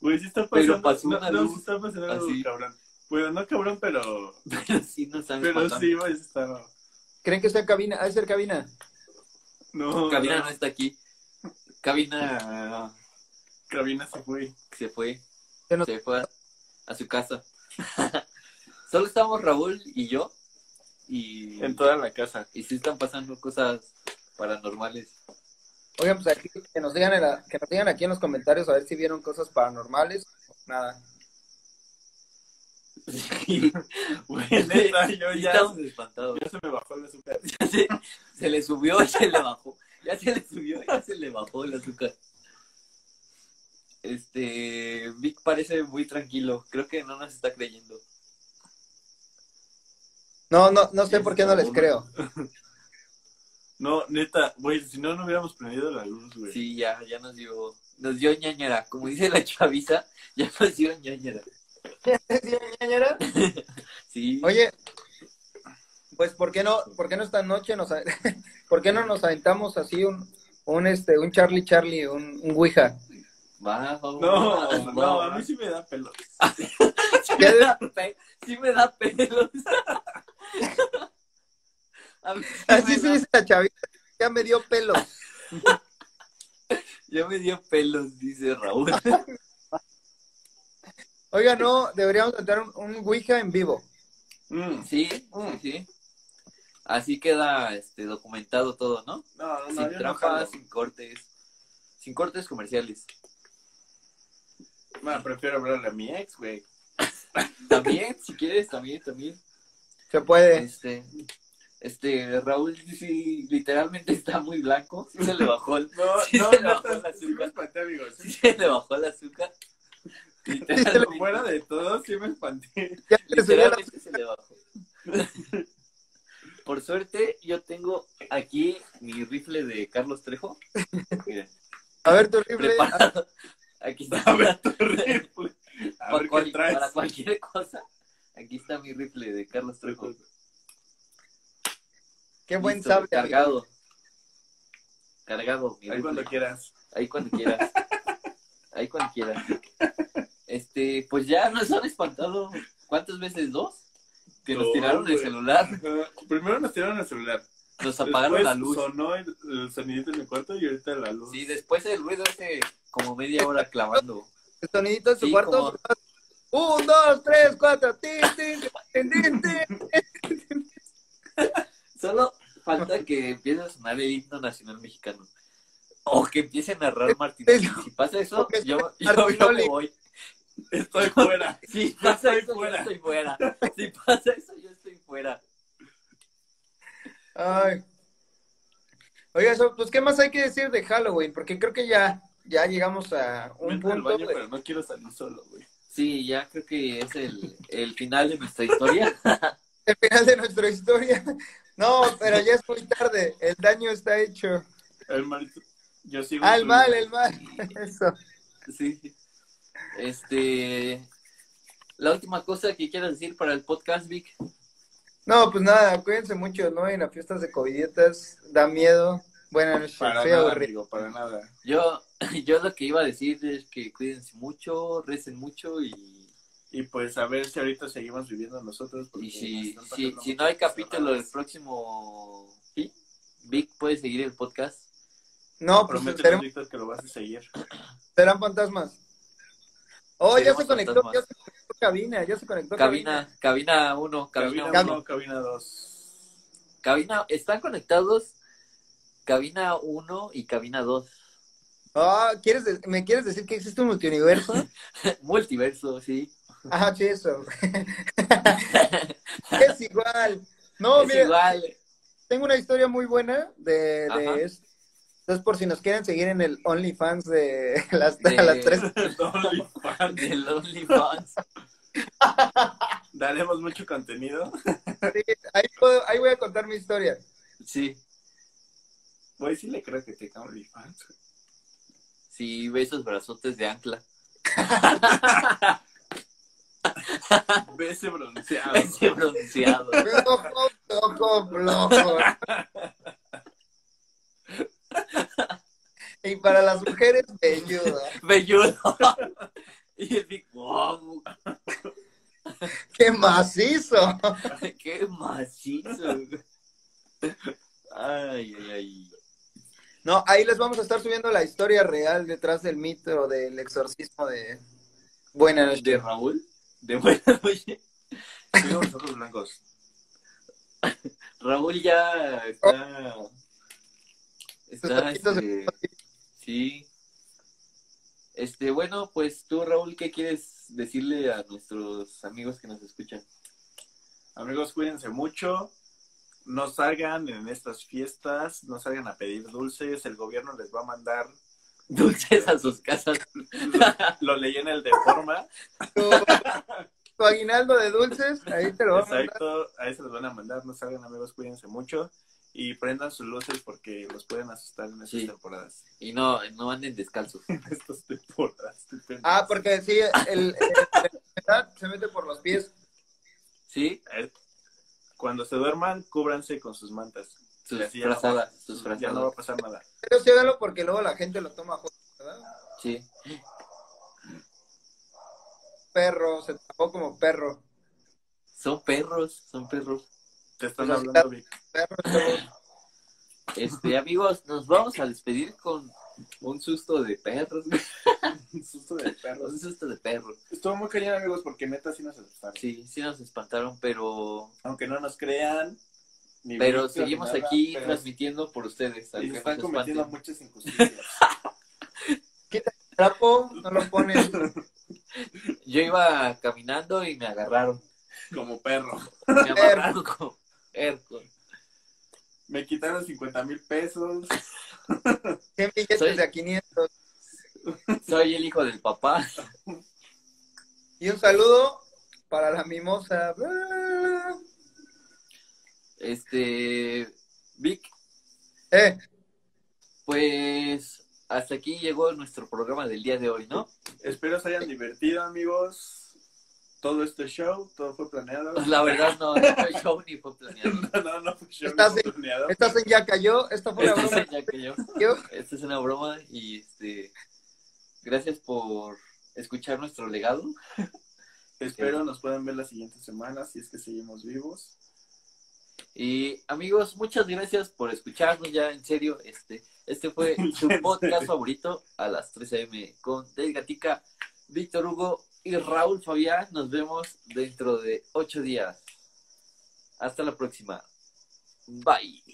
Speaker 2: Güey, sí está pasando.
Speaker 1: Pero pasó
Speaker 2: no,
Speaker 1: una
Speaker 2: no,
Speaker 1: luz
Speaker 2: sí está pasando algo,
Speaker 1: así.
Speaker 2: cabrón. Bueno, no cabrón, pero.
Speaker 1: Pero sí nos han
Speaker 2: Pero
Speaker 1: matado.
Speaker 2: sí, güey, está.
Speaker 3: ¿Creen que sea cabina? Ha de ser cabina.
Speaker 2: No,
Speaker 1: Cabina
Speaker 2: no,
Speaker 1: no está aquí. Cabina
Speaker 2: cabina se fue.
Speaker 1: se fue.
Speaker 3: Se nos-
Speaker 1: Se fue a, a su casa. Solo estamos Raúl y yo. Y,
Speaker 2: En toda la casa.
Speaker 1: y sí están pasando cosas paranormales.
Speaker 3: Oigan, pues aquí, que nos, digan en la- que nos digan aquí en los comentarios a ver si vieron cosas paranormales. Nada.
Speaker 1: Sí,
Speaker 2: Güey, neta, yo ya.
Speaker 1: estamos espantados.
Speaker 2: Ya se me bajó el azúcar.
Speaker 1: Ya se, se le subió y se le bajó. Ya se le subió y ya se le bajó el azúcar. Este, Vic parece muy tranquilo. Creo que no nos está creyendo.
Speaker 3: No, no, no sé por qué no les creo.
Speaker 2: No, neta, güey, si no, no hubiéramos prendido la luz, güey.
Speaker 1: Sí, ya, ya nos dio, nos dio ñañera. Como dice la chaviza, ya nos dio ñañera. Sí,
Speaker 3: Oye, pues ¿por qué no, por qué no esta noche nos, a- por qué no nos aventamos así un, un este, un Charlie Charlie, un, un Ouija?
Speaker 1: va, vamos.
Speaker 2: No,
Speaker 1: va,
Speaker 2: no,
Speaker 1: va,
Speaker 2: a
Speaker 1: va.
Speaker 2: mí sí me da pelo.
Speaker 1: Sí me da pe- sí me da pelos. A mí sí
Speaker 3: Así
Speaker 1: me
Speaker 3: se
Speaker 1: da-
Speaker 3: dice la chavita, ya me dio pelo.
Speaker 1: Ya me dio pelos, dice Raúl.
Speaker 3: Oiga, no, deberíamos entrar un, un Ouija en vivo.
Speaker 2: Mm,
Speaker 1: Sí, sí, sí. Así queda este documentado todo, ¿no?
Speaker 2: No, no, no,
Speaker 1: sin
Speaker 2: yo no jalo.
Speaker 1: trampas, sin cortes, sin cortes comerciales.
Speaker 2: Bueno, prefiero hablarle a mi ex, güey.
Speaker 1: También, si quieres, también, también.
Speaker 3: Se puede.
Speaker 1: Este, este, Raúl sí, literalmente está muy blanco. Sí se le bajó el,
Speaker 2: No,
Speaker 1: Sí,
Speaker 2: no,
Speaker 1: se
Speaker 2: no,
Speaker 1: enojó la
Speaker 2: sí me
Speaker 1: azúcar.
Speaker 2: espanté, amigo.
Speaker 1: sí
Speaker 2: Sí,
Speaker 1: se le bajó el azúcar. Literalmente,
Speaker 2: fuera de todo, sí me espanté.
Speaker 3: Ya le subí a la-
Speaker 1: literalmente se le bajó. Por suerte, yo tengo aquí mi rifle de Carlos Trejo. Miren,
Speaker 3: A ver tu rifle.
Speaker 1: preparado. Aquí está.
Speaker 2: A ver, tu rifle. A
Speaker 1: para,
Speaker 2: ver qué
Speaker 1: cual-
Speaker 2: traes.
Speaker 1: para cualquier cosa. Aquí está mi rifle de Carlos Trejo.
Speaker 3: Qué buen
Speaker 1: Listo,
Speaker 3: sable. amigo.
Speaker 1: Cargado. Cargado. mi
Speaker 2: Ahí cuando
Speaker 1: rifle.
Speaker 2: quieras.
Speaker 1: Ahí cuando quieras. Ahí cuando quieras. Este, pues ya nos han espantado. ¿Cuántas veces? ¿Dos? Que nos
Speaker 2: Dos,
Speaker 1: tiraron el
Speaker 2: güey.
Speaker 1: celular,
Speaker 2: Ajá. Ah, Primero nos tiraron el celular.
Speaker 1: nos apagaron
Speaker 2: Después
Speaker 1: la luz.
Speaker 2: Sonó el, el sonidito en mi cuarto y ahorita la luz.
Speaker 1: Sí, después el ruido ese como media hora clavando.
Speaker 3: El sonidito en su
Speaker 1: Sí,
Speaker 3: cuarto. Un, dos, tres, cuatro. Tin, tin, tin, tin, tin.
Speaker 1: Solo falta que empiece a sonar el himno nacional mexicano. O que empiece a narrar Martín. Si pasa eso,
Speaker 3: Porque
Speaker 1: yo, yo,
Speaker 3: Martín
Speaker 1: yo me
Speaker 3: Oli.
Speaker 1: voy.
Speaker 2: Estoy fuera.
Speaker 1: Si
Speaker 2: Yo
Speaker 1: pasa
Speaker 2: estoy
Speaker 1: eso,
Speaker 2: fuera.
Speaker 1: yo estoy fuera. Si pasa eso, yo estoy fuera.
Speaker 3: Ay. Oiga, eso, pues, ¿qué más hay que decir de Halloween? Porque creo que ya, ya llegamos a un
Speaker 2: Vente al
Speaker 3: punto.
Speaker 2: baño,
Speaker 3: de-
Speaker 2: pero no quiero salir solo, güey.
Speaker 1: Sí, ya creo que es el, el final de nuestra historia.
Speaker 3: el este final de nuestra historia. No, pero ya es muy tarde. El daño está hecho.
Speaker 2: El malito. Yo sigo.
Speaker 3: Al
Speaker 2: subiendo.
Speaker 3: mal, el mal. Eso.
Speaker 1: Sí. Este. La última cosa que quieras decir para el podcast, Vic.
Speaker 3: No, pues nada, cuídense mucho, ¿no? En las fiestas de covidietas da miedo. Buenas noches,
Speaker 2: Para
Speaker 3: soy
Speaker 2: nada,
Speaker 3: aburrido.
Speaker 2: amigo, para nada.
Speaker 1: Yo, yo lo que iba a decir es que cuídense mucho, recen mucho y,
Speaker 2: Y pues a ver si ahorita seguimos viviendo nosotros. porque
Speaker 1: y si,
Speaker 2: nos están
Speaker 1: si,
Speaker 2: pasando
Speaker 1: si no
Speaker 2: muchas
Speaker 1: hay capítulo
Speaker 2: cosas
Speaker 1: del próximo, ¿sí? Vic puede seguir el podcast.
Speaker 3: No,
Speaker 2: raras.
Speaker 3: pues
Speaker 2: Prométeme,
Speaker 3: seremos-
Speaker 2: Víctor, Ah, que lo vas a seguir.
Speaker 3: serán fantasmas. Oh, ya
Speaker 1: Seremos
Speaker 3: se conectó,
Speaker 1: fantasmas.
Speaker 3: ya se conectó cabina, ya se conectó cabina.
Speaker 1: Cabina, cabina 1, cabina 1.
Speaker 2: Cabina 1, cabina 2.
Speaker 1: Cabina, están conectados cabina 1 y cabina 2.
Speaker 3: Ah, ¿quieres de- ¿me quieres decir que existe un multiuniverso?
Speaker 1: Multiverso, sí.
Speaker 3: ah, sí, eso. es igual. No,
Speaker 1: es
Speaker 3: mira,
Speaker 1: igual.
Speaker 3: tengo una historia muy buena de,
Speaker 1: Ajá.
Speaker 3: de esto. Entonces, por si nos quieren seguir en el OnlyFans de las, a las
Speaker 1: De-
Speaker 3: 3
Speaker 1: Del OnlyFans.
Speaker 2: Daremos mucho contenido.
Speaker 3: ahí, puedo- ahí voy a contar mi historia.
Speaker 1: Sí.
Speaker 2: Güey, sí le creo que te cago OnlyFans.
Speaker 1: Sí, ve esos brazotes de ancla.
Speaker 2: Ve ese bronceado.
Speaker 1: Ese bronceado.
Speaker 3: Loco, loco, loco. Y para las mujeres, velludo.
Speaker 1: Velludo. Y el Vic, wow,
Speaker 3: ¡Qué macizo!
Speaker 1: qué macizo. Ay, ay, ay.
Speaker 3: No, ahí les vamos a estar subiendo la historia real detrás del mito del exorcismo de Buena Noche.
Speaker 1: ¿De Raúl? De buena noche.
Speaker 2: Tengo los ojos blancos.
Speaker 1: Raúl ya está. Está. Este, sí. Este, bueno, pues tú, Raúl, ¿qué quieres decirle a nuestros amigos que nos escuchan?
Speaker 2: Amigos, cuídense mucho. No salgan en estas fiestas, no salgan a pedir dulces, el gobierno les va a mandar. Ah,
Speaker 1: Dulces a sus casas.
Speaker 2: Lo leí en el de forma.
Speaker 3: Tu, tu aguinaldo de dulces, ahí te lo vamos a mandar.
Speaker 2: Exacto, ahí se los van a mandar. No salgan, amigos, cuídense mucho y prendan sus luces porque los pueden asustar en estas
Speaker 1: Sí.
Speaker 2: temporadas.
Speaker 1: Y no, no anden descalzos.
Speaker 2: En estas temporadas. qué pendejo.
Speaker 3: Ah, porque sí, el, el- la enfermedad se mete por los pies.
Speaker 1: ¿Sí?
Speaker 2: Eh, Cuando se duerman, cúbranse con sus mantas.
Speaker 1: Sus
Speaker 2: Y así ya no
Speaker 1: frazadas,
Speaker 2: va-
Speaker 1: sus
Speaker 2: Ya no va a
Speaker 1: frazadas.
Speaker 2: pasar nada.
Speaker 3: Pero sí hágalo porque luego la gente lo toma a juego, ¿verdad?
Speaker 1: Sí.
Speaker 3: Perro, se tapó como perro.
Speaker 1: Son perros, son perros.
Speaker 2: Te están
Speaker 3: Los-
Speaker 2: hablando, Vic.
Speaker 3: Perro, perro.
Speaker 1: Este, amigos, nos vamos a despedir con un susto de perros. güey.
Speaker 2: Susto de perros.
Speaker 1: Un susto de perros.
Speaker 2: Estuvo muy cañón, amigos, porque neta sí nos asustaron.
Speaker 1: Sí, sí nos espantaron, pero
Speaker 2: Aunque no nos crean, Ni
Speaker 1: Pero
Speaker 2: Víctor,
Speaker 1: seguimos
Speaker 2: nada,
Speaker 1: aquí
Speaker 2: pero-
Speaker 1: transmitiendo por ustedes.
Speaker 2: Y
Speaker 1: aunque
Speaker 2: se
Speaker 1: nos
Speaker 2: están cometiendo
Speaker 1: espanten.
Speaker 2: muchas injusticias.
Speaker 3: Trapo, no lo pones.
Speaker 1: Yo iba caminando y me agarraron.
Speaker 2: como perro.
Speaker 1: Me amarraron como puerco.
Speaker 2: Me quitaron 50 mil pesos.
Speaker 3: 100 billetes
Speaker 1: Soy-
Speaker 3: de a 500.
Speaker 1: Soy el hijo del papá.
Speaker 3: Y un saludo para la mimosa.
Speaker 1: Este, Vic,
Speaker 3: Eh,
Speaker 1: pues hasta aquí llegó nuestro programa del día de hoy, ¿no?
Speaker 2: Espero se hayan divertido, amigos. Todo este show, todo fue planeado.
Speaker 1: Pues, La verdad no, no fue show ni fue planeado.
Speaker 2: No, no, no fue show,
Speaker 3: Estás
Speaker 2: no fue
Speaker 3: en-
Speaker 2: planeado.
Speaker 3: esta se ya cayó. Esta fue la
Speaker 1: Esta es,
Speaker 3: broma.
Speaker 1: ya que yo-
Speaker 3: Yo-
Speaker 1: esta es una broma y este, gracias por escuchar nuestro legado.
Speaker 2: Espero nos puedan ver la siguiente semana si es que seguimos vivos.
Speaker 1: Y amigos, muchas gracias por escucharnos ya, en serio, este, este fue su podcast favorito a las 3 am con Ted Gatica, Víctor Hugo y Raúl Fabián. Nos vemos dentro de 8 días. Hasta la próxima. Bye.